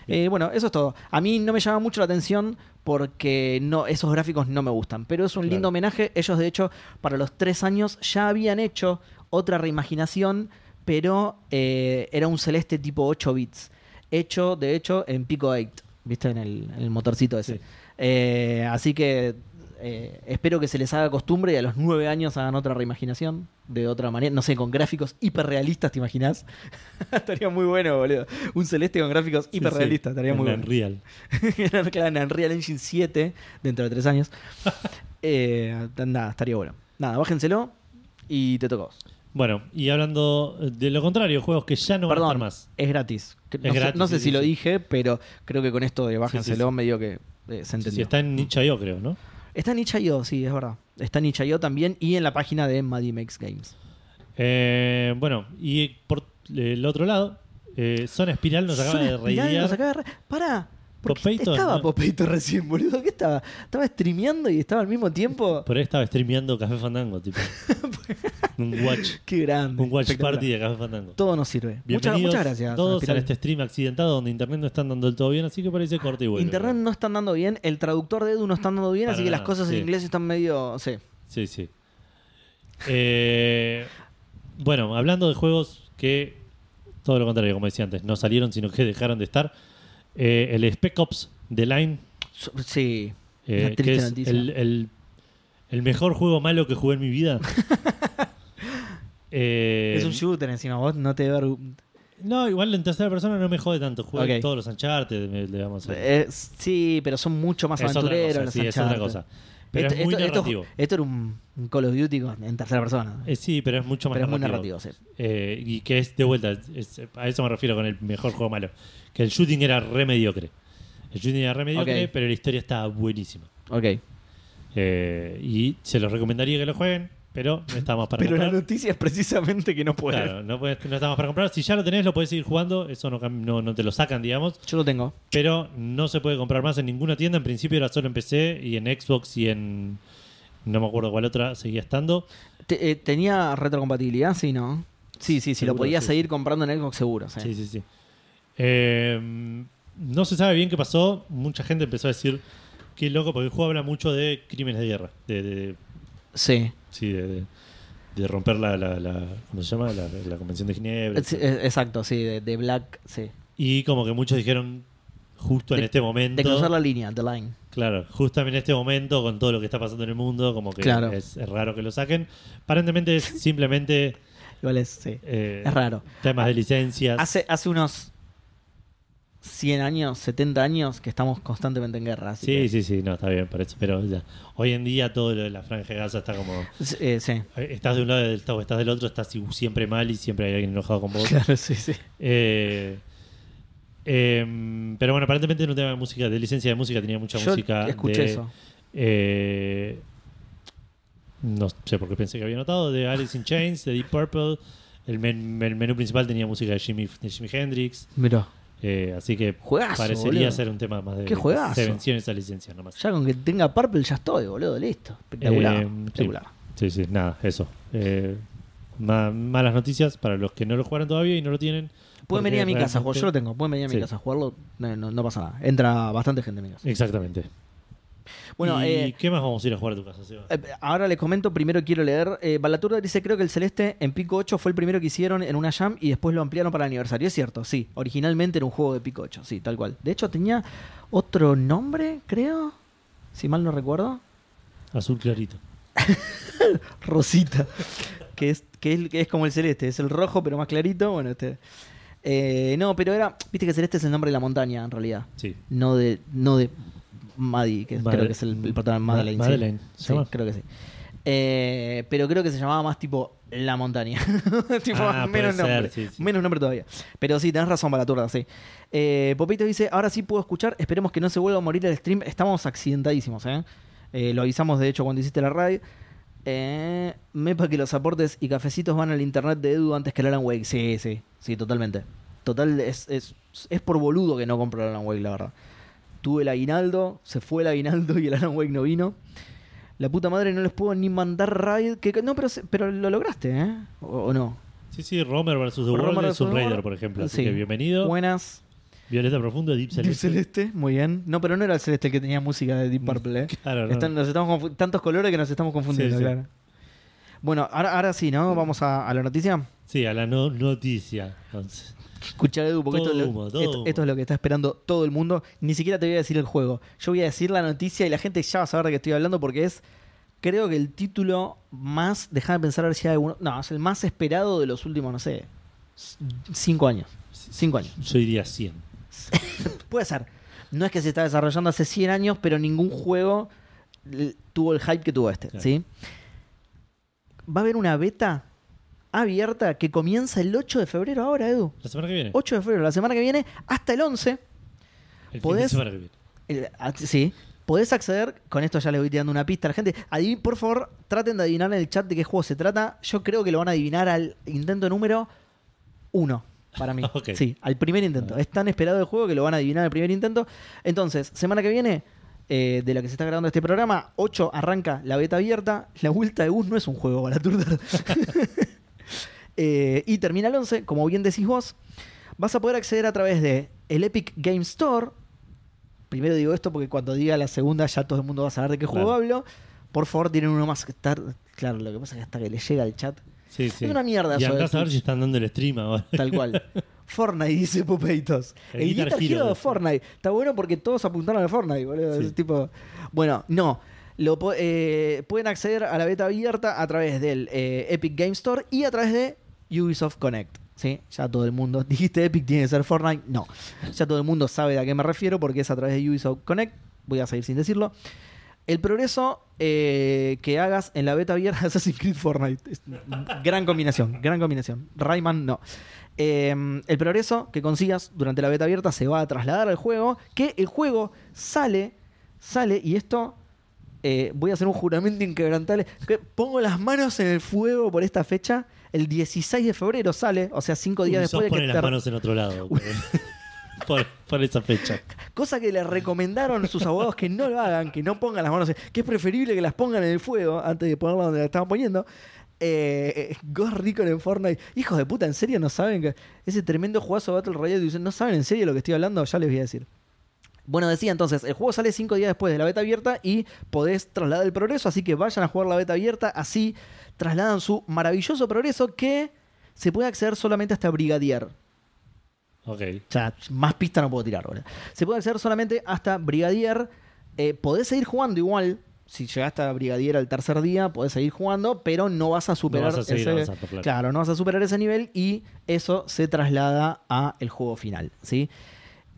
Eh, bueno, eso es todo. A mí no me llama mucho la atención porque no, esos gráficos no me gustan. Pero es un
Claro.
lindo homenaje. Ellos, de hecho, para los tres años ya habían hecho otra reimaginación, pero eh, era un celeste tipo 8 bits. Hecho, de hecho, en Pico 8. ¿Viste? En el, en el motorcito ese.
Sí.
Eh, así que eh, espero que se les haga costumbre y a los nueve años hagan otra reimaginación de otra manera. No sé, con gráficos hiperrealistas, ¿te imaginas? [laughs] estaría muy bueno, boludo. Un celeste con gráficos
Sí,
hiperrealistas,
sí,
estaría muy
en
bueno.
Unreal.
[laughs] claro, en Unreal Engine 7 dentro de
[laughs]
tres años. Eh, nada, estaría bueno. Nada, bájenselo y te toca a vos.
Bueno, y hablando de lo contrario, juegos que ya no van a estar
Perdón,
más.
es gratis. Que-
Es
no, sé-
gratis,
no sé
sí,
si
sí,
lo
sí.
dije, pero creo que con esto de bájenselo
sí.
medio que eh, se entendió.
Si está en Itch.io, creo, ¿no?
Está en itch.io, sí, es verdad. Está en itch.io también y en la página de Maddie Makes Games.
Eh, bueno, y por el otro lado, eh, Zona Espiral nos acaba
Zona
de
Espiral nos
reidear.
acaba de re- Pará. Porque
Popeito,
estaba
¿no?
Popeito recién, boludo. ¿Qué estaba? Estaba streameando y estaba al
[laughs]
mismo tiempo.
Por ahí estaba streameando Café Fandango,
[laughs]
tipo. un watch,
Qué grande.
un watch
espectacular.
party de Café Fandango.
Todo nos sirve. Muchas,
Bienvenidos
muchas gracias. Zona
todos a
Espiral.
este stream accidentado donde internet no está andando del todo bien, así que parece corte y vuelve.
Internet no está andando bien, el traductor de Edu no está andando bien,
Para
así que las
nada,
cosas en
sí.
inglés están medio. Sí.
Sí, sí. Eh, bueno, hablando de juegos que, todo lo contrario, como decía antes, no salieron, sino que dejaron de estar. eh, el Spec Ops The Line,
So- Sí.
eh,
Una
que
triste
es
noticia.
el, el- el mejor juego malo que jugué en mi
[laughs]
vida. Eh,
es un shooter encima, vos no te debe haber-
No, igual en tercera persona no me jode tanto. Juego
Ok.
todos los Uncharted, me- le vamos a
Eh, sí, pero son mucho más
Es otra
aventureros.
cosa,
los
sí, es otra
Uncharted. Este-
cosa. Pero
esto,
es muy
esto- esto-
narrativo.
Esto, era un un Call of Duty con- en tercera persona.
Eh, sí, pero es mucho más
pero es muy
narrativo.
narrativo, sí.
Eh, y que es de vuelta, es- a eso me refiero con el mejor juego malo. Que el shooting era re mediocre. El shooting era re mediocre,
Ok.
pero la historia estaba buenísima.
Ok.
Eh, y se los recomendaría que lo jueguen, pero no está más para
Pero la
comprar.
noticia es precisamente que no puede.
Claro, no, podés- no está más para comprar. Si ya lo tenés, lo podés seguir jugando. Eso no, cam- no, no te lo sacan, digamos.
Yo lo tengo.
Pero no se puede comprar más en ninguna tienda. En principio era solo en PC y en Xbox y en. No me acuerdo cuál otra seguía estando.
Te- eh, ¿Tenía retrocompatibilidad? Sí, ¿no? Sí, sí, sí, lo
Seguro,
podías
sí,
seguir comprando en Xbox seguro. sí.
Sí, sí, sí. Eh, no se sabe bien qué pasó. Mucha gente empezó a decir qué loco, porque el juego habla mucho de crímenes de guerra. De, de-
Sí,
sí, de, de- de romper la, la, la- ¿Cómo se llama? La, la Convención de Ginebra.
Sí, e- exacto, sí, de, de Black, sí.
Y como que muchos dijeron, justo en
De-
este momento.
De cruzar la línea, The Line.
Claro, justo en este momento, con todo lo que está pasando en el mundo, como que
Claro.
es, es raro que lo saquen. Aparentemente es simplemente.
Igual es, sí.
eh,
Es raro.
Temas de licencias.
Hace, hace unos 100 años, 70 años que estamos constantemente en guerra. así
Sí,
que-
sí, sí, no, está bien, parece. Pero ya, hoy en día todo lo de la franja de Gaza está como.
S- eh, sí.
eh, Estás de un lado del- o estás del otro, estás si- siempre mal y siempre hay alguien enojado con vos.
Claro, sí, sí.
Eh, em, pero bueno, aparentemente era un tema de música, de licencia de música, tenía mucha
Yo
música.
escuché
de,
eso.
eh, no sé por qué pensé que había notado, de Alice in Chains, de Deep Purple. El, men- el menú principal tenía música de Jimi, de Jimi Hendrix.
Mirá.
eh, así que
Juegazo,
parecería
boludo.
ser un tema más de.
Qué juegazo.
Se venció en esa licencia nomás.
Ya con que tenga Purple ya estoy, boludo, listo. Espectacular.
Eh, sí.
espectacular.
Sí, sí, nada, eso. Eh, ma- malas noticias para los que no lo jugaron todavía y no lo tienen.
Pueden
porque
venir a mi casa a jugar,
realmente-
yo lo tengo. Pueden venir a mi
Sí.
casa a jugarlo, no, no- no pasa nada. Entra bastante gente a mi casa.
Exactamente.
Bueno,
¿Y
eh,
qué más vamos a ir a jugar a tu casa, Seba?
Eh, Ahora les comento, primero quiero leer. Eh, Balaturda dice: Creo que el Celeste en Pico 8 fue el primero que hicieron en una jam y después lo ampliaron para el aniversario. Es cierto, sí. Originalmente era un juego de Pico 8, sí, tal cual. De hecho, tenía otro nombre, creo. Si mal no recuerdo.
Azul clarito.
Rosita. que, es, que, es, que es como el Celeste. Es el rojo, pero más clarito. Bueno, este. Eh, no, pero era. Viste que Celeste es el nombre de la montaña, en realidad.
Sí.
No de. No de Maddie, que es-
Madre-
creo que es el, el protagonista
Ma-
Madeleine. sí.
Madeleine, ¿se
Sí,
llama?
creo que sí. Eh, pero creo que se llamaba más tipo La Montaña. [laughs] tipo,
Ah, puede
menos
ser,
nombre.
sí, sí.
Menos nombre todavía. Pero sí, tenés razón, Balaturda, sí. Eh, Popito dice, ahora sí puedo escuchar, esperemos que no se vuelva a morir el stream. Estamos accidentadísimos, ¿eh? Eh, lo avisamos, de hecho, cuando hiciste la radio. Eh, mepa que los aportes y cafecitos van al internet de Edu antes que el Alan Wake. Sí, sí, sí, totalmente. Total, es, es, es por boludo que no compro el Alan Wake, la verdad. Tuve el aguinaldo, se fue el aguinaldo y el Alan Wake no vino. La puta madre no les puedo ni mandar raid. Que, no, pero, se- pero lo lograste, ¿eh? ¿O, o no?
Sí, sí, Romer versus The
Romer
World
versus
es un
The World.
Raider, por ejemplo. Así
Sí.
que bienvenido.
Buenas.
Violeta Profundo, Deep Celeste.
Deep Celeste, muy bien. No, pero no era el Celeste el que tenía música de Deep Purple, ¿eh?
Claro, no.
Están- nos estamos confu- tantos colores que nos estamos confundiendo,
Sí, sí.
claro. Bueno, ahora, ahora sí, ¿no? Vamos a, a la noticia.
Sí, a la no- noticia. Entonces,
Escuchar Edu, porque
Todo
esto, es lo-
humo, todo
esto-
humo.
esto es lo que está esperando todo el mundo. Ni siquiera te voy a decir el juego. Yo voy a decir la noticia y la gente ya va a saber de qué estoy hablando porque es, creo que el título más, déjame pensar a ver si hay alguno. No, es el más esperado de los últimos, no sé, c- cinco años. Cinco años.
yo diría 100.
Puede ser. No es que se está desarrollando hace 100 años, pero ningún juego l- tuvo el hype que tuvo este,
Claro.
¿sí? Va a haber una beta abierta que comienza el 8 de febrero ahora, Edu.
La semana que viene.
8 de febrero, la semana que viene, hasta el 11.
El fin de
¿podés?
semana que viene.
el- a- sí. Podés acceder, con esto ya le voy tirando una pista a la gente. Adivin- por favor, traten de adivinar en el chat de qué juego se trata. Yo creo que lo van a adivinar al intento número 1, para mí.
Ok.
Sí, al primer intento. Es tan esperado el juego que lo van a adivinar al primer intento. Entonces, semana que viene, eh, de la que se está grabando este programa, 8 arranca la beta abierta. La vuelta de bus no es un juego para turtar. Eh, y termina el 11, como bien decís vos. Vas a poder acceder a través de el Epic Game Store. Primero digo esto porque cuando diga la segunda ya todo el mundo va a saber de qué juego
Claro.
hablo. Por favor, tienen uno más que estar. Claro, lo que pasa es que hasta que le llega al chat.
Sí, sí.
Es una mierda
Y
eso de
andás a ver
Twitch.
si están dando el stream ahora.
Tal cual. Fortnite, dice Popeitos.
El
El,
Guitar
Guitar,
Hero
Hero
de
de Fortnite. Está bueno porque todos apuntaron al Fortnite, boludo.
Sí.
Es tipo... Bueno, no. Lo, po- eh, pueden acceder a la beta abierta a través del eh, Epic Game Store y a través de Ubisoft Connect. ¿Sí? Ya todo el mundo... [laughs] ¿Dijiste Epic tiene que ser Fortnite? No. Ya todo el mundo sabe a qué me refiero porque es a través de Ubisoft Connect. Voy a seguir sin decirlo. El progreso eh, que hagas en la beta abierta de Assassin's Creed Fortnite. Es- gran combinación, gran combinación. Rayman no. Eh, el progreso que consigas durante la beta abierta se va a trasladar al juego. Que el juego sale, sale, y esto eh, voy a hacer un juramento inquebrantable. Que pongo las manos en el fuego por esta fecha. El 16 de febrero sale, o sea, cinco días
Ubisoft
después de
pone
que
las
ter-
manos en otro
[laughs]
lado. por, por esa fecha.
Cosa que le recomendaron sus abogados que no lo hagan, que no pongan las manos, en- que es preferible que las pongan en el fuego antes de ponerlas donde las estaban poniendo. Eh, eh, Ghost Recon en Fortnite. Hijos de puta, ¿en serio no saben? que- Ese tremendo juegazo de Battle Royale. de Ubisoft? ¿No saben en serio lo que estoy hablando? Ya les voy a decir. Bueno, decía entonces, el juego sale 5 días después de la beta abierta y podés trasladar el progreso, así que vayan a jugar la beta abierta, así trasladan su maravilloso progreso que se puede acceder solamente hasta Brigadier.
Ok.
O sea, más pista no puedo tirar, boludo. Se puede acceder solamente hasta Brigadier. Eh, podés seguir jugando igual. Si llegaste a Brigadier al tercer día, podés seguir jugando, pero no vas a superar
vas a seguir
ese
avanzando, claro.
no vas a superar ese nivel y eso se traslada a el juego final, ¿sí?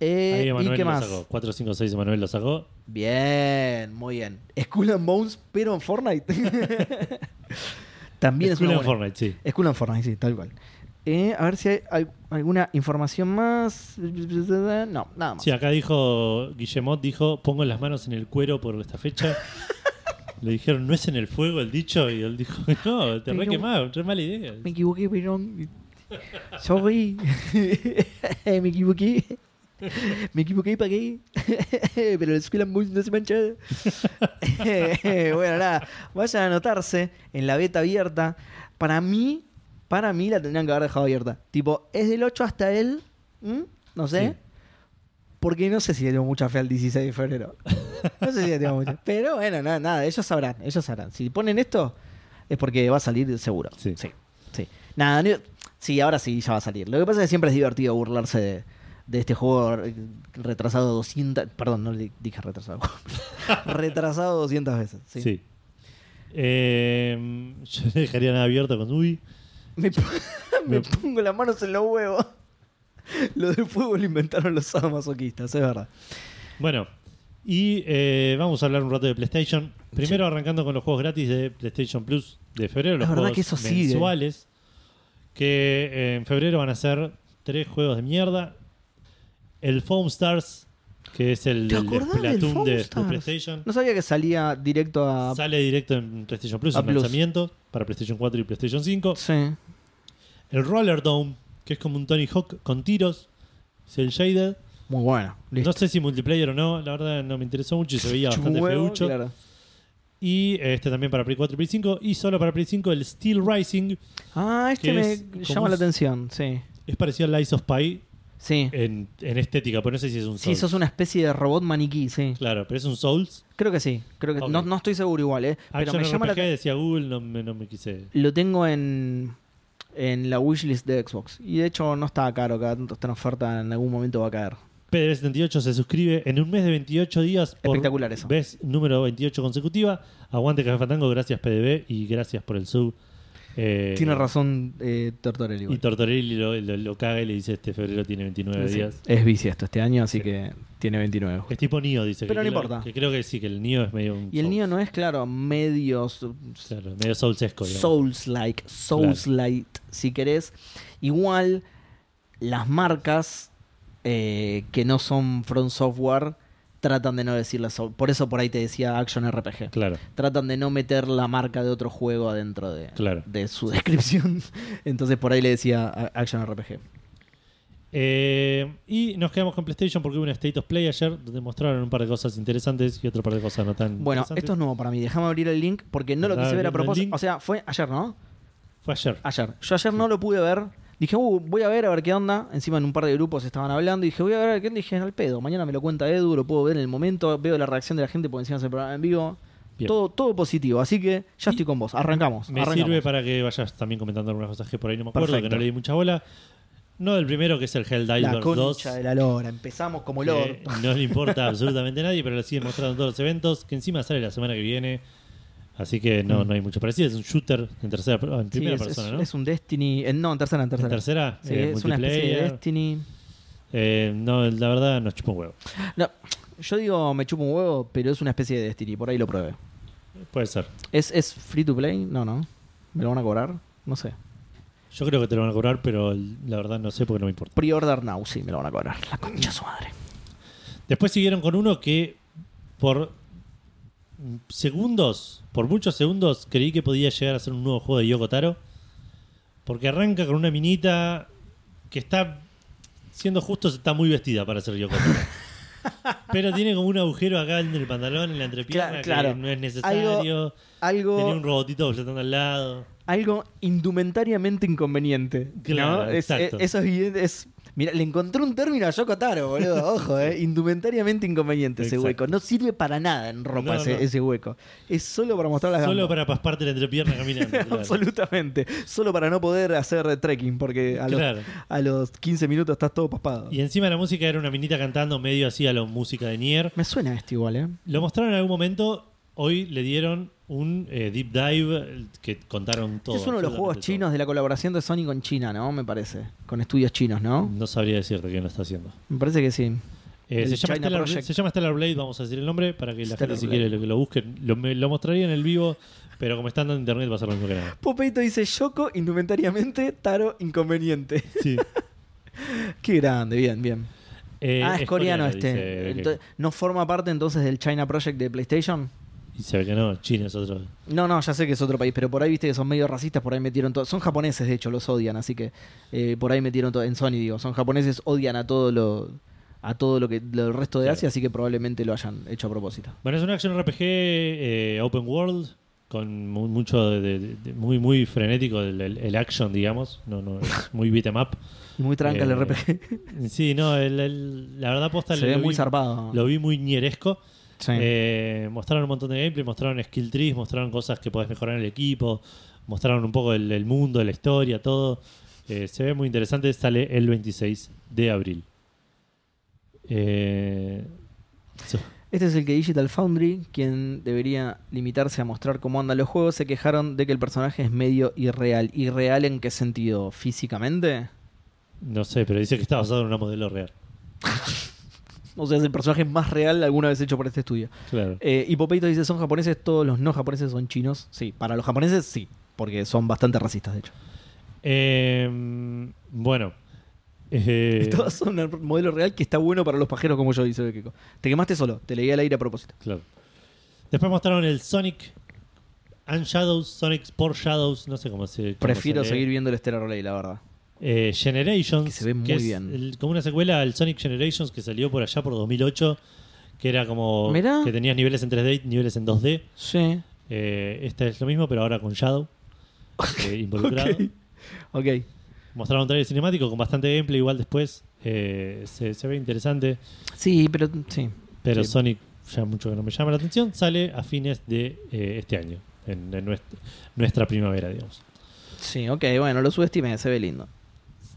Eh,
Ahí
¿Y
Emanuel
qué
lo
más?
sacó. 4, 5, 6 Emanuel lo sacó.
Bien, muy bien. Skull and Bones, pero
[laughs]
en Fortnite. También es
Skull
una
and
buena-
Fortnite, sí.
School and Fortnite, sí, tal cual. Eh, a ver si hay al- alguna información más. No, nada más.
Sí, acá dijo Guillemot, dijo, pongo las manos en el cuero por esta fecha.
[laughs]
Le dijeron, no es en el fuego el dicho, y él dijo, [laughs] no, te
Pero-
re quemado, re mala idea.
Me equivoqué, perdón. Sorry. [laughs] Eh, Me equivoqué. Me equivoqué y pagué. [laughs] Pero el Skull and Bones no se mancha. [laughs] bueno, nada. Vayan a anotarse en la beta abierta. Para mí, para mí la tendrían que haber dejado abierta. Tipo, es del 8 hasta el... ¿Mm? No sé.
Sí.
Porque no sé si le tengo mucha fe al 16 de febrero. No sé si le tengo mucha. Pero bueno, nada, nada, ellos sabrán, ellos sabrán. Si ponen esto, es porque va a salir seguro.
Sí.
sí. sí. Nada, ni- sí, ahora sí ya va a salir. Lo que pasa es que siempre es divertido burlarse de, de este juego re- retrasado 200. Perdón, no le dije retrasado. [laughs] retrasado 200 veces. Sí.
Sí. Eh, [laughs] yo no dejaría nada abierto con, uy,
Me, po- [laughs] me pongo las manos en los huevos. Lo del fuego lo inventaron los sadomasoquistas, es verdad.
Bueno, y eh, vamos a hablar un rato de PlayStation. Primero arrancando con los juegos gratis de PlayStation Plus de febrero, los
La verdad
juegos
que eso ¿eh? sigue.
mensuales. Que eh, en febrero van a ser tres juegos de mierda. El Foam Stars, que es el,
¿Te
el
acordás del
Splatoon de- de,
Foamstars?
PlayStation.
No sabía que salía directo a.
Sale directo en PlayStation Plus,
A
en
Ah, Plus.
lanzamiento, para PlayStation 4 y PlayStation 5.
Sí.
El Roller Dome, que es como un Tony Hawk con tiros. Es el Shaded.
Muy bueno.
No sé si multiplayer o no, la verdad no me interesó mucho y se veía
Chupa un
bastante
huevo,
feucho.
claro.
Y eh, este también para Play 4 y Play 5. Y solo para Play 5 el Steel Rising.
Ah, este
Que
me
es como
llama
un-
la atención, sí.
Es parecido al Lies of Pi
Sí.
en, en estética, pero no sé si es un
sí,
Souls.
sos una especie de robot maniquí, sí.
[laughs] Claro, pero es un Souls. Ah,
Creo que sí. Creo que
Ok.
no, no estoy seguro igual, ¿eh? Pero
Action
me llama la
RPG
atención.
decía Google, no me, no me quise.
Lo tengo en, en la wishlist de Xbox. Y de hecho no está caro, cada tanto está en oferta, en algún momento va a caer.
PDB78 se suscribe en un mes de 28 días. Por
Espectacular eso.
Vez número 28 consecutiva. Aguante Café Fandango, gracias PDB y gracias por el sub. Eh,
Tiene razón eh, Tortorelli.
Y
igual.
Tortorelli lo, lo- lo caga y le dice: Este febrero tiene 29
Sí.
días.
Es bici esto este año, así
Sí.
que tiene 29.
Es tipo Nio, dice.
Pero
que
no
creo-
importa.
Que creo que sí, que el Nio es medio un.
Y el
Souls.
niño no es, claro, medios
Claro, medio Souls-esco. digamos.
Souls-like, Souls-like, si querés. Igual, las marcas eh, que no son Front Software tratan de no decirlas. Soul- Por eso por ahí te decía Action RPG.
Claro.
Tratan de no meter la marca de otro juego adentro de,
Claro.
de su [laughs] descripción. Entonces por ahí le decía a- Action RPG.
Eh, y nos quedamos con PlayStation porque hubo un State of Play ayer donde mostraron un par de cosas interesantes y otro par de cosas no tan.
Bueno,
interesantes.
esto es nuevo para mí. Déjame abrir el link porque no lo
Andá
quise ver a
abriendo el
propósito.
link.
O sea, fue ayer, ¿no? Ah,
Fue ayer.
ayer. Yo ayer no lo pude ver. Dije, uh, voy a ver a ver qué onda. Encima en un par de grupos estaban hablando. Y dije, voy a ver a ver qué onda. Y dije, al pedo. Mañana me lo cuenta Edu, lo puedo ver en el momento. Veo la reacción de la gente porque encima se programa en vivo.
Bien.
Todo, todo positivo. Así que ya estoy con vos. Arrancamos.
Me
arrancamos.
sirve para que vayas también comentando algunas cosas que por ahí no me acuerdo,
Perfecto.
que no le di mucha bola. No del primero, que es el
la
Helldivers 2.
concha de la lora. Empezamos como lord.
que no le importa
[laughs]
absolutamente a nadie, pero lo siguen mostrando en todos los eventos, que encima sale la semana que viene. Así que no, no hay mucho parecido. Es un shooter en tercera en
Mm. Sí,
primera
es,
persona,
es-
¿no?
es un Destiny. eh, no, en tercera, en
en
tercera.
tercera,
Sí,
eh,
es una especie de
multiplayer.
Destiny.
Eh, no, la verdad nos chupa un huevo.
No, yo digo, me chupo un huevo, pero es una especie de Destiny. Por ahí lo probé.
Puede ser.
¿Es, ¿Es free to play? No, no. ¿Me lo van a cobrar? No sé.
Yo creo que te lo van a cobrar, pero la verdad no sé porque no me importa.
Pre-order now, sí, me lo van a cobrar. La concha de su madre.
Después siguieron con uno que por segundos, por muchos segundos, creí que podía llegar a ser un nuevo juego de Yoko Taro. Porque arranca con una minita que está, siendo justos, está muy vestida para ser Yoko Taro.
[laughs]
Pero tiene como un agujero acá en el pantalón, en la entrepierna,
Cla- claro.
que no es necesario.
Algo-
Tenía un
Algo.
robotito flotando al lado.
algo indumentariamente inconveniente. ¿no?
Claro,
Es-
exacto.
es- eso es bien- es- Mira, le encontré un término a Yoko Taro,
[laughs]
boludo. Ojo, eh. Indumentariamente inconveniente ese
Exacto.
hueco. No sirve para nada en ropa
No,
ese,
no.
ese hueco. Es solo para mostrar las
Solo
gambas. [laughs]
para pasparte la entrepierna caminando. claro.
Absolutamente. Solo para no poder hacer trekking, porque a los,
Claro.
a los 15 minutos estás todo paspado.
Y encima la música era una minita cantando medio así a la música de Nier.
Me suena esto igual, ¿eh?
Lo mostraron en algún momento. Hoy le dieron un eh, deep dive eh, que contaron todo.
Este es uno de los juegos
absolutamente
chinos de la colaboración de Sony con China, ¿no? Me parece. Con estudios chinos,
todo.
¿no?
No sabría decirte quién lo está haciendo.
Me parece que sí.
Eh,
El
se, llama
China
Stellar,
Project.
se llama Stellar Blade, vamos a decir el nombre para que la
Stellar
gente si
Blade.
quiere lo, que lo busquen. Lo, me- lo mostraría en el vivo, pero como está andando en internet va a ser lo mismo que
[laughs]
nada.
Popeito dice Yoko, indumentariamente, Taro, inconveniente. [laughs]
Sí.
Qué grande, bien, bien.
Eh,
ah, es, coreano,
dice
este.
que-
Ento- ¿No forma parte entonces del China Project de PlayStation?
y se ve que no, China es otro.
No, no, ya sé que es otro país, pero por ahí viste que son medio racistas, por ahí metieron todo. Son japoneses, de hecho, los odian, así que eh, por ahí metieron todo. En Sony, digo, son japoneses, odian a todo lo a todo lo que lo- el resto de
Claro.
Asia, así que probablemente lo hayan hecho a propósito.
Bueno, es un action RPG eh, open world con mu- mucho de- de- de- muy muy frenético el, el- el action, digamos. No, no,
[laughs]
es muy beat em up.
Y muy tranca
Eh,
el RPG.
Sí, no, el- el- la verdad posta
Se
lo
ve
vi-
muy zarpado.
Lo vi muy ñeresco.
Sí.
Eh, mostraron un montón de gameplay, mostraron skill trees, mostraron cosas que podés mejorar en el equipo, mostraron un poco el, el mundo, la historia, todo. Eh, se ve muy interesante, sale el 26 de abril. Eh, so-
Este es el que Digital Foundry, quien debería limitarse a mostrar cómo andan los juegos, se quejaron de que el personaje es medio irreal. ¿Irreal en qué sentido? ¿Físicamente?
no sé, pero dice que está basado en una modelo real.
O sea, es el personaje más real alguna vez hecho por este estudio.
Claro.
Eh, y Popeito dice, ¿son japoneses? Todos los no japoneses son chinos. Sí, para los japoneses sí, porque son bastante racistas, de hecho.
Eh, bueno. Eh,
Y [laughs] todos son un modelo real que está bueno para los pajeros como yo, dice Keko. Te quemaste solo, te leí al aire a propósito.
claro. Después mostraron el Sonic and Shadows, Sonic Sport Shadows, no sé cómo se. cómo
Prefiero
se lee.
seguir viendo el Stellar Relay, la verdad.
Eh, Generations.
Que se ve muy
es
bien.
el- como una secuela al Sonic Generations que salió por allá por 2008. Que era como.
Mirá.
Que tenías niveles en 3D y niveles en 2D.
Sí.
Eh, este es lo mismo, pero ahora con Shadow. eh, involucrado.
Ok. Ok.
Mostraron un trailer cinemático con bastante gameplay igual después. Eh, se, se ve interesante.
Sí, pero sí.
Pero
Sí.
Sonic, ya mucho que no me llama la atención, sale a fines de eh, este año. En, en nuestra, nuestra primavera, digamos.
Sí, ok, bueno, lo subestimé, se ve lindo.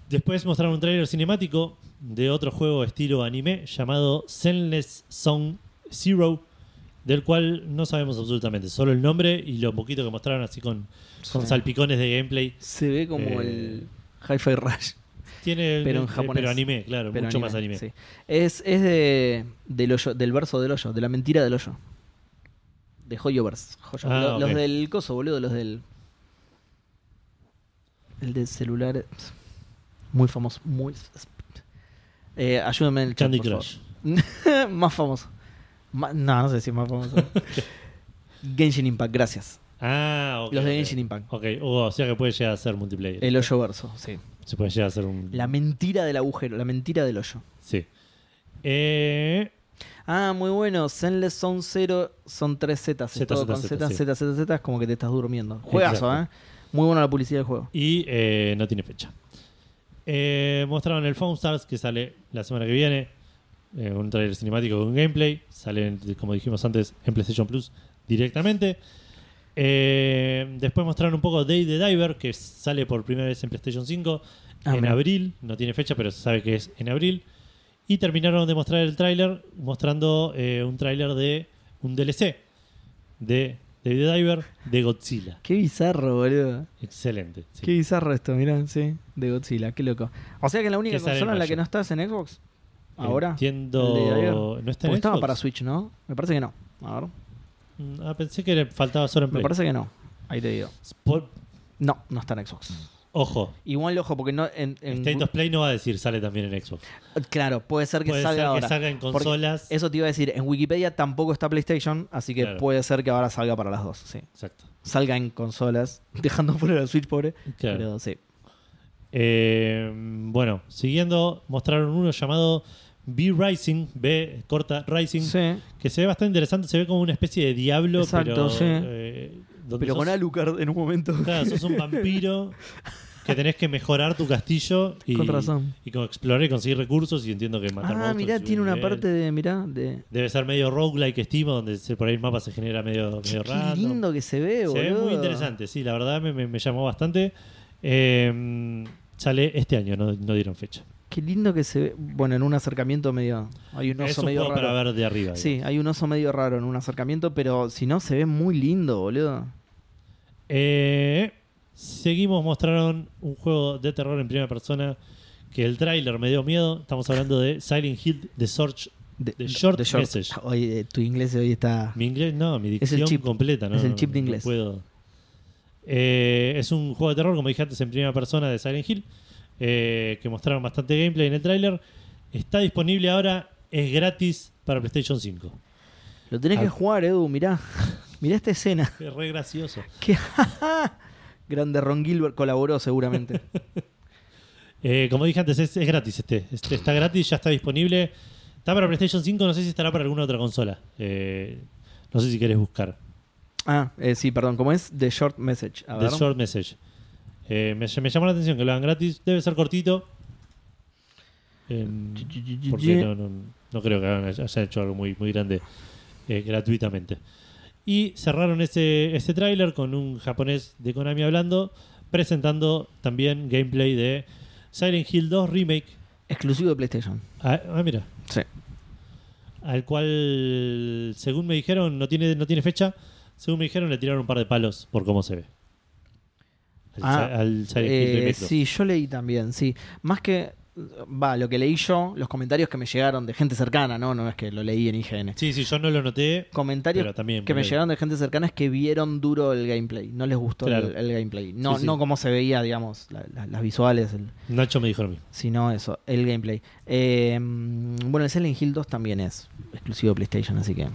Después mostraron un trailer cinemático de otro juego estilo anime llamado Zenless Zone Zero, del cual no sabemos absolutamente, solo el nombre y lo poquito que mostraron así con, con
Sí.
salpicones de gameplay.
Se ve como
Eh,
el Hi-Fi Rush,
Tiene
Pero en
eh,
japonés.
pero anime, claro,
pero
mucho más anime.
sí. Es, es de, del, hoyo, del verso del hoyo, de la mentira del hoyo. De Hoyoverse. Hoyo.
Ah,
Lo- los,
ok.
del coso, boludo, los del. El del celular. Muy famoso, muy. Eh, ayúdame en el chat.
Candy
por favor. [laughs]
Crush.
más famoso. Ma- no, no sé si es más
[laughs]
famoso. Genshin Impact, gracias.
Ah, ok.
Los de
ok.
Genshin Impact.
Ok, o sea que puede llegar a ser multiplayer.
El hoyo verso, sí.
Se puede llegar a ser un.
La mentira del agujero, la mentira del hoyo.
Sí. Eh,
Ah, muy bueno. Zenless son 0, son 3 Z.
Z,
todo
Z,
con
Z,
Z,
sí.
Z, Z, Z, es como que te estás durmiendo. Juegazo,
Exacto.
¿eh? Muy buena la publicidad del juego.
Y eh, no tiene fecha. Eh, mostraron el Phone Stars que sale la semana que viene. eh, un trailer cinemático con gameplay. Sale, en- como dijimos antes, en PlayStation Plus directamente. Eh, después mostraron un poco Day the Diver que sale por primera vez en PlayStation 5
Ah,
en
mira.
abril. No tiene fecha, pero se sabe que es en abril. Y terminaron de mostrar el tráiler mostrando eh, un tráiler de un DLC de Day the Diver de Godzilla.
Qué bizarro, boludo.
Excelente. sí.
Qué bizarro esto, mirá, sí. De Godzilla, qué loco. O sea que la única
Que sale en
consola en la
mayo.
que no estás en Xbox. Ahora.
Entiendo.
¿El de ayer?
¿No está en
Porque estaba
Xbox?
para Switch, ¿no? Me parece que no. A ver.
Mm, Ah, pensé que le faltaba solo en
Me
Play.
parece que no. Ahí te digo.
Por-
No, no está en Xbox.
Ojo,
Igual, ojo, porque no. En, en-
State of Play no va a decir sale también en Xbox.
Claro, puede ser que
Puede
salga
ser
ahora.
que salga en
Porque
consolas.
Eso te iba a decir, en Wikipedia tampoco está PlayStation, así que
Claro.
puede ser que ahora salga para las dos, sí.
Exacto.
Salga en consolas, [laughs] dejando fuera el Switch, pobre.
Claro.
Pero sí.
Eh, bueno, siguiendo, mostraron uno llamado B Rising, B corta Rising,
Sí.
que se ve bastante interesante. Se ve como una especie de diablo,
Exacto,
pero
sí.
eh, donde
Pero con
sos-
Alucard en un momento.
Claro,
[laughs]
sos un vampiro que tenés que mejorar tu castillo y,
Con razón.
y como explorar y conseguir recursos y entiendo que matar
ah,
monstruos y
mirá,
subir
tiene una
nivel.
parte de. Mirá, de.
Debe ser medio roguelike estimo, donde se- por ahí el mapa se genera medio, medio
Qué
random.
lindo que se ve,
se
boludo.
ve muy interesante, sí, la verdad me, me- me llamó bastante. Eh, sale este año, no, no dieron fecha.
Qué lindo que se ve. Bueno, en un acercamiento medio. Hay un
es
oso
un
medio
juego
raro.
para ver de arriba.
Sí,
digamos.
hay un oso medio raro en un acercamiento, pero si no, se ve muy lindo, boludo.
Eh, seguimos, mostraron un juego de terror en primera persona que el tráiler me dio miedo. Estamos hablando de Silent Hill The Search.
De,
The short
de
message.
Hoy, eh, tu inglés hoy está.
Mi inglés, no, mi
Es el
dicción
chip.
completa, ¿no?
Es el
no-
chip de
no
inglés.
puedo. Eh, es un juego de terror, como dije antes, en primera persona de Silent Hill, eh, que mostraron bastante gameplay en el tráiler. Está disponible ahora, es gratis para PlayStation 5.
Lo tenés
Ah.
que jugar, Edu, mirá. [laughs] Mirá esta escena. [laughs]
Es re gracioso.
Qué [laughs] Grande Ron Gilbert colaboró seguramente.
[laughs] Eh, como dije antes, es, es gratis este. Este Está gratis, ya está disponible. Está para PlayStation 5, no sé si estará para alguna otra consola. Eh, no sé si querés buscar.
Ah, eh, sí, perdón, ¿cómo es? The Short Message. A
The
ver.
Short Message. Eh, me, me llamó la atención que lo hagan gratis. Debe ser cortito. Em, porque no, no, no creo que hagan- hayan hecho algo muy, muy grande eh, gratuitamente. Y cerraron ese, ese tráiler con un japonés de Konami hablando, presentando también gameplay de Silent Hill 2 Remake.
Exclusivo de PlayStation.
Ah, ah, mira.
Sí.
Al cual, según me dijeron, no tiene, no tiene fecha. Según me dijeron, le tiraron un par de palos por cómo se ve. Al,
Ah,
Sa- al Silent Hill
Eh,
Remake 2.
sí, yo leí también, sí. Más que. Va, lo que leí yo, los comentarios que me llegaron de gente cercana, ¿no? No es que lo leí en IGN.
Sí, sí, yo no lo noté. Pero
Comentarios
también.
que me
boludo.
llegaron de gente cercana es que vieron duro el gameplay. No les gustó
Claro.
el, el gameplay. No,
Sí, sí.
no como se veía, digamos, la- la- las visuales, el-
Nacho me dijo lo mismo.
sino eso, el gameplay. Eh, mm, bueno, el Silent Hill 2 también es exclusivo de PlayStation, así que.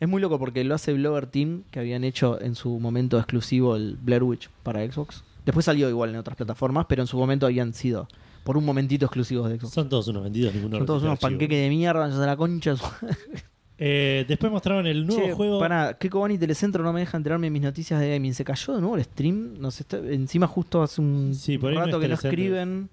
Es muy loco porque lo hace Blogger Team, que habían hecho en su momento exclusivo el Blair Witch para Xbox. Después salió igual en otras plataformas, pero en su momento habían sido por un momentito exclusivos de Xbox.
Son todos unos vendidos, ninguno
Son todos unos
resiste archivo.
panqueques de mierda, vayan a la concha.
Eh, después mostraron el nuevo
Che,
juego.
Pará, Keiko Bani Telecentro no me deja enterarme de mis noticias de gaming. Se cayó de nuevo el stream. Nos está- encima justo hace un
Sí, por ahí no
rato
es
que no
Telecentro.
escriben.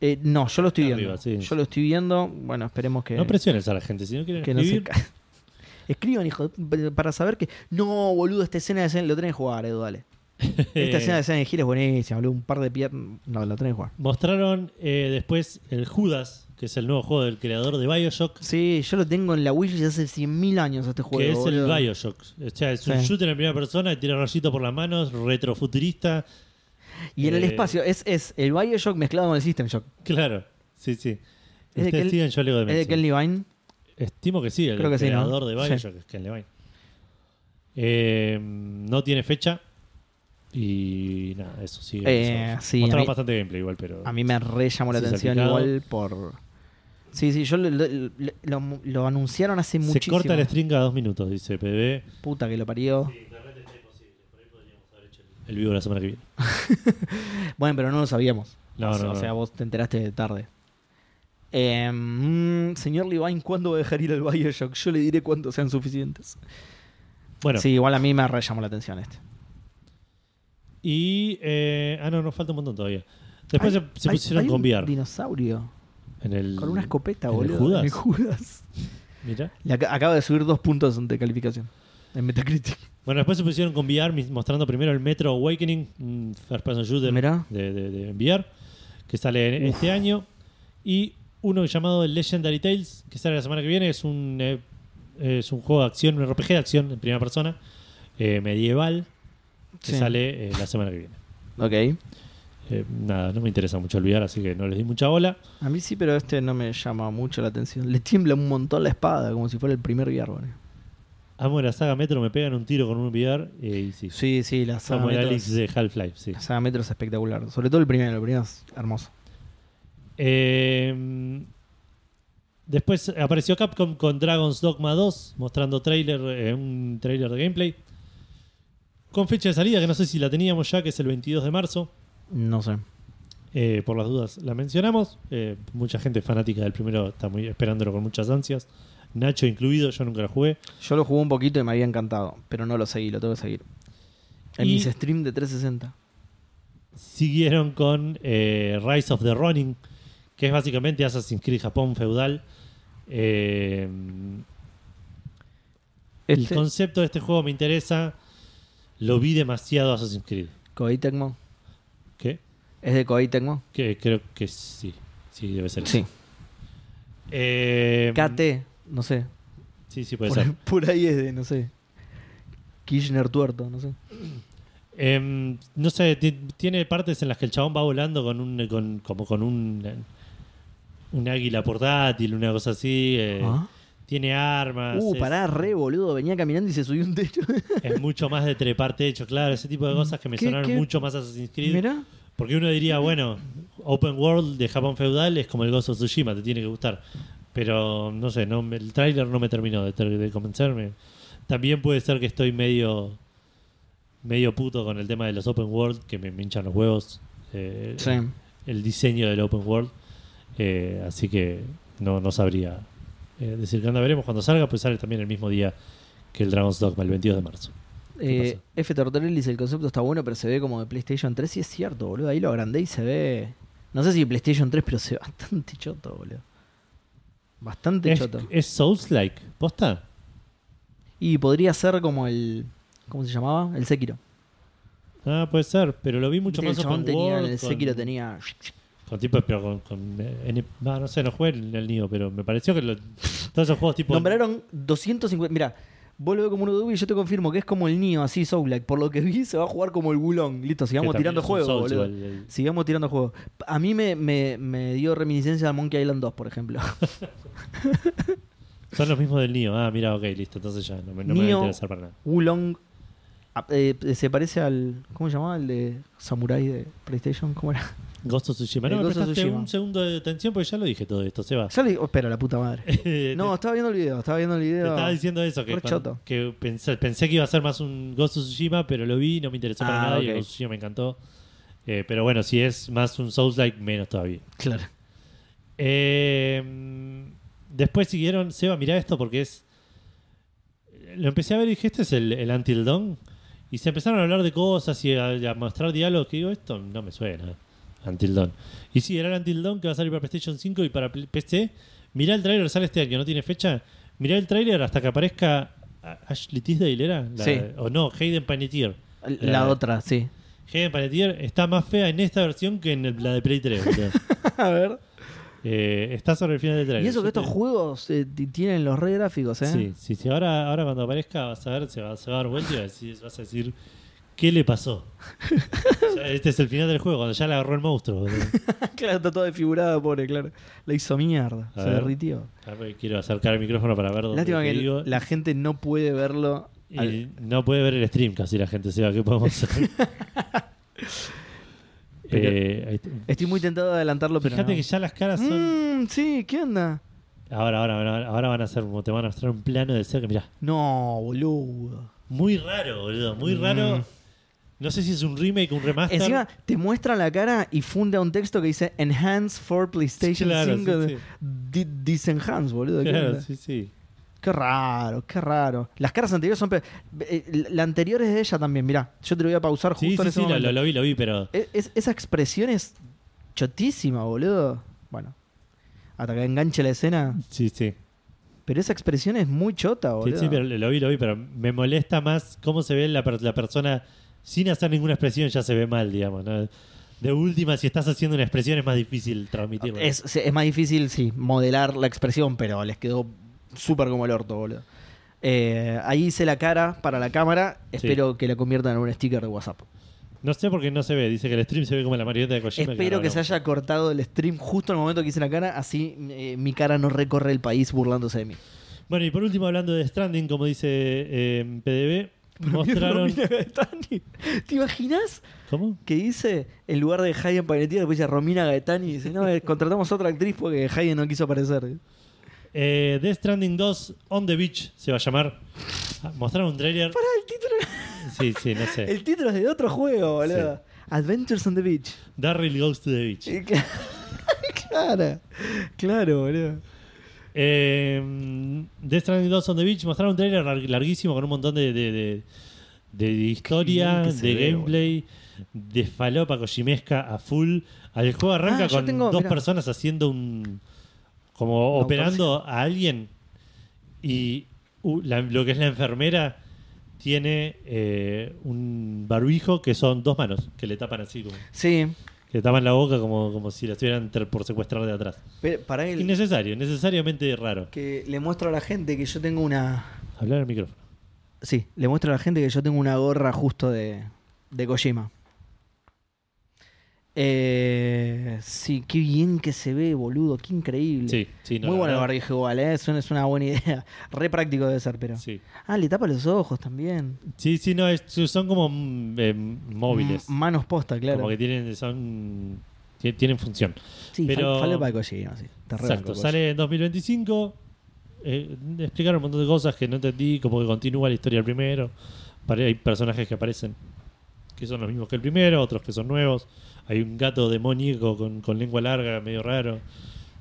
Eh, no, yo lo estoy
Está
viendo.
arriba, sí.
Yo lo estoy viendo. Bueno, esperemos que,
No presiones a la gente, si no quieren
que no se
escribir.
caiga. [laughs] Escriban, hijo, de- para saber que. No, boludo, esta escena de Silent- lo tenés que jugar, Edu, dale.
Eh.
Esta escena de Silent Hill es buenísima, boludo. Un par de piernas. No, lo tenés que jugar.
[laughs] Mostraron eh, después el Judas, que es el nuevo juego del creador de Bioshock.
Sí, yo lo tengo en la Wii ya hace 100.000 años este juego.
que es el
boludo.
Bioshock. O sea, es un
Sí.
shooter en primera persona, tira rayito por las manos, retrofuturista.
Y en el
Eh,
espacio, es, es el Bioshock mezclado con el System Shock.
Claro, sí, sí.
Es de
Ustedes
Ken-
sigan, yo leo de
¿Es de
Mensa.
Ken Levine?
Estimo que sí, el
Creo que sí, ¿no?
creador de Bioshock
Sí.
es Ken Levine. Eh, no tiene fecha. Y nada, eso sí.
Eh,
eso.
sí,
Mostraron
a mí-
bastante gameplay igual, pero.
A mí me re llamó la
Sí,
atención
salpicado.
igual por... Sí, sí, yo lo, lo- lo- lo anunciaron hace
se
muchísimo.
corta el string a dos minutos, dice PB.
Puta que lo parió.
El vivo la semana que viene.
Bueno, pero no lo sabíamos.
No,
o,
no,
sea, o
no.
sea, vos te enteraste de tarde. Eh, mm, señor Levine, ¿cuándo va a dejar ir al Bioshock? Yo le diré cuándo sean suficientes.
Bueno,
Sí, igual a mí me re llamó la atención este.
y. eh, ah, no, nos falta un montón todavía. Después
Hay-
se, se
hay-
pusieron
hay
con
un
VR.
dinosaurio
En el,
con una escopeta,
en el
boludo.
Judas.
En el Judas.
Mira.
Le ac- acaba de subir dos puntos de calificación en Metacritic.
Bueno, después se pusieron con VR mis- mostrando primero el Metro Awakening, un first person shooter
Mirá.
de, de- de VR, que sale en este año. Y uno llamado Legendary Tales, que sale la semana que viene. Es un, eh, es un juego de acción, un RPG de acción en primera persona, eh, medieval, que
Sí.
sale eh, la semana que viene.
Ok.
Eh, nada, no me interesa mucho el VR, así que no les di mucha bola.
A mí sí, pero este no me llama mucho la atención. Le tiembla un montón la espada, como si fuera el primer VR. boludo.
Amo la saga Metro, me pegan un tiro con un VR eh, y sí.
Sí, sí, la saga,
Como el
Metro
Alex
es,
de Half-Life, sí.
la saga Metro es espectacular. Sobre todo el primero, el primero es hermoso.
Eh, después apareció Capcom con Dragon's Dogma 2, mostrando trailer, eh, un trailer de gameplay. Con fecha de salida, que no sé si la teníamos ya, que es el 22 de marzo.
No sé.
Eh, por las dudas la mencionamos. Eh, mucha gente fanática del primero está muy esperándolo con muchas ansias. Nacho incluido, yo nunca la jugué.
Yo lo jugué un poquito y me había encantado, pero no lo seguí, lo tengo que seguir. En
Y-
mis streams de 360.
Siguieron con eh, Rise of the Ronin, que es básicamente Assassin's Creed Japón feudal. Eh,
Este,
El concepto de este juego me interesa. Lo vi demasiado Assassin's Creed.
Koei Tecmo.
¿Qué?
¿Es de Koei Tecmo?
Que creo que sí. Sí, debe ser.
Sí.
Eh,
KT, no sé.
Sí, sí, puede
Por,
ser.
por ahí es de, no sé. Kirchner Tuerto, no sé.
Em, no sé, ti- tiene partes en las que el chabón va volando con un, con, como con un, un águila portátil, una cosa así. eh, ah,
¿Ah?
Tiene armas.
Uh,
es-
pará, re boludo. Venía caminando y se subió un techo.
Es mucho más de trepar techos, claro. Ese tipo de cosas que me
Mm, ¿Qué-
sonaron
qué?
mucho más Assassin's Creed.
[laughs] Mirá.
Porque uno diría, bueno, Open World de Japón feudal es como el Ghost of Tsushima, te tiene que gustar. Pero no sé, no, me- el tráiler no me terminó de, ter- de convencerme. También puede ser que estoy medio medio puto con el tema de los Open World, que me, me hinchan los huevos. eh,
Sí.
El diseño del Open World. Eh, así que no, no sabría eh, decir que anda. Veremos cuando salga, pues sale también el mismo día que el Dragon's Dogma, el 22 de marzo. ¿Qué
Eh,
pasa?
F. Tortorelli dice: el concepto está bueno, pero se ve como de PlayStation 3. Y es cierto, boludo. Ahí lo agrandé y se ve. No sé si de PlayStation 3, pero se ve [laughs] bastante choto, boludo. Bastante
¿Es,
choto.
es Souls-like? ¿Posta?
Y podría ser como el. ¿Cómo se llamaba? El Sekiro.
Ah, puede ser, pero lo vi mucho
Viste que
más
el chabón
open
tenía,
world
el
con-
Sekiro tenía.
Con tipo, pero con. con, eh, N- ah, no sé, no jugué el, el Nioh, pero me pareció que lo- todos esos juegos tipo.
Nombraron 250. Mira, vos lo ves como un Udobi y yo te confirmo que es como el Nio, así Soulblack. Por lo que vi, se va a jugar como el Bulong. Listo,
que
sigamos
también
tirando
es un
juegos,
Souls
boludo.
igual, el-
Sigamos tirando juegos. A mí me, me, me dio reminiscencia al Monkey Island 2, por ejemplo.
son los mismos del Nioh. Ah, mira, ok, listo, entonces ya no, me- no me va
Nioh.
a interesar para nada.
Wulong ah, eh, se parece al. ¿Cómo se llamaba? El de Samurai de PlayStation. ¿Cómo
[laughs]
era?
Ghost of Tsushima. No,
El
me
Ghost of
prestaste
Tsushima.
un segundo de atención porque ya lo dije todo esto, Seba.
Ya le- oh, espera, la puta madre.
Eh,
[laughs] No,
[laughs] te,
estaba viendo el video, estaba viendo el
te
video.
estaba diciendo eso, que,
Re
cuando-
choto.
que pensé, pensé que iba a ser más un Ghost of Tsushima, pero lo vi, no me interesó para
Ah,
nada y
ok.
el Ghost of Tsushima me encantó. Eh, pero bueno, si es más un Souls-like, menos todavía.
Claro.
Eh, después siguieron, Seba, mirá esto porque es. Lo empecé a ver y dije, este es el, el Until Dawn. Y se empezaron a hablar de cosas y a, a mostrar diálogos que digo, esto no me suena. Until Dawn. Y sí, era el Until Dawn que va a salir para PlayStation 5 y para pl- PC. Mirá el trailer, sale este año, no tiene fecha. Mirá el trailer hasta que aparezca A- Ashley Tisdale, ¿era? La-
Sí.
O no, Hayden Panettiere.
La, la
[laughs]
otra, sí.
Hayden Panettiere está más fea en esta versión que en el- la de Play 3. boludo.
A ver.
Eh, está sobre el final del trailer.
Y eso que
Yo
estos
te-
juegos eh, ti- tienen los re gráficos, ¿eh?
Sí, sí, sí. Ahora, ahora cuando aparezca vas a ver, se va, se va a dar vuelta y vas a decir, vas a decir, ¿qué le
[laughs]
pasó? O sea, este es el final del juego, cuando ya le agarró el monstruo. boludo.
[laughs] claro, está todo desfigurado, pobre, claro. La hizo mierda,
A
se
ver.
derritió.
A ver, Quiero acercar el micrófono para ver dónde
Lástima
te
que
digo.
la gente no puede verlo.
Y
al-
no puede ver el stream casi la gente, Seba, ¿qué podemos
[laughs]
hacer?
Pero-
Eh, ahí está.
Estoy muy tentado de adelantarlo, pero.
Fíjate
no.
que ya las caras son...
Mm, sí, ¿qué onda?
Ahora, ahora, ahora, ahora van a hacer, te van a mostrar un plano de cerca, mirá.
No, boludo.
Muy raro, boludo, muy raro.
Mm.
No sé si es un remake, un remaster. [laughs]
Encima te muestra la cara y funde a un texto que dice Enhance for PlayStation
Claro,
5.
sí, sí.
Di- Disenhance, boludo. ¿qué
Claro,
onda?
sí, sí.
Qué raro, qué raro. Las caras anteriores son. pe- eh, La anterior es de ella también, mirá. Yo te lo voy a pausar justo
Sí,
en
sí,
ese
sí, lo,
momento.
lo- lo vi, lo vi, pero...
E- es- esa expresión es chotísima, boludo. Bueno, hasta que enganche la escena.
Sí, sí.
Pero esa expresión es muy chota,
Sí,
boludo.
sí, pero lo vi, lo vi, pero me molesta más cómo se ve la, per- la persona sin hacer ninguna expresión, ya se ve mal, digamos. ¿no? De última, si estás haciendo una expresión es más difícil transmitirlo.
Ah, es, es más difícil, sí, modelar la expresión, pero les quedó súper como el orto, boludo. Eh, ahí hice la cara para la cámara. Espero que la conviertan en un sticker de WhatsApp.
No sé por qué no se ve, dice que el stream se ve como la marioneta de Kojima.
Espero que se haya cortado el stream justo en el momento que hice la cara, así eh, mi cara no recorre el país burlándose
[laughs]
de mí.
Bueno, y por último, hablando de Stranding, como dice eh, PDB, mostraron...
Romina Gaetani. ¿Te imaginas
¿Cómo?
que dice en lugar de Hayden Panettiere después dice Romina Gaetani y dice, no, eh, contratamos a otra actriz porque Hayden no quiso aparecer.
Eh, Death Stranding 2 On the Beach se va a llamar. Ah, Mostraron un trailer.
Pará, el título,
Sí, sí, no sé.
[laughs] el título es de otro juego, boludo.
Sí.
Adventures on the Beach. [laughs]
Darryl Goes to the Beach.
Y cla- claro, claro, boludo.
Eh, Death Stranding 2 on the Beach mostraron un trailer lar- larguísimo con un montón de, de, de- de historia,
bien que se
de
ve,
gameplay, de falopa kojimesca a full. El juego arranca
Ah, yo
con
tengo-
dos
mirá.
personas haciendo un. como
Una
operando a alguien. Y u- la- lo que es la enfermera tiene eh, un barbijo que son dos manos que le tapan así, como,
Sí.
que le tapan la boca como, como si la estuvieran ter- por secuestrar de atrás.
Pero para él
Innecesario, necesariamente raro.
que le muestro a la gente que yo tengo una.
Hablar al micrófono.
Sí, le muestro a la gente que yo tengo una gorra justo de, de Kojima. Eh, sí, qué bien que se ve, boludo, qué increíble.
Sí, sí, no,
Muy
la
bueno el
verdad,
barbijo igual, ¿eh? es, una, es una buena idea. [laughs] Re práctico debe ser, pero.
Sí.
Ah, le tapa los ojos también.
sí, sí, no, es- son como mm, eh, móviles.
M- Mm, manos posta, claro.
Como que tienen, son, tie- tienen función.
Sí, fal-
pero-
falopa de Kojima, sí. Está re
Exacto,
banco,
sale en 2025. eh, explicaron un montón de cosas que no entendí, como que continúa la historia del primero. Pare- Hay personajes que aparecen que son los mismos que el primero, otros que son nuevos. Hay un gato demoníaco con, con lengua larga, medio raro.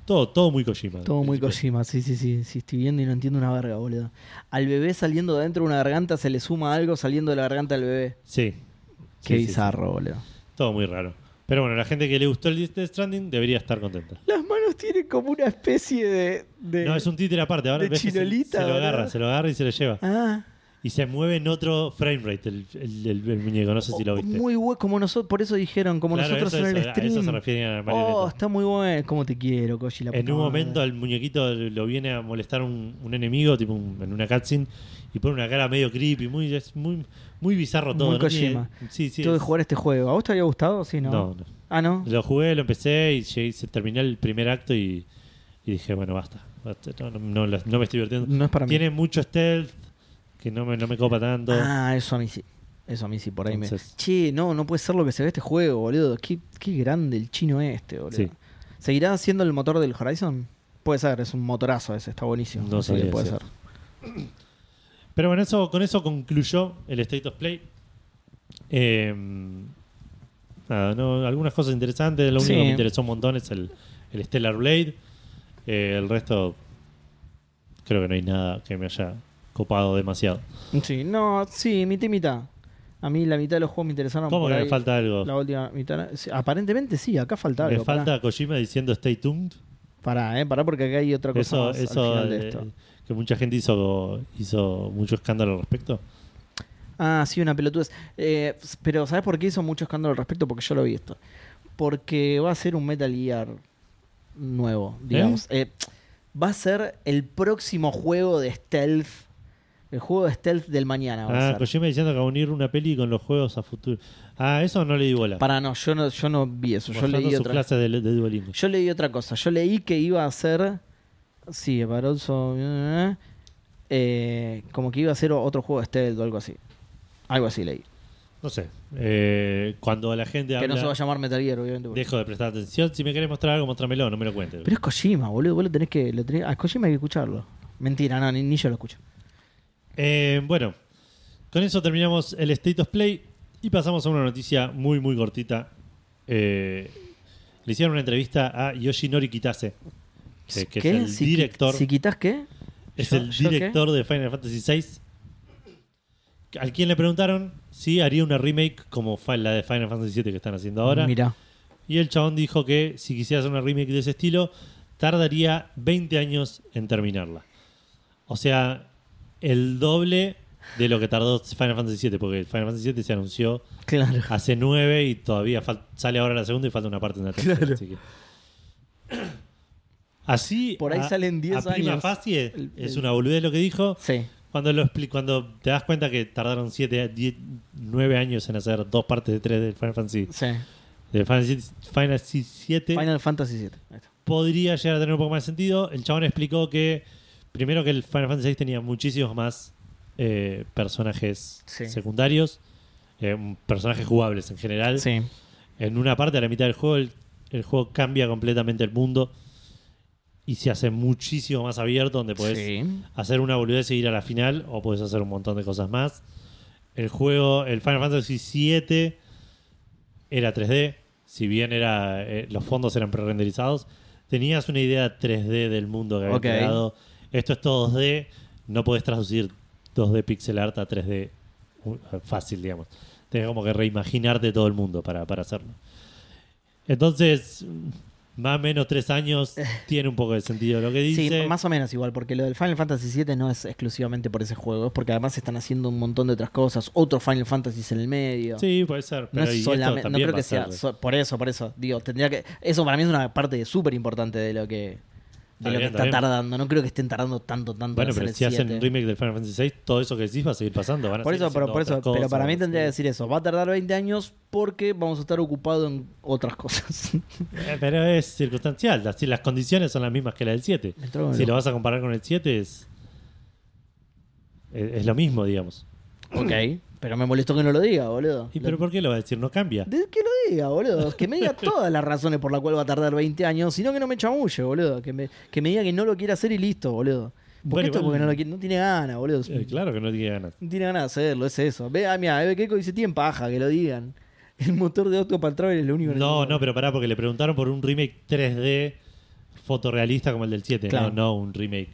Todo, todo muy Kojima.
Todo muy
Principio.
Kojima, sí, sí, sí. Sí, estoy viendo y no entiendo una verga, boludo. Al bebé saliendo de adentro de una garganta se le suma algo saliendo de la garganta del bebé.
Sí.
Qué
Sí, sí, sí.
bizarro, boludo.
Todo muy raro. Pero bueno, la gente que le gustó el Death Stranding debería estar contenta.
Las manos tienen como una especie de. de-
No, es un títere aparte. Ahora
de
ves que se-
chinolita,
se, lo
¿verdad?
agarra, se lo agarra y se lo lleva.
Ah,
Y se mueve en otro frame rate el, el- el- el muñeco. No sé si lo viste.
Oh, muy bueno, como nosotros, por eso dijeron, como
Claro,
nosotros
eso,
en el
eso, A eso se
stream.
refiere a la marioneta.
Oh, está muy bueno. ¿Cómo te quiero, Koji? la
en
puta
un
madre.
momento al muñequito lo viene a molestar un, un enemigo, tipo un- en una cutscene, y pone una cara medio creepy. Muy, es muy, muy bizarro todo.
Muy
¿no? Tiene-
Kojima.
Sí, sí.
Tuve
es-
que jugar este juego. ¿A vos te había gustado? Sí, no.
no, no.
Ah, no.
Lo jugué, lo empecé y llegué- se terminé el primer acto y, y dije, bueno, basta. basta, no, no- no la- no me estoy divirtiendo.
No es para mí.
Tiene mucho stealth que no me, no me copa tanto.
Ah, eso a mí sí. Eso a mí sí, por ahí
Entonces-
me. Che, no, no puede ser lo que se ve este juego, boludo. Qué, qué grande el chino este, boludo.
Sí.
¿Seguirá siendo el motor del Horizon? Puede ser, es un motorazo ese, está buenísimo.
No
Así que
sabría
puede ser.
decirte. Pero bueno, eso, con eso concluyó el State of Play. Eh, nada, no, algunas cosas interesantes. Lo único
Sí.
que me interesó un montón es el, el Stellar Blade. Eh, el resto, creo que no hay nada que me haya copado demasiado.
Sí, no, sí, mitad y mitad. A mí la mitad de los juegos me interesaron.
¿Cómo
por
que me
ahí.
falta algo?
La última mitad. sí, aparentemente sí, acá falta
me
algo.
falta
Pará,
Kojima diciendo Stay Tuned.
Pará, eh, pará, porque acá hay otra cosa
Eso,
más al
eso
final de
eh,
esto.
que mucha gente hizo, hizo mucho escándalo al respecto.
Ah, sí, una pelotudez. Eh, pero ¿sabes por qué hizo mucho escándalo al respecto? Porque yo lo vi esto. Porque va a ser un Metal Gear nuevo, digamos. Eh, va a ser el próximo juego de stealth. El juego de stealth del mañana va
Ah,
a ser.
Kojima diciendo que va a unir una peli con los juegos a futuro. Ah, eso no le di bola.
Para no, yo no, yo no vi eso. Yo
Mostrando
leí,
sus
otra,
clases de, de Duolingo.
yo leí otra cosa. Yo leí que iba a ser. Sí, para also- eh, eh, como que iba a ser otro juego de stealth o algo así. Algo así leí.
No sé. Eh, cuando la gente
que
habla,
no se va a llamar Metal Gear, obviamente. porque-
dejo de prestar atención. Si me querés mostrar algo, mostrámelo, no me lo cuentes.
Pero es Kojima, boludo. Vos lo tenés que. Lo tenés- a Kojima hay que escucharlo. Mentira, no, ni, ni yo lo escucho.
Eh, bueno, con eso terminamos el State of Play y pasamos a una noticia muy, muy cortita. Eh, le hicieron una entrevista a Yoshinori Kitase, eh, que, que es el
Si qui-
director,
Si quitas qué?
es
yo-
el
yo qué?
director de Final Fantasy VI. Al quien le preguntaron si haría una remake como fa- la de Final Fantasy VII que están haciendo ahora.
Mirá.
Y el chabón dijo que si quisiera hacer una remake de ese estilo, tardaría 20 años en terminarla. O sea, el doble de lo que tardó Final Fantasy VII, porque Final Fantasy VII se anunció
Claro.
hace 9 y todavía fal- sale ahora la segunda y falta una parte en la tercera.
Claro.
Así, que- Así,
Por ahí salen 10
a prima
años.
facie,
El-
es
el-
una boludez lo que dijo.
Sí.
Cuando, lo expli- cuando te das cuenta que tardaron 7, 10, 9 años en hacer dos partes de 3 de Final Fantasy
Sí.
de Final Fantasy- Final Fantasy VII
Final Fantasy VII. Ahí está.
podría llegar a tener un poco más de sentido. El chabón explicó que primero que el Final Fantasy VI tenía muchísimos más eh, personajes
Sí.
secundarios, eh, m- personajes jugables en general.
Sí.
En una parte, a la mitad del juego, el, el juego cambia completamente el mundo y se hace muchísimo más abierto donde podés
sí.
hacer una boludez y ir a la final o puedes hacer un montón de cosas más. El juego, el Final Fantasy VII era 3D, si bien era eh, los fondos eran pre-renderizados, tenías una idea 3D del mundo que había
Ok.
creado. Esto es todo 2D, no podés traducir 2D pixel art a 3D uh, fácil, digamos. Tenés como que reimaginarte todo el mundo para, para hacerlo. Entonces, mm, más o menos tres
[laughs]
años tiene un poco de sentido lo que dice.
Sí, más o menos igual, porque lo del Final Fantasy VII no es exclusivamente por ese juego, es porque además están haciendo un montón de otras cosas, otro Final Fantasy en el medio.
Sí, puede ser.
No
Pero y
es
esto
solamente, no
también
creo
va a
que sea,
ser-
so- por eso, por eso, digo, tendría que, eso para mí es una parte súper importante de lo que,
Está
de lo que
bien,
está
está bien.
tardando, no creo que estén tardando tanto, tanto en
Bueno,
hacer
pero
el
si hacen
7.
un remake del Final Fantasy VI, todo eso que decís va a seguir pasando. van a
Por
seguir
eso, pero,
haciendo
por eso,
otras cosas,
pero para mí
van a
tendría que
seguir-
decir eso, va a tardar 20 años porque vamos a estar ocupados en otras cosas.
Eh, pero es circunstancial. Las, las condiciones son las mismas que la del 7.
Me entró con
Si
el-
lo vas a comparar con el 7, es, es, es lo mismo, digamos.
Ok, pero me molestó que no lo diga, boludo.
¿Y
Lo-
pero por qué lo va a decir? No cambia.
De- que lo diga, boludo. Que me
[laughs]
diga todas las razones por las cuales va a tardar 20 años, sino que no me chamulle, boludo. Que me, que me diga que no lo quiere hacer y listo, boludo. Porque
Bueno,
esto
igual-
porque no, lo quiere- no tiene ganas, boludo.
Eh, claro que no tiene ganas.
No tiene ganas de hacerlo, es eso. Ve, ah, mira, Eve Keiko dice, tienen paja, que lo digan. [laughs] El motor de Octopath Travel es lo único que
No,
necesito".
no, pero pará, porque le preguntaron por un remake 3D fotorrealista como el del 7.
Claro.
No, no un remake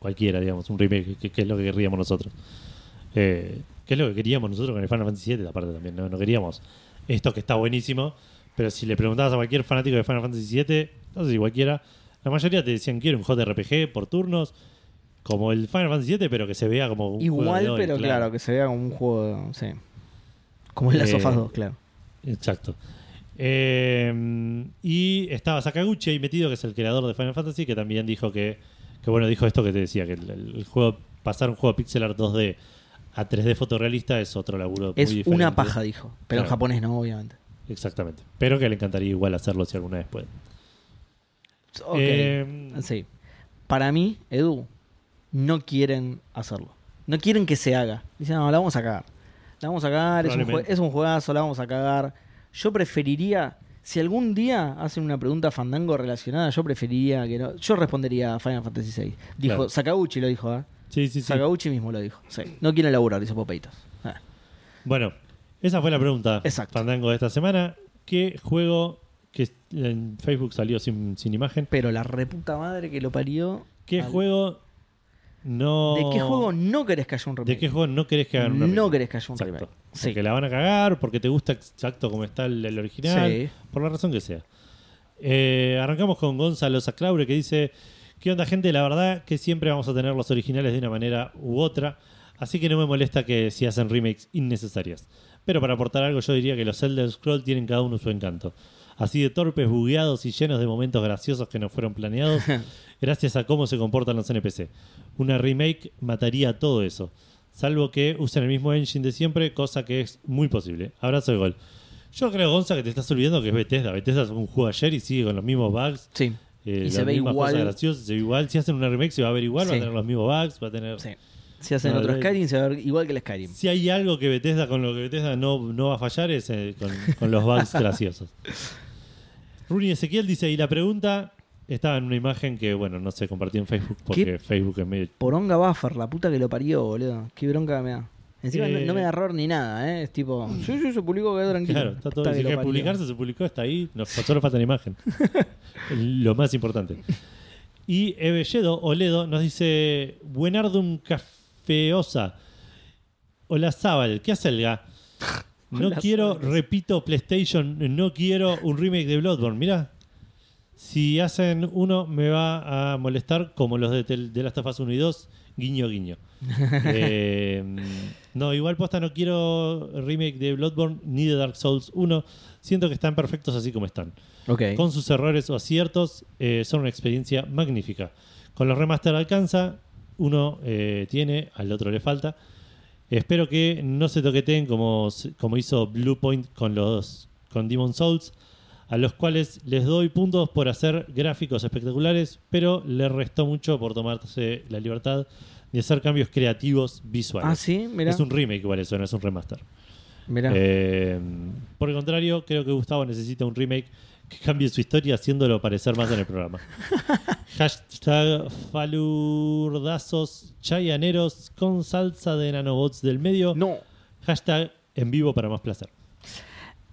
cualquiera, digamos. Un remake, que, que es lo que querríamos nosotros. Eh, que es lo que queríamos nosotros con el Final Fantasy 7, aparte también. No, no queríamos esto que está buenísimo. Pero si le preguntabas a cualquier fanático de Final Fantasy 7, no sé si cualquiera, la mayoría te decían quiero un JRPG por turnos, como el Final Fantasy 7, pero que se vea como un juego
Igual,
de hoy,
pero claro. que se vea como un juego, sí. Como en las
Eh,
sofás 2, claro.
Exacto. Eh, y estaba Sakaguchi ahí metido, que es el creador de Final Fantasy, que también dijo que, que bueno, dijo esto que te decía, que el, el juego, pasar un juego pixel art 2D a 3D fotorrealista es otro laburo
Es
muy diferente.
una paja, dijo. Pero en
Claro.
japonés no, obviamente.
Exactamente. Pero que le encantaría igual hacerlo si alguna vez puede.
Ok.
Eh,
Sí. Para mí, Edu, no quieren hacerlo. No quieren que se haga. Dicen, no, la vamos a cagar. La vamos a cagar, es un, jue-
Probablemente.
es un juegazo, la vamos a cagar. Yo preferiría, si algún día hacen una pregunta a Fandango relacionada, yo preferiría que no. Yo respondería a Final Fantasy VI. Dijo,
Claro.
Sakaguchi lo dijo, ¿eh?
sí, sí, sí.
Sakaguchi mismo lo dijo. Sí. No quieren laburar, dice Popeitos. Ah.
Bueno, esa fue la pregunta.
Exacto.
Fandango de esta semana. ¿Qué juego que en Facebook salió sin, sin imagen?
Pero la reputa madre que lo parió.
¿Qué
al-
juego no.
¿De qué juego no querés que haya un remake?
¿De qué juego no querés que hagan un
No
remake?
querés que haya un remake. Sí.
Porque la van a cagar, porque te gusta exacto como está el, el original,
Sí.
por la razón que sea. Eh, arrancamos con Gonzalo Saclaure que dice: ¿Qué onda, gente? La verdad que siempre vamos a tener los originales de una manera u otra, así que no me molesta que si hacen remakes innecesarias. Pero para aportar algo, yo diría que los Elder Scrolls tienen cada uno su encanto. Así de torpes, bugueados y llenos de momentos graciosos que no fueron
[laughs]
planeados, gracias a cómo se comportan los NPC. Una remake mataría todo eso. Salvo que usen el mismo engine de siempre, cosa que es muy posible. Abrazo de gol. Yo creo, Gonza, que te estás olvidando que es Bethesda. Bethesda es un juego ayer y sigue con los mismos bugs.
Sí.
eh,
Y
las
se ve
mismas cosas
igual.
graciosas, se ve igual. Si hacen una remake se va a ver igual, va
Sí.
a tener los mismos bugs, va a tener...
Sí. Si hacen
No,
otro
de-
Skyrim, se va a ver igual que el Skyrim.
Si hay algo que Bethesda con lo que Bethesda no, no va a fallar es eh, con, con los
[laughs]
bugs graciosos. Rooney Ezequiel dice, y la pregunta estaba en una imagen que, bueno, no se compartió en Facebook porque
¿Qué?
Facebook es medio...
Poronga Buffer, la puta que lo parió, boludo. Qué bronca me da. Encima no,
Eh.
no me da error ni nada, ¿eh? Es tipo, sí, sí, se publicó, quedó tranquilo.
Mm. Claro, está todo.
Puta
Si
que lo
querés
parió.
publicarse, se publicó, está ahí. Nos, solo falta la
[laughs]
imagen. Lo más importante. Y Ebelledo Oledo nos dice: Buenardum Cafeosa. Hola Zabal, ¿qué hace el
[laughs]
ga? No
Hola,
quiero,
Zabal.
repito, PlayStation, no quiero un remake de Bloodborne. Mirá, si hacen uno me va a molestar como los de, Tel- de Last of Us 1 y 2, guiño,
[laughs]
guiño. Eh, no, igual posta no quiero remake de Bloodborne ni de Dark Souls 1. Siento que están perfectos así como están.
Ok.
Con sus errores o aciertos eh, son una experiencia magnífica. Con los remaster alcanza, uno eh, tiene, al otro le falta. Espero que no se toqueteen como, s- como hizo Bluepoint con los con Demon Souls, a los cuales les doy puntos por hacer gráficos espectaculares, pero le restó mucho por tomarse la libertad de hacer cambios creativos visuales.
Ah, sí, mirá.
Es un remake igual eso, no es un remaster.
mirá.
Eh, por el contrario, creo que Gustavo necesita un remake que cambie su historia haciéndolo parecer más en el
[laughs]
programa. Hashtag falurdazos chayaneros con salsa de nanobots del medio.
no.
Hashtag en vivo para más placer.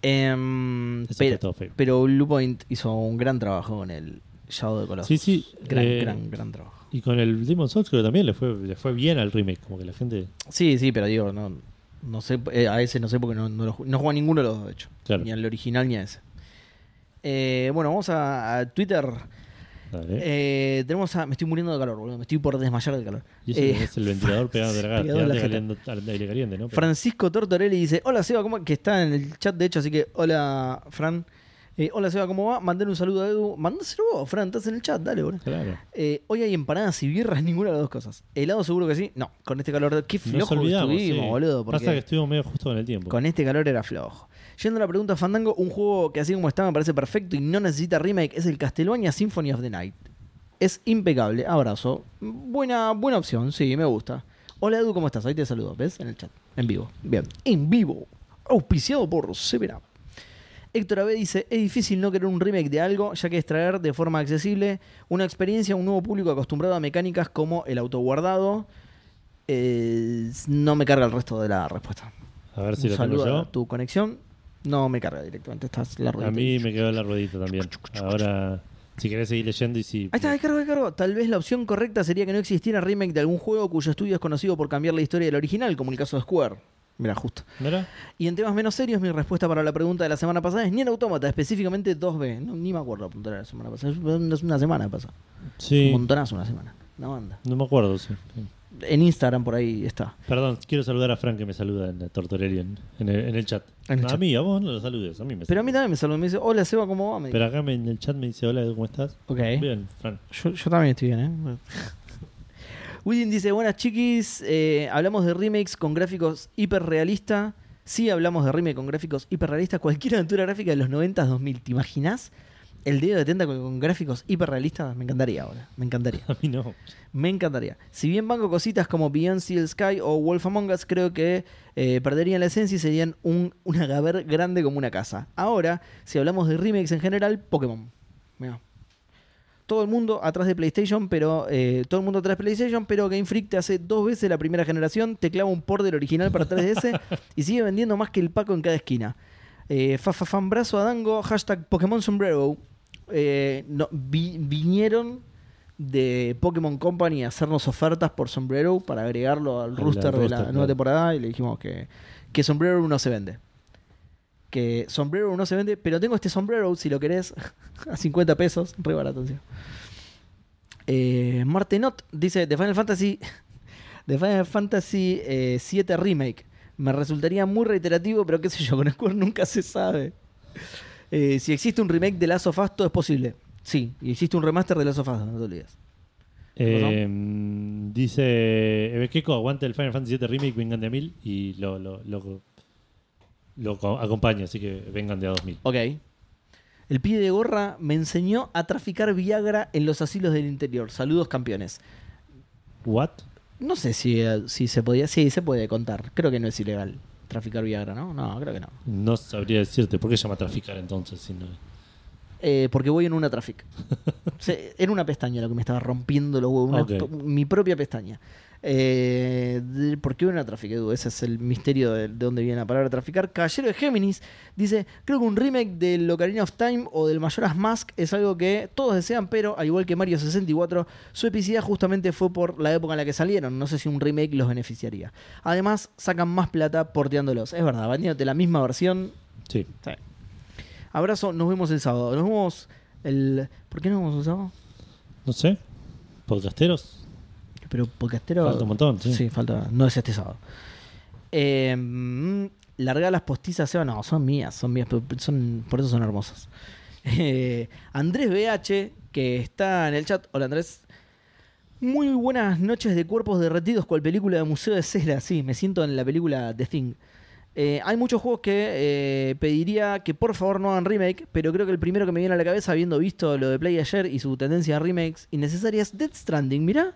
Em,
Eso fue
pero,
todo feo.
pero Blue Point hizo un gran trabajo con el Shadow de Colossus.
Sí, sí.
Gran,
eh,
gran, gran trabajo.
Y con el Demon Souls creo que también le fue, le fue bien al remake. Como que la gente.
Sí, sí, pero digo, no, no sé, eh, a ese no sé porque no, no, lo ju- no juego a ninguno de los dos, de hecho.
Claro.
Ni al original ni a ese. Eh, bueno, vamos a, a Twitter.
Dale.
Eh, tenemos a, me estoy muriendo de calor, boludo. Me estoy por desmayar de calor.
y eso
Eh,
es el
[laughs]
ventilador pegado de la
pegado en la jeta.
garganta. Al aire caliente, ¿no? Pero-
Francisco Tortorelli dice: Hola Seba, ¿cómo va?", Que está en el chat, de hecho, así que hola, Fran. Eh, hola Seba, ¿cómo va? Mandar un saludo a Edu. Mandáselo vos, Fran, estás en el chat, dale, boludo.
Claro.
Eh, hoy hay empanadas y birras, [laughs] ninguna de las dos cosas. Helado seguro que sí. No, con este calor. de- Qué
Nos
flojo que
olvidamos.
estuvimos,
sí.
boludo. porque
Pasa que estuvimos medio justo con el tiempo.
con este calor era flojo. Yendo a la pregunta Fandango, un juego que así como está me parece perfecto y no necesita remake es el Castlevania Symphony of the Night. Es impecable. Abrazo. Buena, buena opción, sí, me gusta. Hola Edu, ¿cómo estás? Ahí te saludo, ¿ves? En el chat. En vivo. Bien. En vivo. Auspiciado por Severa. Héctor AB dice, es difícil no querer un remake de algo, ya que es traer de forma accesible una experiencia a un nuevo público acostumbrado a mecánicas como el autoguardado. Eh, no me carga el resto de la respuesta.
A ver si
Un
lo tengo
saludo
yo.
a tu conexión. No me carga directamente, estás la
A
ruedita.
mí me quedó la ruedita también. Ahora, si querés seguir leyendo y si.
Ahí está, descargo, descargo. Tal vez la opción correcta sería que no existiera remake de algún juego cuyo estudio es conocido por cambiar la historia del original, como el caso de Square. Mira, justo.
¿Mira?
Y en temas menos serios, mi respuesta para la pregunta de la semana pasada es ni en Autómata, específicamente 2B. No, ni me acuerdo la pregunta de la semana pasada. Es una semana pasada. Un
Sí.
montonazo una semana. Una banda.
No me acuerdo, sí. Sí.
En Instagram por ahí está.
Perdón, quiero saludar a Frank que me saluda en la Tortorelli en, en el, en el chat.
En el
a
chat.
mí, a vos no lo saludes, a mí me
Pero a mí
saludas.
también me saludó. Me dice, hola Seba, ¿cómo va? Me dice.
Pero acá me- en el chat me dice, hola, Edu, ¿cómo estás?
Ok.
Bien, Frank. [laughs]
Yo, yo también estoy bien, ¿eh? Bueno. William dice, buenas chiquis, eh, hablamos de remakes con gráficos hiperrealista. Sí, hablamos de remake con gráficos hiperrealistas. Cualquier aventura gráfica de los 90 2000, ¿te imaginas? El dedo de tentáculo con gráficos hiperrealistas, me encantaría ahora, me encantaría.
A mí no.
Me encantaría. Si bien banco cositas como Beyond Steel Sky o Wolf Among Us, creo que eh, perderían la esencia y serían un, un agaver grande como una casa. Ahora, si hablamos de remakes en general, Pokémon. Mirá. Todo el mundo atrás de PlayStation, pero eh, todo el mundo atrás de PlayStation, pero Game Freak te hace dos veces la primera generación, te clava un port del original para
[laughs]
3DS y sigue vendiendo más que el Paco en cada esquina. Eh, fa, fa, fan, brazo a Dango, hashtag Pokémon Sombrero. Eh, no, vi- vinieron de Pokémon Company a hacernos ofertas por Sombrero para agregarlo al
Al-
rooster,
al
de la
roster,
nueva
claro.
temporada y le dijimos que, que Sombrero no se vende. Que Sombrero no se vende, pero tengo este Sombrero, si lo querés, [laughs] a 50 pesos, re barato. encima. Eh, Martenot dice The Final Fantasy [laughs] The Final Fantasy eh, 7 Remake. Me resultaría muy reiterativo, pero qué sé yo, [laughs] con Square nunca se sabe. Eh, si existe un remake de Last of Us, todo es posible. Sí, y existe un remaster de Last of Us, no te olvides.
Eh, dice Ebequeco, aguante el Final Fantasy VII Remake, vengan de a 1000 y lo, lo, lo, lo co- acompaña, así que vengan de a 2000.
Ok. El pibe de gorra me enseñó a traficar Viagra en los asilos del interior. Saludos, campeones.
¿What?
No sé si, eh, si se podía. Sí, se puede contar. Creo que no es ilegal traficar Viagra, ¿no? No, creo que no.
No sabría decirte. ¿Por qué se llama traficar entonces? Si no-
Eh, porque voy en una traffic. Se- era una pestaña lo que me estaba rompiendo los huevos. una
Ok.
p- Mi propia pestaña. Eh, de- ¿Por qué una traffic, Edu? Ese es el misterio de, de dónde viene la palabra traficar. Caballero de Géminis dice: Creo que un remake del Ocarina of Time o del Majora's Mask es algo que todos desean, pero al igual que Mario 64, su epicidad justamente fue por la época en la que salieron. No sé si un remake los beneficiaría. Además, sacan más plata porteándolos. Es verdad, vendiéndote la misma versión
Sí.
Abrazo, nos vemos el sábado. Nos vemos el. ¿Por qué nos vemos el sábado?
No sé. ¿Podcasteros?
Pero podcastero.
Falta un montón, sí.
falta. No es este sábado. Eh, mm, larga las postizas, Seba. No, son mías, son mías. pero Son, por eso son hermosas. Eh, Andrés BH, que está en el chat. Hola Andrés. Muy buenas noches de cuerpos derretidos, cual película de Museo de Cera. Sí, me siento en la película The Thing. Eh, hay muchos juegos que eh, pediría que por favor no hagan remake, pero creo que el primero que me viene a la cabeza, habiendo visto lo de Play ayer y su tendencia a remakes innecesarias, Dead Stranding. Mirá,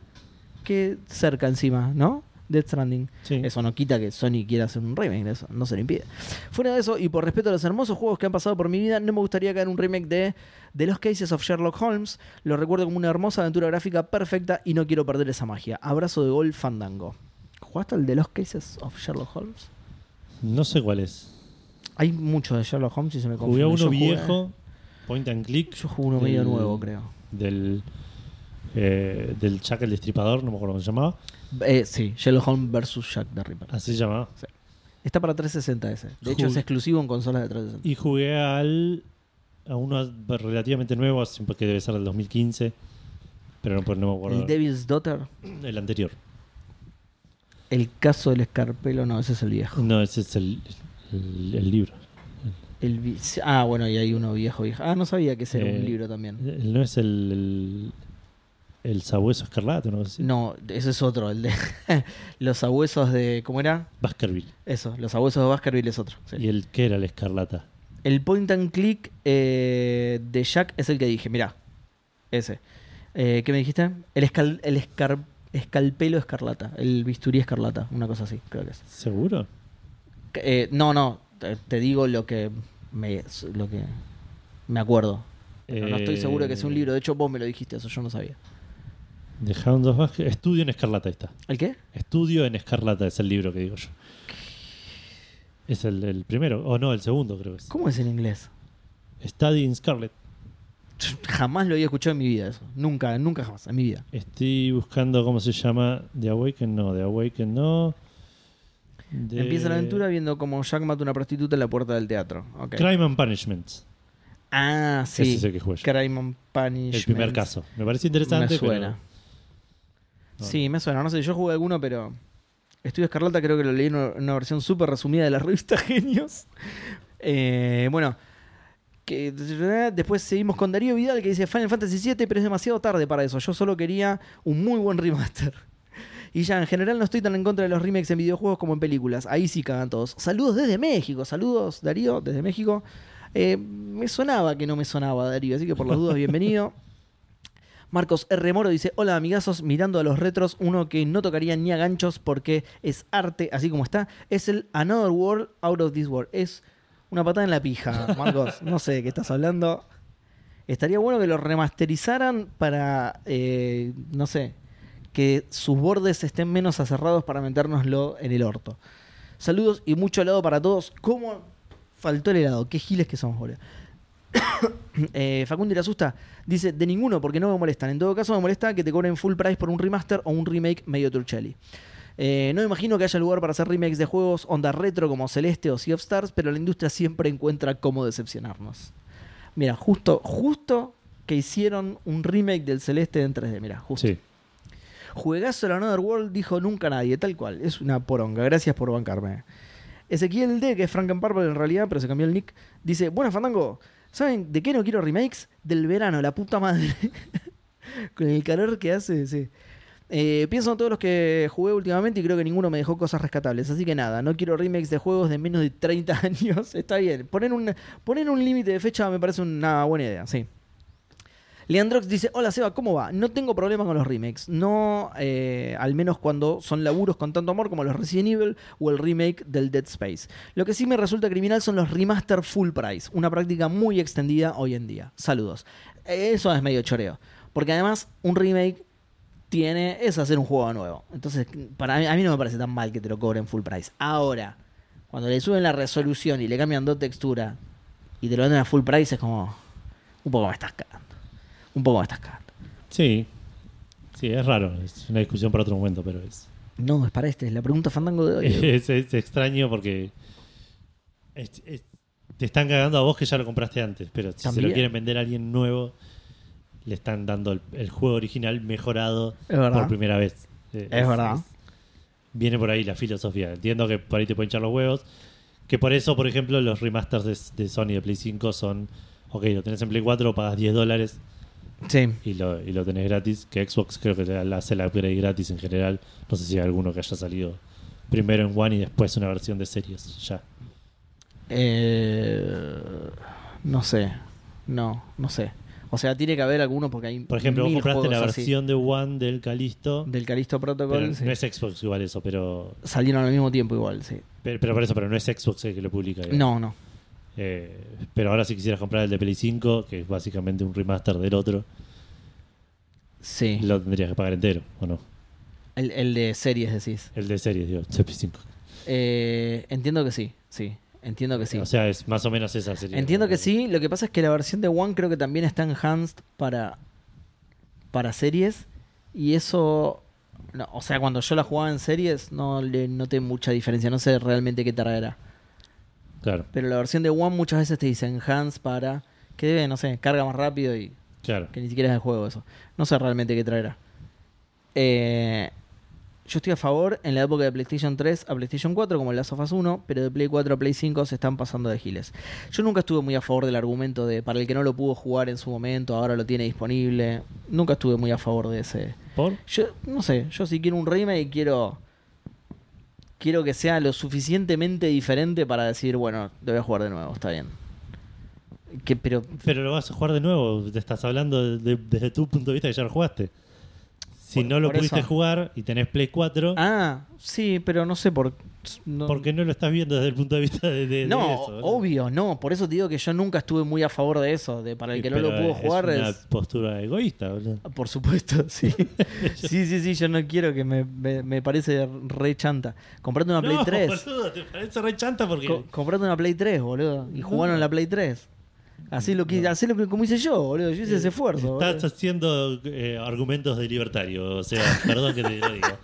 que cerca encima, ¿no? Dead Stranding.
Sí.
Eso no quita que Sony quiera hacer un remake de eso, no se lo impide. Fuera de eso, y por respeto a los hermosos juegos que han pasado por mi vida, no me gustaría caer un remake de The Los Cases of Sherlock Holmes. Lo recuerdo como una hermosa aventura gráfica perfecta y no quiero perder esa magia. Abrazo de gol fandango. ¿Jugaste al The Los Cases of Sherlock Holmes?
No sé cuál es.
Hay muchos de Sherlock Holmes y se me
Jugué
confunde.
a uno
Yo jugué-
viejo point and click.
Yo jugué uno medio
del-
nuevo, creo.
Del. eh, del Jack el Destripador, no me acuerdo cómo se llamaba.
Eh, sí, Sherlock Holmes vs. Jack the Ripper.
Así se llamaba.
Está para 360 ese. De hecho,
Ju-
es exclusivo en consolas de 360.
Y jugué al. a uno relativamente nuevo, siempre que debe ser del 2015. Pero no, pues no me acuerdo.
el Devil's Daughter,
El anterior.
el caso del escarpelo, no, ese es el viejo.
No, ese es el, el- el libro.
El vi- ah, bueno, y hay uno viejo, viejo. Ah, no sabía que ese era
Eh,
un libro también.
El- No es el. El, el sabueso escarlata, ¿no? Sí.
No, ese es otro, el de [laughs] los abuesos de... ¿Cómo era?
Baskerville.
Eso, los abuesos de Baskerville es otro. sí.
¿Y el que era el escarlata?
El point and click eh, de Jack es el que dije, mirá, ese. Eh, ¿Qué me dijiste? El, escal- el escar- escalpelo escarlata, el bisturí escarlata, una cosa así, creo que es.
¿Seguro?
Eh, no, no, te, te digo lo que me, lo que me acuerdo.
Eh,
Pero no estoy seguro de que sea un libro. De hecho, vos me lo dijiste, eso yo no sabía.
The Hound of Baskerville. Estudio en escarlata, ahí está.
¿El qué?
Estudio en escarlata es el libro que digo yo. Es el, el primero, o no, el segundo creo que es.
¿Cómo es en inglés?
Study in Scarlet.
Jamás lo había escuchado en mi vida eso. Nunca, nunca jamás, en mi vida.
Estoy buscando cómo se llama The Awaken, no, The Awaken, no. De-
Empieza la aventura viendo como Jack mata a una prostituta en la puerta del teatro. Ok.
Crime and Punishment.
Ah,
Ese
sí.
es el que juego yo.
Crime and Punishment.
El primer caso. Me parece interesante.
Me suena.
No,
sí, me suena. No sé, yo jugué alguno, pero. Estudio Escarlata creo que lo leí en una- una versión súper resumida de la [laughs] revista Genios. Eh, bueno. Que, después seguimos con Darío Vidal que dice Final Fantasy VII, pero es demasiado tarde para eso. Yo solo quería un muy buen remaster. [laughs] Y ya, en general no estoy tan en contra de los remakes en videojuegos como en películas. Ahí sí cagan todos. Saludos desde México. Saludos, Darío, desde México. Eh, me sonaba que no me sonaba, Darío, así que por
[laughs]
las dudas, bienvenido. Marcos R. Moro dice: Hola, amigazos, mirando a los retros, uno que no tocaría ni a ganchos porque es arte, así como está, es el Another World Out of This World. Es una patada en la pija, Marcos. No sé de qué estás hablando. Estaría bueno que lo remasterizaran para, eh, no sé, que sus bordes estén menos aserrados para metérnoslo en el orto. Saludos y mucho helado para todos. ¿Cómo faltó el helado? Qué giles que somos, boludo. [coughs] Eh, Facundo Irasusta dice, de ninguno, porque no me molestan. En todo caso, me molesta que te cobren full price por un remaster o un remake medio turchelli. Eh, no me imagino que haya lugar para hacer remakes de juegos onda retro como Celeste o Sea of Stars, pero la industria siempre encuentra cómo decepcionarnos. Mira, justo, justo que hicieron un remake del Celeste en 3D. Mira, justo.
Sí.
Juegazo de Another World dijo nunca nadie, tal cual. Es una poronga. Gracias por bancarme. Ezequiel D, que es Frank and Purple en realidad, pero se cambió el nick, dice: Buenas, Fandango. ¿Saben de qué no quiero remakes? Del verano, la puta madre. [laughs] Con el calor que hace, sí. Eh, pienso en todos los que jugué últimamente y creo que ninguno me dejó cosas rescatables. Así que nada, no quiero remakes de juegos de menos de 30 [laughs] años. Está bien. Poner un, poner un límite de fecha me parece una buena idea, sí. Leandrox dice, hola Seba, ¿cómo va? No tengo problema con los remakes. No, eh, al menos cuando son laburos con tanto amor como los Resident Evil o el remake del Dead Space. Lo que sí me resulta criminal son los remaster full price, una práctica muy extendida hoy en día. Saludos. Eh, Eso es medio choreo. Porque además un remake tiene, es hacer un juego nuevo. Entonces, para mí, a mí no me parece tan mal que te lo cobren full price. Ahora, cuando le suben la resolución y le cambian dos texturas y te lo venden a full price, es como, un poco me estás cagando. Un poco me estás cagando.
Sí. Sí, es raro. Es una discusión para otro momento, pero es.
No, es para este, es la pregunta fandango de
[laughs]
hoy.
Es, es extraño porque. es- es- te están cagando a vos que ya lo compraste antes, pero si se
También.
lo quieren vender a alguien nuevo, le están dando el, el juego original mejorado
Es verdad.
por primera vez. Eh,
Es verdad.
viene por ahí la filosofía. Entiendo que por ahí te pueden echar los huevos. Que por eso, por ejemplo, los remasters de, de Sony de Play 5 son. Ok, lo tenés en Play 4, pagas 10 dólares
Sí.
y lo, y lo tenés gratis. Que Xbox creo que te la- hace la upgrade gratis en general. No sé si hay alguno que haya salido primero en One y después una versión de series. Ya.
Eh, no sé. No, no sé. O sea, tiene que haber algunos porque hay.
Por ejemplo, vos
mil
compraste la
juegos así.
versión de One del Calisto.
del Calisto
pero
Protocol. sí.
No es Eh, Xbox igual eso, pero,
Salieron al mismo tiempo igual, sí.
pero. pero por eso, pero no es Xbox el que lo publica. digamos.
No, no.
Eh, pero ahora si quisieras comprar el de Play 5, que es básicamente un remaster del otro,
Sí.
lo tendrías que pagar entero, ¿o no?
El, el de series decís.
El de series, digo, de Play 5.
Eh, entiendo que sí, sí. Entiendo que sí.
O sea, es más o menos esa serie.
Entiendo que sí. Lo que pasa es que la versión de One creo que también está enhanced para, para series. Y eso. no, o sea, cuando yo la jugaba en series no le noté mucha diferencia. No sé realmente qué traerá.
Claro,
Pero la versión de One muchas veces te dice enhanced para. Que debe, no sé, carga más rápido y
claro.
que ni siquiera es el juego eso. No sé realmente qué traerá. Eh, yo estoy a favor en la época de PlayStation 3 a PlayStation 4, como el Last of Us 1, pero de Play 4 a Play 5 se están pasando de giles. Yo nunca estuve muy a favor del argumento de para el que no lo pudo jugar en su momento, ahora lo tiene disponible. Nunca estuve muy a favor de ese.
¿Por?
Yo, no sé, yo si quiero un remake quiero. Quiero que sea lo suficientemente diferente para decir, bueno, lo voy a jugar de nuevo, está bien. Que, pero
Pero lo vas a jugar de nuevo. Te estás hablando de- desde tu punto de vista que ya lo jugaste. Si
Por-
no lo
por
pudiste
eso.
jugar y tenés Play 4,
Ah, sí, pero no sé por no,
¿por qué no lo estás viendo desde el punto de vista de, de- de
No,
eso? boludo?
obvio, no. Por eso te digo que yo nunca estuve muy a favor de eso. De para el que no
Pero
lo pudo
es
jugar
una
es- Ah,
postura egoísta, boludo.
Por supuesto, [laughs] sí. sí, sí, sí, yo no quiero que me, me, me parece re chanta. Comprate una Play
no,
3.
boludo, te parece re chanta porque...
Co- comprate una Play 3, boludo. Y
No.
jugaron la Play 3. Así lo que, hacé lo que como hice yo, boludo. Yo hice ese esfuerzo.
eh, Estás
boludo.
haciendo eh, argumentos de libertario. O
[laughs]
sea, perdón que te lo diga.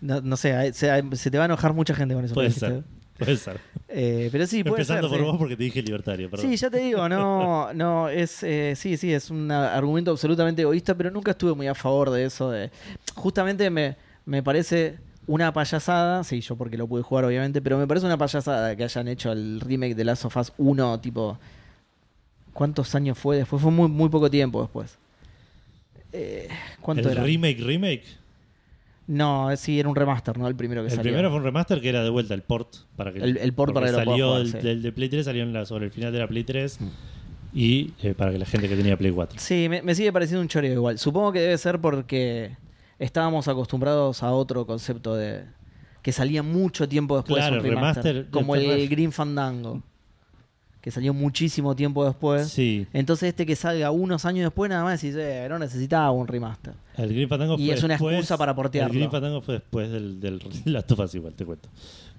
No, no sé, hay- se, hay- se te va a enojar mucha gente con eso.
Puede
que
ser.
dijiste.
Puede ser.
Eh, pero sí, puede
Empezando
ser.
por
sí.
vos porque te dije libertario, perdón.
Sí, ya te digo,
[laughs]
no, no, es, eh, sí, sí, es un argumento absolutamente egoísta, pero nunca estuve muy a favor de eso. De, justamente me, me parece una payasada, sí, yo porque lo pude jugar obviamente, pero me parece una payasada que hayan hecho el remake de Last of Us 1, tipo, ¿cuántos años fue después? Fue muy, muy poco tiempo después. Eh, ¿Cuánto
¿El
era?
remake, remake?
No, eh, sí, era un remaster, ¿no? El primero que
El
salió.
primero fue un remaster que era de vuelta el port. Para que,
El- el port para
porque
que lo puedas
salió
jugar,
el,
sí. Mm.
del de Play 3, salió en la- sobre el final de la Play 3. Y eh, para que la gente que tenía Play 4.
Sí, me, me sigue pareciendo un choreo igual. Supongo que debe ser porque estábamos acostumbrados a otro concepto de que salía mucho tiempo después
Claro,
un remaster,
remaster,
como
este
el
ref-
Green Fandango, que salió muchísimo tiempo después.
Sí.
Entonces este que salga unos años después nada más decís, eh, no necesitaba un remaster.
El Green Fandango
Y
fue
es una
después-
excusa para portearlo.
El Green Fandango fue después del, del [laughs] Last of Us igual, te cuento.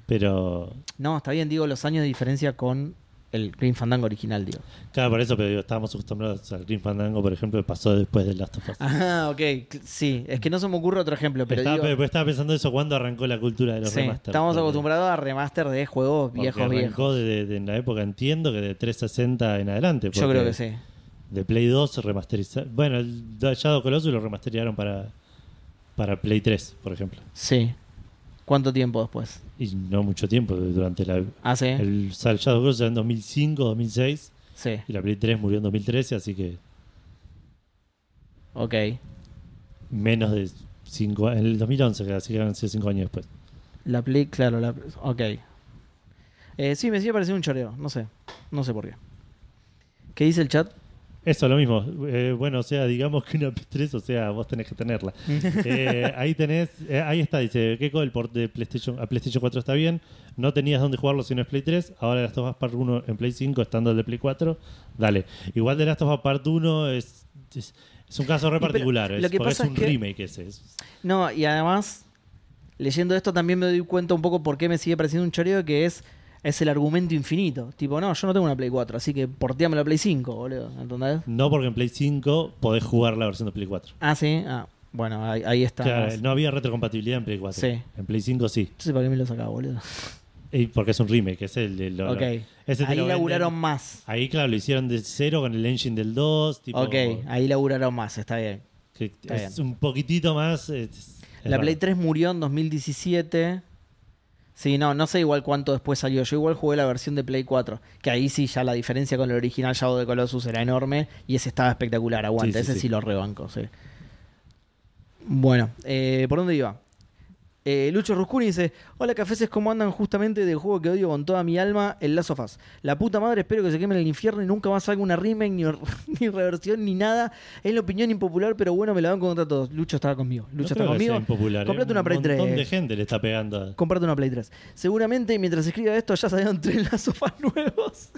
Pero,
No, está bien, digo, los años de diferencia con el Green Fandango original, digo.
claro, por eso, pero digo, estábamos acostumbrados al Green Fandango, por ejemplo, que pasó después del Last of Us.
Ah, ok, cl- sí, es que no se me ocurre otro ejemplo, Ah, pero
estaba,
digo,
pe- estaba pensando eso cuando arrancó la cultura de los
sí,
remasters.
estamos
Porque-
acostumbrados a remaster de juegos
porque
viejos, viejos.
arrancó de, de- en la época, entiendo que de 360 en adelante.
Yo
porque
creo que sí.
De Play 2 remasterizar. Bueno, el Shadow Colossus lo remasterizaron para, para Play 3, por ejemplo.
Sí. ¿Cuánto tiempo después?
Y no mucho tiempo, durante la.
Ah, sí.
El Shadow Colossus era en 2005, 2006.
Sí,
Y la Play 3 murió en 2013, así que
ok.
menos de 5 En el 2011, así que han sido 5 años después.
La Play, claro, la... Ok. Eh, sí, me sigue pareciendo un choreo. No sé. No sé por qué. ¿Qué dice el chat?
Eso, lo mismo. Eh, bueno, o sea, digamos que una Play 3, o sea, vos tenés que
[laughs]
tenerla. Eh, ahí tenés, eh, ahí está, dice, Keiko, el port de PlayStation a PlayStation 4 está bien. No tenías dónde jugarlo si no es Play 3. Ahora Last of Us Part 1 en Play 5, estando el de Play 4. Dale. Igual de Last of Us Part 1 es, es, es un caso re
Y pero,
particular. Es,
lo que
porque
pasa
es
es
un
que-
remake ese. Es-
No, y además, leyendo esto también me doy cuenta un poco por qué me sigue pareciendo un choreo, que es, es el argumento infinito. Tipo, no, yo no tengo una Play 4, así que porteame la Play 5, boludo. ¿Entendés?
No porque en Play 5 podés jugar la versión de Play 4.
Ah, sí. Ah, bueno, ahí, ahí está.
Claro,
no...
no había retrocompatibilidad en Play 4.
Sí.
En Play 5 sí.
sé para qué me lo sacaba, boludo.
Y porque es un remake, es el de lo-
ok.
ese te
Ahí
lo venden.
laburaron más.
Ahí, claro, lo hicieron de cero con el engine del 2. Tipo,
ok, ahí laburaron más, está bien.
Que
Está
es un poquitito más. es- es
la
raro.
Play 3 murió en 2017. Sí, no, no sé igual cuánto después salió. Yo igual jugué la versión de Play 4. Que ahí sí ya la diferencia con el original Shadow de Colossus era enorme. Y ese estaba espectacular, aguanta.
Sí, sí,
ese sí.
sí.
lo rebanco, sí. Bueno, eh, ¿por dónde iba? Eh, Lucho Ruscuni dice: Hola cafeses, ¿cómo andan justamente del juego que odio con toda mi alma, el Lazo Faz? La puta madre, espero que se queme en el infierno y nunca más salga una remake, ni, [laughs] ni reversión, ni nada. Es la opinión impopular, pero bueno, me la dan contra todos. Lucho estaba conmigo.
No
Lucho
creo
estaba
que sea
conmigo.
impopular, ¿eh?
Comprate una Play
Un montón de
3.
gente le está pegando.
Comprate una Play 3. Seguramente mientras escriba esto ya salieron tres Last of Us nuevos.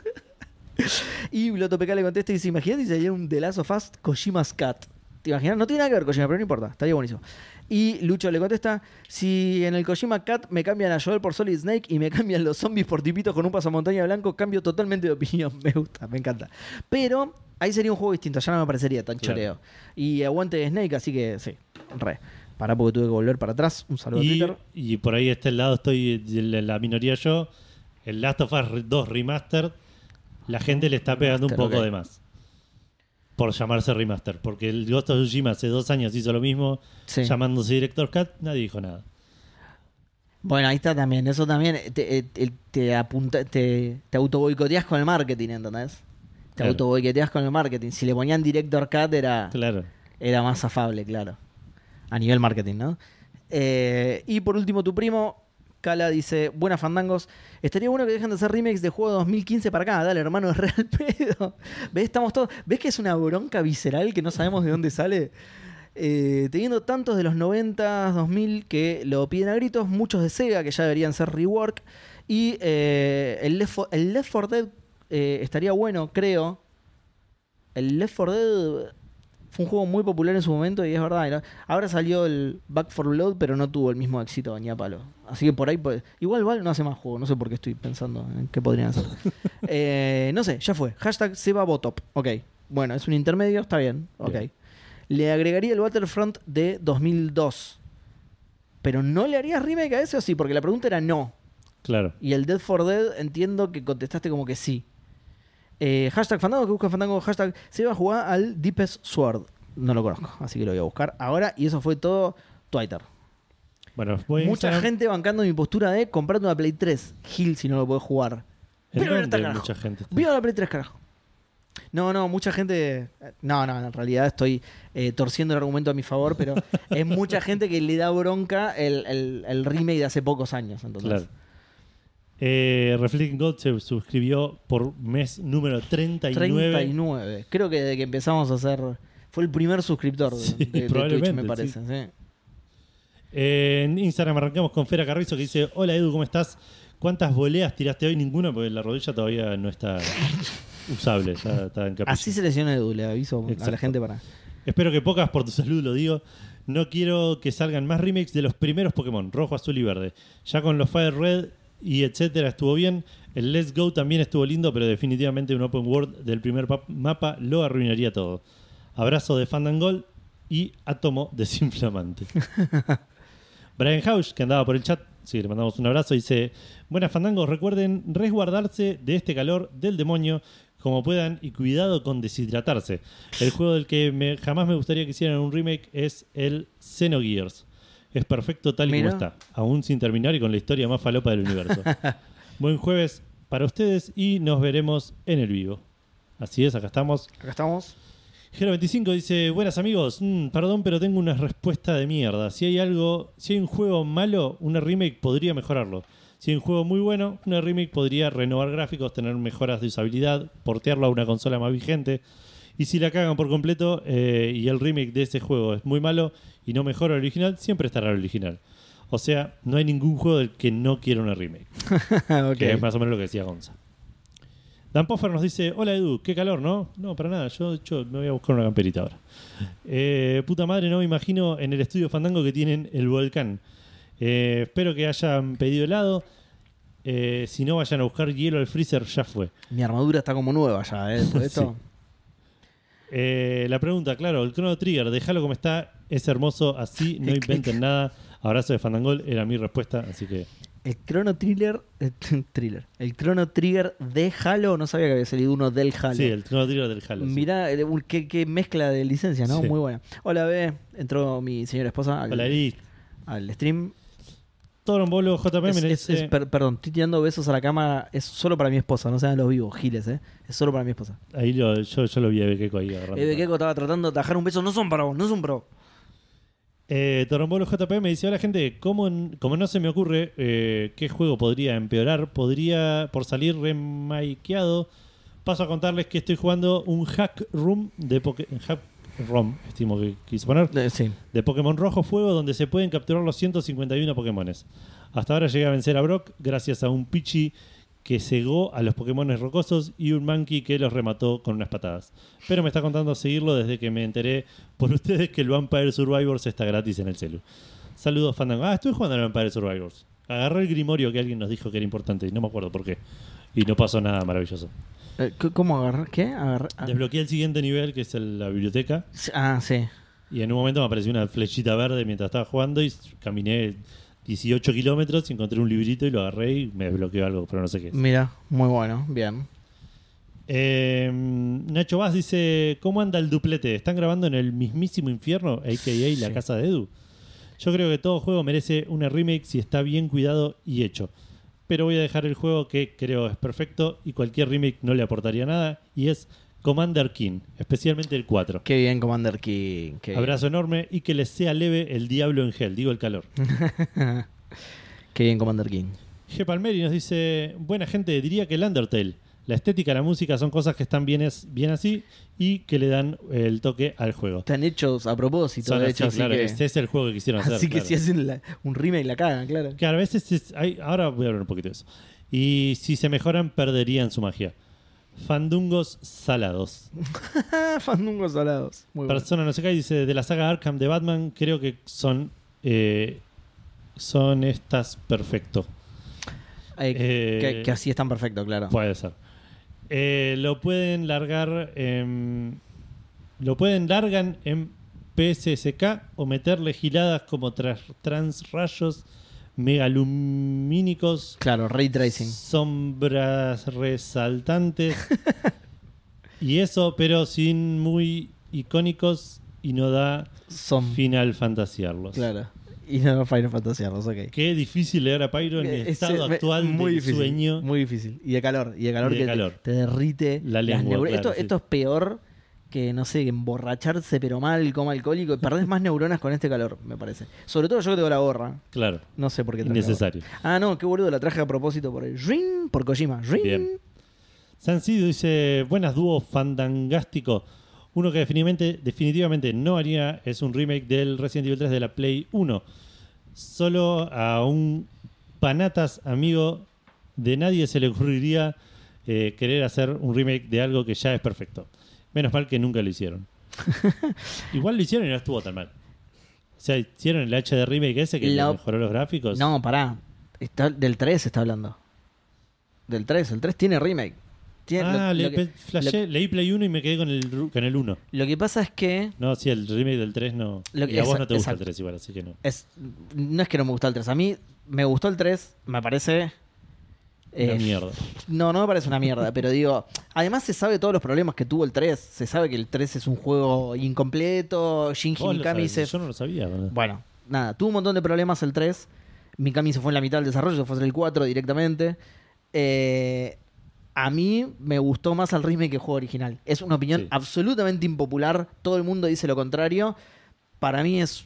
[laughs] y Bloto PK le contesta y dice: Imagínate si saliera un The Last of Us Kojima's Cat. ¿Te imaginas? No tiene nada que ver Kojima, pero no importa, estaría buenísimo. Y Lucho le contesta: Si en el Kojima Cat me cambian a Joel por Solid Snake y me cambian los zombies por tipitos con un pasamontaña blanco, cambio totalmente de opinión. [laughs] Me gusta, me encanta. Pero ahí sería un juego distinto, ya no me parecería tan
Claro.
choreo. Y aguante Snake, así que sí, re. Pará porque tuve que volver para atrás. Un saludo a
Y,
Twitter.
y por ahí este lado estoy de la la minoría yo. El Last of Us 2 Remastered, la gente le está pegando un
Remaster,
poco
ok.
de más. Por llamarse remaster. Porque el Ghost of Tsushima hace dos años hizo lo mismo,
Sí.
llamándose Director Cat, nadie dijo nada.
Bueno, ahí está también. Eso también eh, te, eh, te, te apunta, te, te autoboicoteás con el marketing, ¿entendés? Te
Claro.
autoboicoteás con el marketing. Si le ponían director cat era,
Claro.
era más afable, claro. A nivel marketing, ¿no? Eh, y por último, tu primo, Cala, dice, buenas fandangos. Estaría bueno que dejen de hacer remakes de juego 2015 para acá. Dale, hermano, es real [laughs] pedo. ¿Ves? Estamos todos... ¿Ves que es una bronca visceral que no sabemos de dónde sale? Eh, teniendo tantos de los 90, 2000 que lo piden a gritos, muchos de Sega que ya deberían ser rework. Y eh, el, Left 4, el Left 4 Dead eh, estaría bueno, creo. El Left 4 Dead fue un juego muy popular en su momento y es verdad. era- Ahora salió el Back 4 Blood, pero no tuvo el mismo éxito ni a palo. Así que por ahí. pues, Igual Val no hace más juego, no sé por qué estoy pensando en qué podrían hacer. Eh, no sé, ya fue. Hashtag SebaBotop. Ok. Bueno, es un intermedio, está bien. Ok.
Bien.
Le agregaría el Battlefront de 2002. Pero ¿no le harías remake a ese o sí? Porque la pregunta era no.
Claro.
Y el Dead for Dead entiendo que contestaste como que sí. Eh, hashtag Fandango que busca Fandango, hashtag se va a jugar al Deepest Sword. No lo conozco, así que lo voy a buscar ahora. Y eso fue todo Twitter.
Bueno, voy a
Mucha
Instagram.
gente bancando mi postura de comprarte una Play 3. Gil si no lo podés jugar.
¿En
Pero no
dónde
está, carajo.
mucha gente está?
Viva la Play 3, carajo. No, no, mucha gente. eh, No, no, en realidad estoy eh, torciendo el argumento a mi favor,
[laughs]
pero es mucha gente que le da bronca el, el- el remake de hace pocos años. Entonces.
Claro. Eh, Reflecting God se suscribió por mes número 39.
39. Creo que desde que empezamos a hacer. Fue el primer suscriptor de,
Sí,
de- de Twitch,
probablemente,
me parece. sí.
Eh, en Instagram arrancamos con Fera Carrizo que dice: Hola Edu, ¿cómo estás? ¿Cuántas voleas tiraste hoy? Ninguna, porque la rodilla todavía no
[laughs]
está usable. Está, está en capilla.
Así se lesiona Edu, le aviso a la
Exacto.
gente para.
Espero que pocas por tu salud, lo digo. No quiero que salgan más remakes de los primeros Pokémon, rojo, azul y verde. Ya con los Fire Red y etcétera estuvo bien. El Let's Go también estuvo lindo, pero definitivamente un open world del primer pap- mapa lo arruinaría todo. Abrazo de Fandangol y átomo [laughs] desinflamante. Brian Hausch, que andaba por el chat, sí, le mandamos un abrazo, dice, buenas fandangos, recuerden resguardarse de este calor del demonio como puedan y cuidado con deshidratarse. El juego del que me- jamás me gustaría que hicieran un remake es el Xenogears. Es perfecto tal y
Mira.
como está, aún sin terminar y con la historia más falopa del universo. Buen jueves para ustedes y nos veremos en el vivo. Así es, acá estamos.
Acá estamos.
Gero25 dice, buenas amigos, Mm, perdón pero tengo una respuesta de mierda. Si hay algo, si hay un juego malo, una remake podría mejorarlo. Si hay un juego muy bueno, una remake podría renovar gráficos, tener mejoras de usabilidad, portearlo a una consola más vigente. Y si la cagan por completo eh, y el remake de ese juego es muy malo y no mejora el original, siempre estará el original. O sea, no hay ningún juego del que no quiera una remake.
[laughs] Ok.
Que es más o menos lo que decía Gonza. Dan Poffer nos dice, hola Edu, qué calor, ¿no? No, para nada, yo de hecho me voy a buscar una camperita ahora. Eh, puta madre, no me imagino en el estudio Fandango que tienen el volcán. Eh, espero que hayan pedido helado. Eh, si no, vayan a buscar hielo al freezer, ya fue.
Mi armadura está como nueva ya, ¿eh?
[laughs]
Después de esto.
Eh, la pregunta, claro, el Chrono Trigger, déjalo como está, es hermoso, así no
[laughs]
inventen nada. Abrazo de Fandangol, era mi respuesta, así que...
El Chrono Thriller. [laughs] El thriller. El Chrono Trigger de Halo. No sabía que había salido uno del Halo.
Sí, el Chrono Trigger del Halo. sí.
Mirá, eh, un- qué, qué mezcla de licencias, ¿no?
Sí.
Muy buena. Hola, B. Entró mi señora esposa al,
Hola, Eri.
al stream.
Torombolo, JPM.
Es-
le
es- es-
dice-
per- perdón, estoy tirando besos a la cámara. Es solo para mi esposa, no sean los vivos, giles, ¿eh? Es solo para mi esposa.
Ahí lo, yo, yo lo vi a Bequeco ahí agarrando.
Eh, Bequeco estaba tratando de atajar un beso. No son para vos, no son para vos.
Eh, Torombolo JP me dice, hola gente, como, n- como no se me ocurre eh, qué juego podría empeorar, podría por salir remaikeado, paso a contarles que estoy jugando un hack room de Poké- hack rom, estimo que quise poner,
Eh, sí.
de Pokémon Rojo Fuego donde se pueden capturar los 151 Pokémones. Hasta ahora llegué a vencer a Brock gracias a un Pichi que cegó a los Pokémones rocosos y un Mankey que los remató con unas patadas. Pero me está contando seguirlo desde que me enteré por [laughs] ustedes que el Vampire Survivors está gratis en el celu. Saludos, Fandango. Ah, estuve jugando al Vampire Survivors. Agarró el Grimorio que alguien nos dijo que era importante y no me acuerdo por qué. Y no pasó nada maravilloso.
Eh, c- ¿Cómo agarrar? ¿Qué? Agarrar- ah.
Desbloqueé el siguiente nivel, que es el- la biblioteca.
Ah, sí.
Y en un momento me apareció una flechita verde mientras estaba jugando y caminé 18 kilómetros y encontré un librito y lo agarré y me desbloqueó algo, pero no sé qué es.
Mira, muy bueno, bien.
Eh, Nacho Vaz dice, ¿cómo anda el duplete? ¿Están grabando en el mismísimo infierno, a.k.a. la
Sí.
casa de Edu? Yo creo que todo juego merece una remake si está bien cuidado y hecho. Pero voy a dejar el juego que creo es perfecto y cualquier remake no le aportaría nada, y es Commander King, especialmente el 4.
Qué bien, Commander King. qué bien.
Abrazo enorme y que les sea leve el diablo en gel, digo el calor.
[laughs] Qué bien, Commander King.
G. Palmeri nos dice, buena gente, diría que el Undertale, la estética, la música son cosas que están bien, es- bien así y que le dan el toque al juego.
Están hechos a propósito,
Son
de
así,
hecho, así
claro,
que... [laughs]
Este es el juego que quisieron hacer.
Así que
claro.
si hacen la- un remake la cagan, claro. [laughs]
Que a veces es- hay- ahora voy a hablar un poquito de eso. Y si se mejoran, perderían su magia. Fandungos salados.
Fandungos salados. Muy bueno.
Persona no sé qué dice, de la saga Arkham de Batman, creo que son... eh, son estas perfecto.
Ay, que-
eh,
que, que así es tan perfecto, claro.
Puede ser. Eh, lo pueden largar en- Lo pueden largan en PSSK o meterle giladas como tras, transrayos megalumínicos,
Claro, ray tracing.
sombras
[laughs]
resaltantes y eso, pero sin muy icónicos y no da
Son.
final fantasearlos.
Claro. Y no Final Fantasy Arrows, ok.
Qué difícil leer a Pyro en el
Eh,
estado
eh, me-
actual del
difícil,
sueño.
Muy difícil. Y de calor. Y de calor
Y de
que te-
calor.
Te, derrite.
La
las
lengua,
neuro-
claro,
esto,
sí.
esto es peor que, no sé, que emborracharse pero mal, como alcohólico. Perdés más neuronas con este calor, me parece. Sobre todo yo que tengo la gorra.
Claro,
No sé por qué traje la gorra.
innecesario.
Ah, no, qué boludo, la traje a propósito por el ring, por Kojima. Ring.
Bien. Sancido dice, buenas dúos fandangástico. Uno que definitivamente, definitivamente no haría es un remake del Resident Evil 3 de la Play 1. Solo a un panatas amigo de nadie se le ocurriría eh, querer hacer un remake de algo que ya es perfecto. Menos mal que nunca lo
[laughs]
hicieron. Igual lo hicieron y no estuvo tan mal. O sea, hicieron el HD remake ese que
La-
le mejoró los gráficos.
No, pará. Está, del 3 está hablando. Del 3. El 3 tiene remake. Tiene-
ah,
lo,
le-
lo que,
pe- flashé, leí Play 1 y me quedé con el, ru- con el 1.
lo que pasa es que.
No, sí, el remake del 3 no.
Lo
y
que-
a vos
esa-
no te gusta
exacto.
el 3 igual, así que no.
Es, no es que no me gustó el 3. A mí me gustó el 3. Me parece.
Una
eh,
mierda.
No, no me parece una mierda, [laughs] pero digo, además se sabe todos los problemas que tuvo el 3. Se sabe que el 3 es un juego incompleto. Shinji
Vos lo
Mikami
sabés,
se.
Yo no lo sabía, ¿verdad?
Bueno, nada, tuvo un montón de problemas el 3. Mikami se fue en la mitad del desarrollo, se fue a hacer el 4 directamente. Eh, a mí me gustó más el remake que el juego original. Es una opinión
Sí.
absolutamente impopular. Todo el mundo dice lo contrario. Para mí es.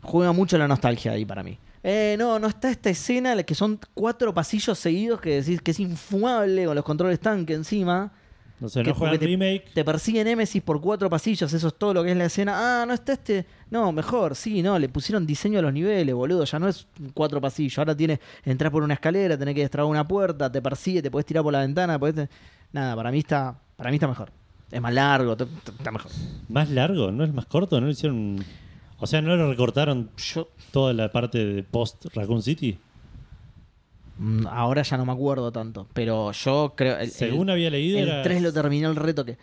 Juega mucho la nostalgia ahí para mí. Eh, no, no está esta escena en la que son cuatro pasillos seguidos que decís que es infumable con los controles tanque encima.
no sé,
que-
no juegan
porque te-
remake.
Te persigue Nemesis por cuatro pasillos, eso es todo lo que es la escena. Ah, no está este. No, mejor, sí, no, le pusieron diseño a los niveles, boludo. Ya no es cuatro pasillos. Ahora tiene, entras por una escalera, tenés que destrabar una puerta, te persigue, te puedes tirar por la ventana, podés te- Nada, para mí está. Para mí está mejor. Es más largo, t- t- está mejor.
Más largo, ¿no es más corto? ¿No lo hicieron.? O sea, ¿no lo recortaron
Yo
toda la parte de post Raccoon City?
mm, ahora ya no me acuerdo tanto. Pero yo creo. El,
Según
el,
había leído,
el
era
3 lo terminó el retoque.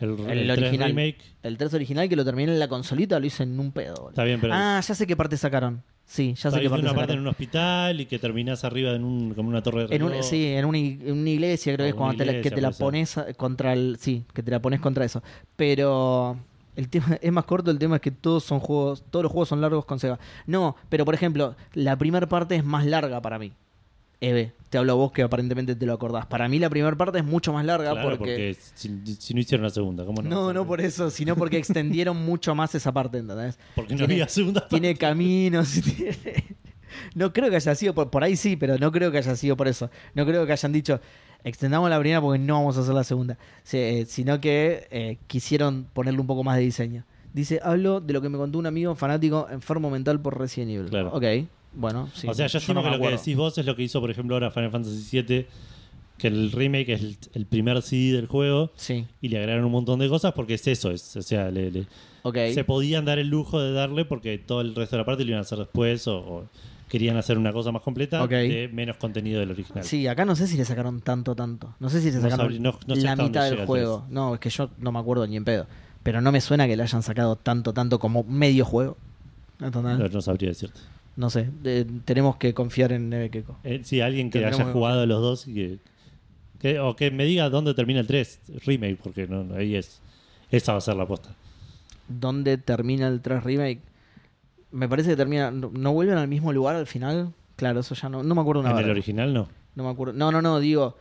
el,
El,
el 3
original.
remake.
El 3 original que lo terminé en la consolita lo hice en un pedo, boludo.
Está bien, pero.
Ah, ya sé qué parte sacaron. Sí, ya sé
había
qué parte
una parte
sacaron.
en un hospital y que terminás arriba en un, como una torre de
En un,
reloj.
sí, en una, ig- en una iglesia creo que es
Alguna
cuando te la, que
iglesia,
te la
puede ser.
pones a- contra el... Sí, que te la pones contra eso. Pero el tema [laughs] es más corto, el tema es que todos son juegos, todos los juegos son largos con Sega. No, pero por ejemplo, la primera parte es más larga para mí. Eve, te hablo a vos que aparentemente te lo acordás. Para mí la primera parte es mucho más larga
Claro, porque,
porque...
si, si no hicieron la segunda, ¿cómo no?
No, no por eso,
[laughs]
sino porque extendieron mucho más esa parte, ¿entendés?
Porque no
tiene-
había segunda parte.
tiene caminos. [laughs] y tiene- No creo que haya sido por, por ahí sí, pero no creo que haya sido por eso. No creo que hayan dicho extendamos la primera porque no vamos a hacer la segunda, Si- eh, sino que eh, quisieron ponerle un poco más de diseño. Dice, hablo de lo que me contó un amigo fanático enfermo mental por Resident Evil.
Claro.
Ok, bueno. sí,
o sea, yo
yo no
asumo
me
que lo que
acuerdo.
decís vos es lo que hizo, por ejemplo, ahora Final Fantasy VII que el remake es el, el primer CD del juego
Sí.
y le agregaron un montón de cosas porque es eso, es, o sea, le- le-
Ok.
se podían dar el lujo de darle porque todo el resto de la parte lo iban a hacer después o, o querían hacer una cosa más completa
Ok.
de menos contenido del original.
Sí, acá no sé si le sacaron tanto, tanto. No sé si le
No
sacaron
sabría- no- no sé
la
hasta dónde llega
mitad del
el
juego.
tres.
No, es que yo no me acuerdo ni en pedo. Pero no me suena que le hayan sacado tanto, tanto como medio juego. ¿Entendés?
No, no sabría decirte.
No sé. eh, tenemos que confiar en Neve Keiko.
Eh, sí, alguien que
Tendremos
haya
que-
jugado los dos y que, que- o que me diga dónde termina el 3 remake porque no, no, ahí es esa va a ser la aposta.
¿Dónde termina el 3 Remake? Me parece que termina. ¿No, no vuelven al mismo lugar al final? Claro, eso ya no. No me acuerdo
En
una
el
verga.
original no.
No me acuerdo. No, no, no, digo.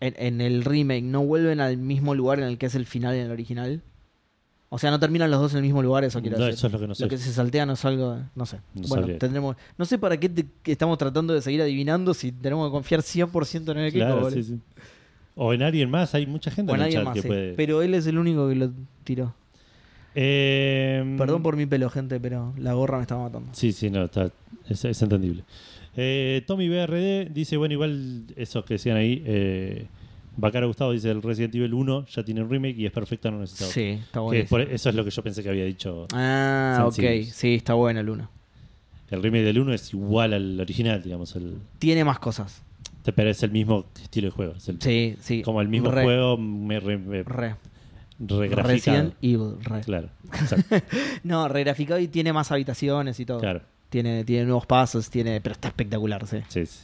En, en el remake, ¿no vuelven al mismo lugar en el que es el final en el original? O sea, no terminan los dos en el mismo lugar, eso quiero
No,
decir.
eso es lo que no sé.
se saltea no es algo. No sé.
No
bueno,
sabría.
tendremos. No sé para qué te- que estamos tratando de seguir adivinando si tenemos que confiar 100% en el equipo.
Claro,
boludo.
sí, sí. O en alguien más, hay mucha gente
O
en el
nadie
chat
más.
que
sí.
puede.
Pero él es el único que lo tiró.
Eh,
Perdón por mi pelo, gente, pero la gorra me estaba matando.
Sí, sí, no, está, es, es entendible. Eh, Tommy BRD dice, bueno, igual esos que decían ahí, eh, Bacaro Gustavo dice, el Resident Evil 1 ya tiene un remake y es perfecto, no necesitaba.
Sí, está
Que
bueno.
por- eso es lo que yo pensé que había dicho.
Ah, ok.
Sensibles.
Sí, está buena Luna.
El remake del 1 es igual al original, digamos, el,
Tiene más cosas.
te- pero es el mismo estilo de juego. es el-
Sí, sí.
Como el mismo
Re,
juego me, re- me-
Re.
regraficado.
Resident Evil, re.
Claro, exacto,
[laughs] No, regraficado y tiene más habitaciones y todo.
claro.
Tiene, tiene nuevos pasos, tiene, pero está espectacular, sí.
Sí, sí.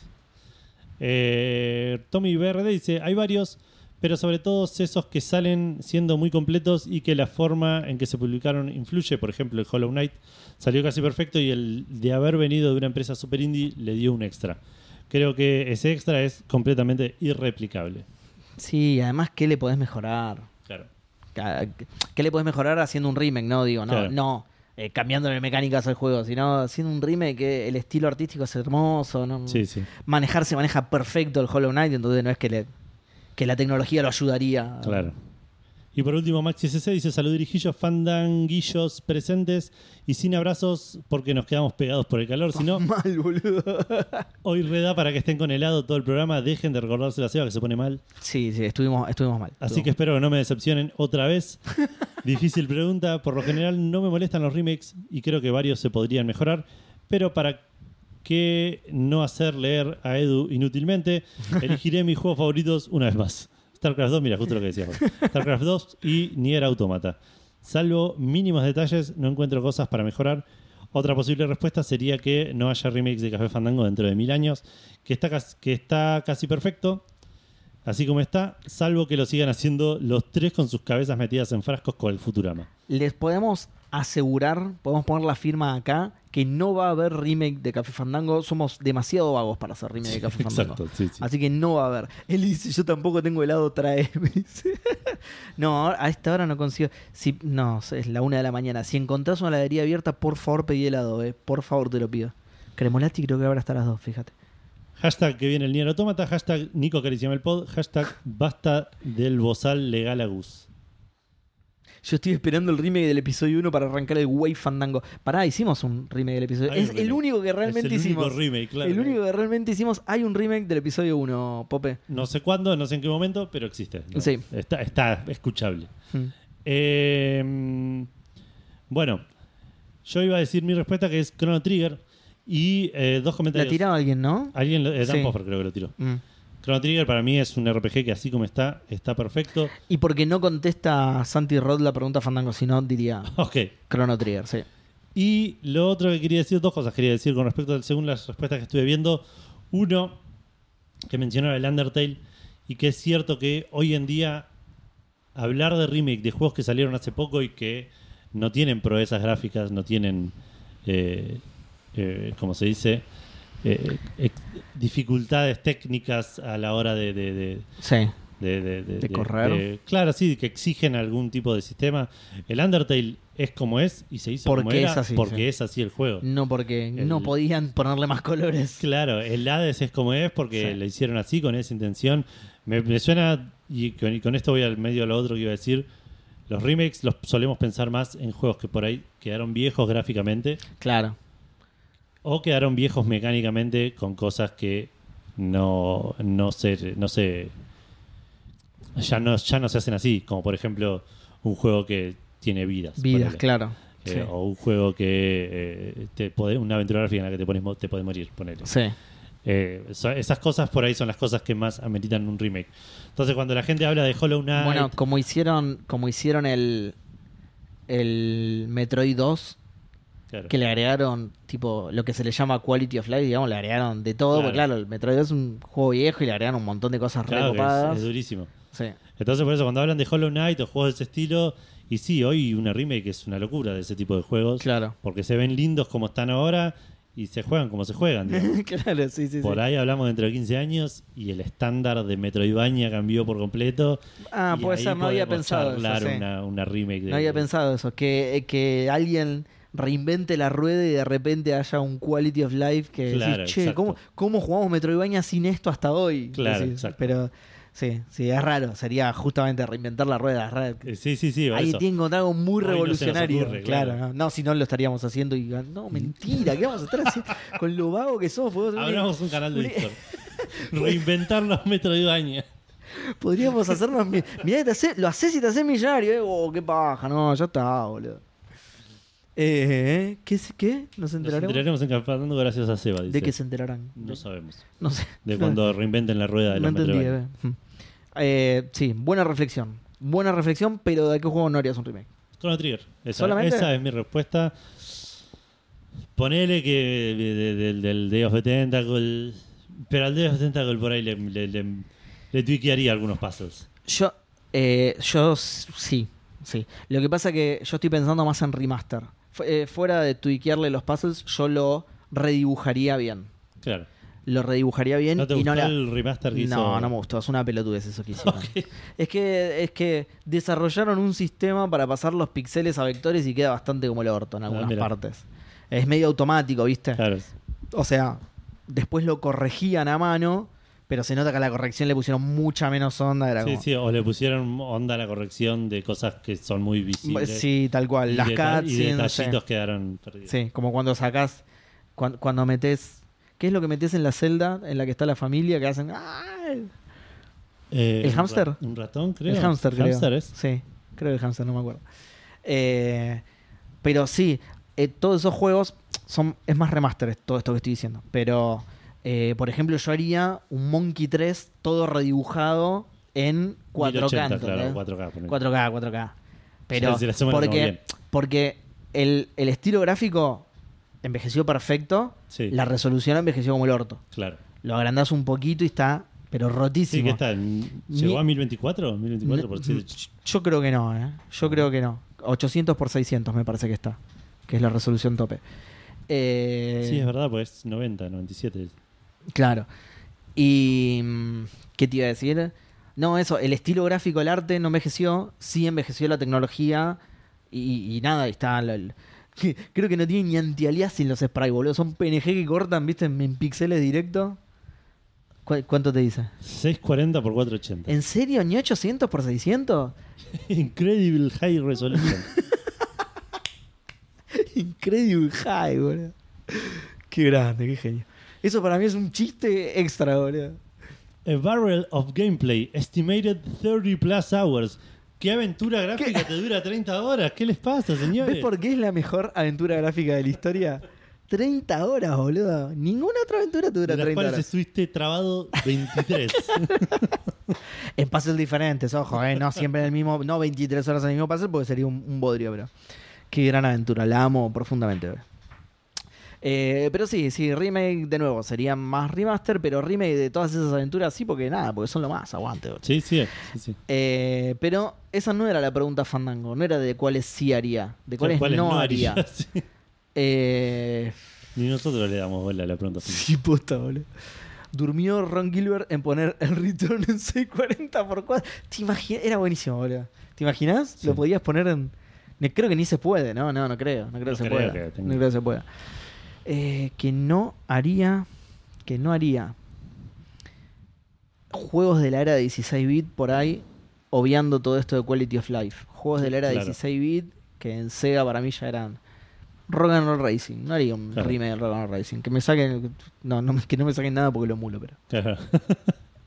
Eh, Tommy BRD dice, hay varios, pero sobre todo esos que salen siendo muy completos y que la forma en que se publicaron influye. Por ejemplo, el Hollow Knight salió casi perfecto y el de haber venido de una empresa super indie le dio un extra. Creo que ese extra es completamente irreplicable.
Sí, además, ¿qué le podés mejorar?
Claro.
Ca- ¿Qué le podés mejorar haciendo un remake? No, digo, no,
Claro.
no. eh, cambiándole mecánicas al juego, sino haciendo un remake que el estilo artístico es hermoso, ¿no?
Sí, sí.
Manejar se maneja perfecto el Hollow Knight, entonces no es que le que la tecnología lo ayudaría.
Claro. Y por último, Maxi CC dice: Saludirijillos, fandanguillos presentes y sin abrazos porque nos quedamos pegados por el calor. Si no,
Mal, boludo.
hoy reda para que estén con helado todo el programa. Dejen de recordarse la ceba que se pone mal.
Sí, sí, estuvimos, estuvimos mal.
Así que
Estuvimos-
espero que no me decepcionen otra vez. Difícil pregunta. Por lo general, no me molestan los remakes y creo que varios se podrían mejorar. Pero para qué no hacer leer a Edu inútilmente, elegiré mis juegos favoritos una vez más. StarCraft 2, mira, justo lo que decíamos. StarCraft 2 y Nier Automata. Salvo mínimos detalles, no encuentro cosas para mejorar. Otra posible respuesta sería que no haya remakes de Café Fandango dentro de mil años, que está, cas- que está casi perfecto, así como está, salvo que lo sigan haciendo los tres con sus cabezas metidas en frascos con el Futurama.
les podemos asegurar, podemos poner la firma acá, que no va a haber remake de Café Fandango. Somos demasiado vagos para hacer remake de Café Fandango.
Exacto, sí, sí.
Así que no va a haber. Él dice, yo tampoco tengo helado, trae. [laughs] me dice. no, ahora- a esta hora no consigo. Si, no, es la una de la mañana. Si encontrás una heladería abierta, por favor pedí helado, eh. Por favor, te lo pido. Cremolati creo que habrá hasta las dos, fíjate.
Hashtag que viene el Nier Automata, hashtag Nico Cariciame el Pod, hashtag basta del bozal legal a Gus.
Yo estoy esperando el remake del episodio 1 para arrancar el Way Fandango. Pará, hicimos un remake del episodio.
Hay un
Es el
remake.
único que
es
realmente
el
hicimos.
Único remake, claro.
El único que realmente hicimos, hay un remake del episodio 1, Pope.
No sé cuándo, no sé en qué momento, pero existe. ¿no?
Sí.
Está, está escuchable.
Mm.
Eh, bueno, yo iba a decir mi respuesta que es Chrono Trigger y eh, dos
La
comentarios.
tiraba alguien, ¿no?
Alguien, lo- eh, Dan
Sí.
Poffer creo que lo tiró.
Mm.
Chrono Trigger para mí es un RPG que así como está, está perfecto. [laughs]
Y porque no contesta Santi Rod la pregunta Fandango, si no diría
Ok.
Chrono Trigger, sí.
Y lo otro que quería decir, dos cosas quería decir con respecto al según las respuestas que estuve viendo. Uno, que mencionaba el Undertale, y que es cierto que hoy en día hablar de remake de juegos que salieron hace poco y que no tienen proezas gráficas, no tienen, eh, eh, como se dice, eh, ex- dificultades técnicas a la hora de- de- de,
Sí.
de, de- de- de-
De correr.
de- claro, sí, que exigen algún tipo de sistema. El Undertale es como es y se hizo
Porque
como era
es así,
porque
sí.
es así el juego.
No porque
El-
no podían ponerle más colores.
Claro, el Hades es como es porque
Sí.
lo hicieron así, con esa intención. Me, me suena, y con, y con esto voy al medio a lo otro que iba a decir, los remakes los solemos pensar más en juegos que por ahí quedaron viejos gráficamente
Claro.
o quedaron viejos mecánicamente con cosas que no, no se... No se ya no, ya no se hacen así, como por ejemplo un juego que tiene vidas.
Vidas,
ponele.
claro.
Eh,
Sí.
O un juego que eh, te pode- una aventura gráfica en la que te pones mo- te podés morir, ponele.
Sí.
Eh, so- esas cosas por ahí son las cosas que más ameritan un remake. Entonces cuando la gente habla de Hollow Knight,
Bueno, como hicieron, como hicieron el, el Metroid 2,
claro,
que le agregaron tipo lo que se le llama quality of life, digamos, le agregaron de todo,
Claro.
porque claro, el Metroid 2 es un juego viejo y le agregaron un montón de cosas
claro que es-
recopadas.
es durísimo.
Sí.
Entonces, por eso, cuando hablan de Hollow Knight o juegos de ese estilo, y sí, hoy una remake es una locura de ese tipo de juegos.
Claro.
Porque se ven lindos como están ahora y se juegan como se juegan. digamos.
claro, [laughs] sí, sí,
por
sí.
ahí hablamos dentro de 15 años y el estándar de Metroidvania cambió por completo.
Ah,
y
puede
ahí
ser, no había
podemos
pensado
charlar
eso. sí.
una, una remake de
No había pensado eso, que, eh, que alguien reinvente la rueda y de repente haya un quality of life que decís,
Claro,
che,
exacto.
¿cómo, cómo jugamos Metroidvania sin esto hasta hoy?
Claro,
Decís,
exacto.
Pero sí, sí, es raro, sería justamente reinventar la rueda. es raro.
Eh, Sí, sí, sí.
Ahí
eso.
tiene que encontrar algo
Hoy no
muy
se nos
revolucionario.
ocurre,
claro,
claro. Mm.
No, No, si no lo estaríamos haciendo y no, mentira, ¿qué vamos a estar
[laughs]
haciendo? Con lo vago que somos, podemos hacer-
Abramos un canal de
Uli- [laughs]
Discord. Reinventar los Metroidvania.
podríamos hacernos. mi- Mirá, que te hace- lo haces y te haces millonario, ¿eh? Oh, qué paja, no, ya está, boludo. Eh, ¿qué, se- ¿Qué? ¿Nos
Nos
enteraremos?
enteraremos en Cafando gracias a Seba.
¿De
dice.
qué se enterarán?
No sabemos.
No sé.
De
[laughs]
cuando reinventen la rueda de
No
los
entendí.
Metroidvania.
eh. Eh, sí, buena reflexión. Buena reflexión, pero ¿de qué juego no harías un remake?
Chrono Trigger. Esa,
¿Solamente?
esa es mi respuesta. Ponele que de- de- del- del Day of the Tentacle. Pero al Day of the Tentacle por ahí le, le, le, le tuiquearía algunos puzzles.
Yo, eh, yo s- sí, sí. Lo que pasa que yo estoy pensando más en remaster. Fu- eh, fuera de tuiquearle los puzzles, yo lo redibujaría bien.
Claro.
Lo redibujaría bien
¿No te
y
gustó
no la-
el remaster que hizo?
No, no me gustó, es una pelotudez eso que hicieron.
[laughs] Ok.
Es que, es que desarrollaron un sistema para pasar los pixeles a vectores y queda bastante como el orto en
Ah,
algunas
mira.
partes. Es medio automático, ¿viste?
Claro.
O sea, después lo corregían a mano, pero se nota que a la corrección le pusieron mucha menos onda. Era
Sí,
como-
sí, o le pusieron onda a la corrección de cosas que son muy
Pues Sí,
visibles.
tal
Y
cual. Las
deta-
cutscenes.
Y
sí.
detallitos quedaron perdidos.
Sí, como cuando sacás, cuan- cuando metes... ¿Qué es lo que metes en la celda en la que está la familia? Que hacen... "Ah",
Eh,
¿El
un ra-
hámster?
Un ratón, creo.
El hamster, creo.
es.
Sí, creo que el hamster, no me acuerdo. Eh, pero sí, eh, todos esos juegos son es más remaster todo esto que estoy diciendo. Pero, eh, por ejemplo, yo haría un Monkey 3 todo redibujado en 4K.
1080,
¿entendés?
claro, 4K. ponele.
4K, 4K. Pero
Mm. Sí, la suma la tengo bien.
porque, porque el, el estilo gráfico envejeció perfecto,
Sí.
la resolución envejeció como el orto.
Claro.
Lo agrandás un poquito y está, pero rotísimo.
Sí, que está. en- ¿Llegó
Ni-
a 1024? 1024 por
No,
7.
Yo creo que no, ¿eh? Yo creo que no. 800 por 600 me parece que está, que es la resolución tope. Eh,
Sí, es verdad, pues es 90, 97.
Claro. Y. mm, ¿Qué te iba a decir? No, eso, el estilo gráfico, el arte no envejeció, sí envejeció la tecnología y, y nada, y está. la- el- que- creo que no tiene ni anti-aliasing los sprites, boludo. Son PNG que cortan, viste, en, en píxeles directo. ¿Cu- ¿Cuánto te dice?
640 por 480.
¿En serio? ¿Ni 800 por [laughs] 600?
[laughs] Incredible high resolution.
Incredible high, boludo. Qué grande, qué genio. Eso para mí es un chiste extra, boludo.
A barrel of gameplay estimated 30 plus hours. ¿Qué aventura gráfica te dura 30 horas? ¿Qué les pasa, señores?
¿Ves por qué es la mejor aventura gráfica de la historia? 30 horas, boludo. Ninguna otra aventura te dura
De las
30
cuales
horas.
estuviste trabado 23.
[laughs] En puzzles diferentes, ojo, eh. No siempre en el mismo. No 23 horas en el mismo puzzle porque sería un, un bodrio, bro. Qué gran aventura, la amo profundamente, bro. Eh, pero sí, sí, remake de nuevo. Sería más remaster, pero remake de todas esas aventuras sí, porque nada, porque son lo más. Aguante, boludo.
sí, sí, sí, sí.
Eh, pero esa no era la pregunta Fandango, no era de cuáles sí haría, de
O sea,
cuáles, no, haría.
[laughs] Sí.
Eh,
Ni nosotros le damos bola a la
[laughs]
pregunta.
sí, posta, boludo. Durmió Ron Gilbert en poner el return en 640 por 4. ¿Te imaginas? Era buenísimo, boludo. ¿Te imaginas?
Sí.
Lo podías poner en. ne- Creo que ni se puede, no, no, no creo. No creo
No
que se
creo
pueda.
que tenga-
No creo que se pueda. Eh, que no haría. Que no haría. Juegos de la era 16-bit por ahí, obviando todo esto de Quality of Life. Juegos de la era
Claro.
16-bit que en Sega para mí ya eran. Rock and Roll Racing. No haría un
Claro.
remake de Rock and Roll Racing. Que me saquen. No, no, que no me saquen nada porque lo mulo, pero.
Claro.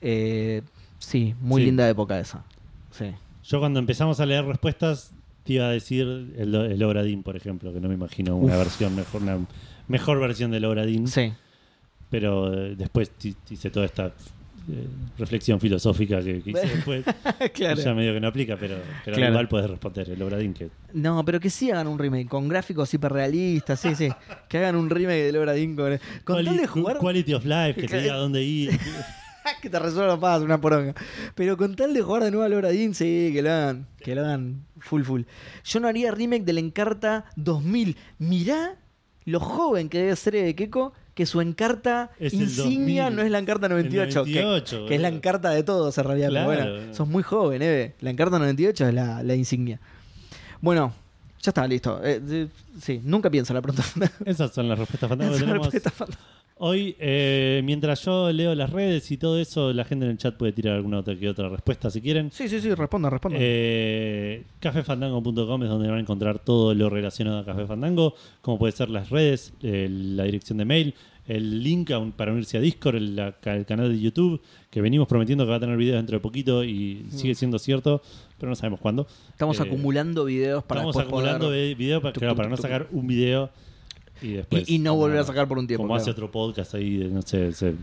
Eh, sí, muy
Sí.
linda época esa. Sí.
Yo cuando empezamos a leer respuestas, te iba a decir el, el Obradín, por ejemplo, que no me imagino una
Uf.
versión mejor, una mejor versión del Obradín. [laughs]
Sí.
Pero eh, después ti- ti- hice toda esta eh, reflexión filosófica que, que
[laughs]
hice después.
claro.
Ya medio que no aplica, pero, pero
Claro.
igual puedes responder el Obradín que
No, pero que sí hagan un remake con gráficos hiperrealistas, sí, sí. Que hagan un remake del Obradín con, con tal
Quali-
de jugar.
Quality of Life, que te
Claro.
diga dónde ir.
[laughs] que te resuelva paz, una poronga. Pero con tal de jugar de nuevo al Obradín, sí, que lo hagan. Que lo hagan full, full. Yo no haría remake del Encarta 2000. Mirá lo joven que debe ser de Keiko que su Encarta
Es el
insignia
2000.
no es la Encarta 98.
El
que-
98,
que, es la
boludo.
Encarta de todos, en realidad. pero
Claro.
bueno, sos muy joven, Eve. La Encarta 98 es la, la insignia. Bueno, ya está, listo. Eh, eh, sí, nunca pienso en la
[laughs]
pregunta [laughs] fantástica.
Esas son las respuestas fantásticas que
Esa
tenemos.
respuesta fantástica.
Hoy, eh, mientras yo leo las redes y todo eso, la gente en el chat puede tirar alguna otra que otra respuesta si quieren.
Sí, sí, sí, responda, responda.
Eh, cafefandango.com es donde van a encontrar todo lo relacionado a Café Fandango, como puede ser las redes, eh, la dirección de mail, el link a un- para unirse a Discord, el, la- el canal de YouTube, que venimos prometiendo que va a tener videos dentro de poquito y sigue siendo cierto, pero no sabemos cuándo.
estamos
eh,
acumulando videos para
Estamos
después poder-
acumulando vi- videos para,
Tuc,
claro,
tuc,
para no
tuc.
sacar un video y después.
Y, y no volver a sacar por un tiempo.
Como hace
claro.
otro podcast ahí, de, no sé, se-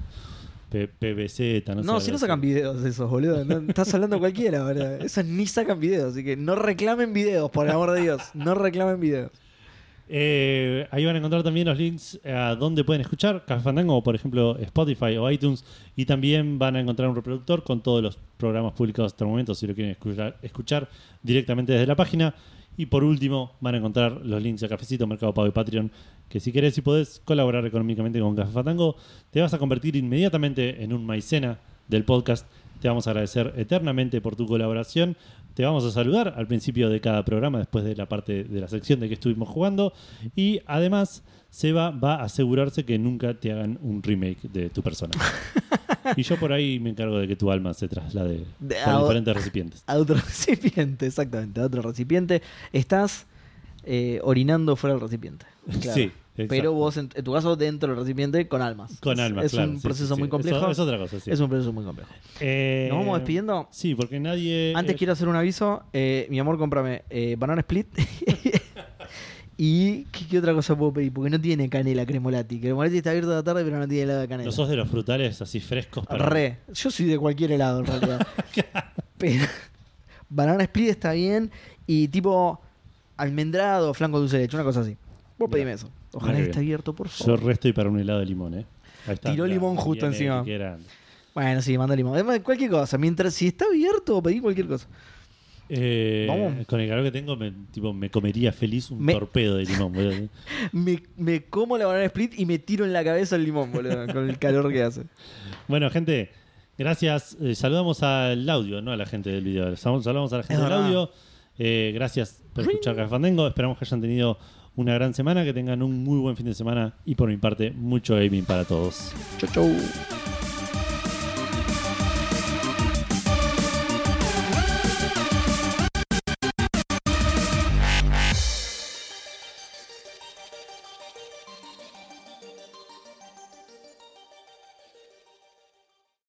P- PBZ, no,
No,
sé.
si no sacan videos esos, boludo. No, estás hablando cualquiera, boludo. Esos ni sacan videos, así que no reclamen videos, por el amor de Dios. No reclamen videos.
Eh, ahí van a encontrar también los links eh, a donde pueden escuchar Café Fandango, por ejemplo, Spotify o iTunes. Y también van a encontrar un reproductor con todos los programas publicados hasta el momento, si lo quieren escuchar, escuchar directamente desde la página. Y por último, van a encontrar los links a Cafecito, Mercado Pago y Patreon, que si querés y podés colaborar económicamente con Café Fandango, te vas a convertir inmediatamente en un maicena del podcast. Te vamos a agradecer eternamente por tu colaboración. Te vamos a saludar al principio de cada programa, después de la parte de la sección de que estuvimos jugando. Y además, Seba va a asegurarse que nunca te hagan un remake de tu
[laughs]
persona. y yo por ahí me encargo de que tu alma se traslade
De-
por
a-
diferentes recipientes.
A otro [laughs] recipiente, exactamente. A otro recipiente. Estás eh, orinando fuera del recipiente. Claro.
Sí, exacto.
Pero vos, en, en tu caso, dentro del recipiente con almas.
Con
Es-
alma,
Es
claro.
un
sí,
proceso
sí, sí.
muy complejo.
Eso- es otra cosa, sí.
Es un proceso muy complejo.
Eh,
Nos vamos despidiendo.
Sí, porque nadie.
Antes
eh,
quiero hacer un aviso. Eh, mi amor, cómprame eh, banana split. [laughs] ¿Y ¿qué, qué otra cosa puedo pedir? Porque no tiene canela cremolati. Cremolati está abierto de la tarde, pero no tiene helado de canela.
No sos de los frutales así frescos para.
Re. Yo soy de cualquier helado,
[laughs]
en realidad. pero banana split está bien. Y tipo almendrado, flanco dulce de leche, una cosa así. Vos pedime eso. Ojalá
Mira qué
esté
bien.
abierto, por
Yo
favor.
resto y para un helado de limón, ¿eh? Ahí está,
Tiró
mirá,
limón justo
viene
encima.
que era.
Bueno, sí, manda limón. Además, cualquier cosa. Mientras, si está abierto, pedí cualquier cosa.
Eh,
Vamos.
Con el calor que tengo, me, tipo, me comería feliz un
Me-
torpedo de limón,
[laughs]
boludo.
Me, me como la banana split y me tiro en la cabeza el limón, boludo, con el calor que hace.
Bueno, gente, gracias. Eh, saludamos al audio, no a la gente del video. Sal- Saludamos a la gente
Es
del
verdad.
audio. Eh, gracias por escuchar Café Fandango. Esperamos que hayan tenido una gran semana, que tengan un muy buen fin de semana y por mi parte, mucho gaming para todos.
Chau, chau.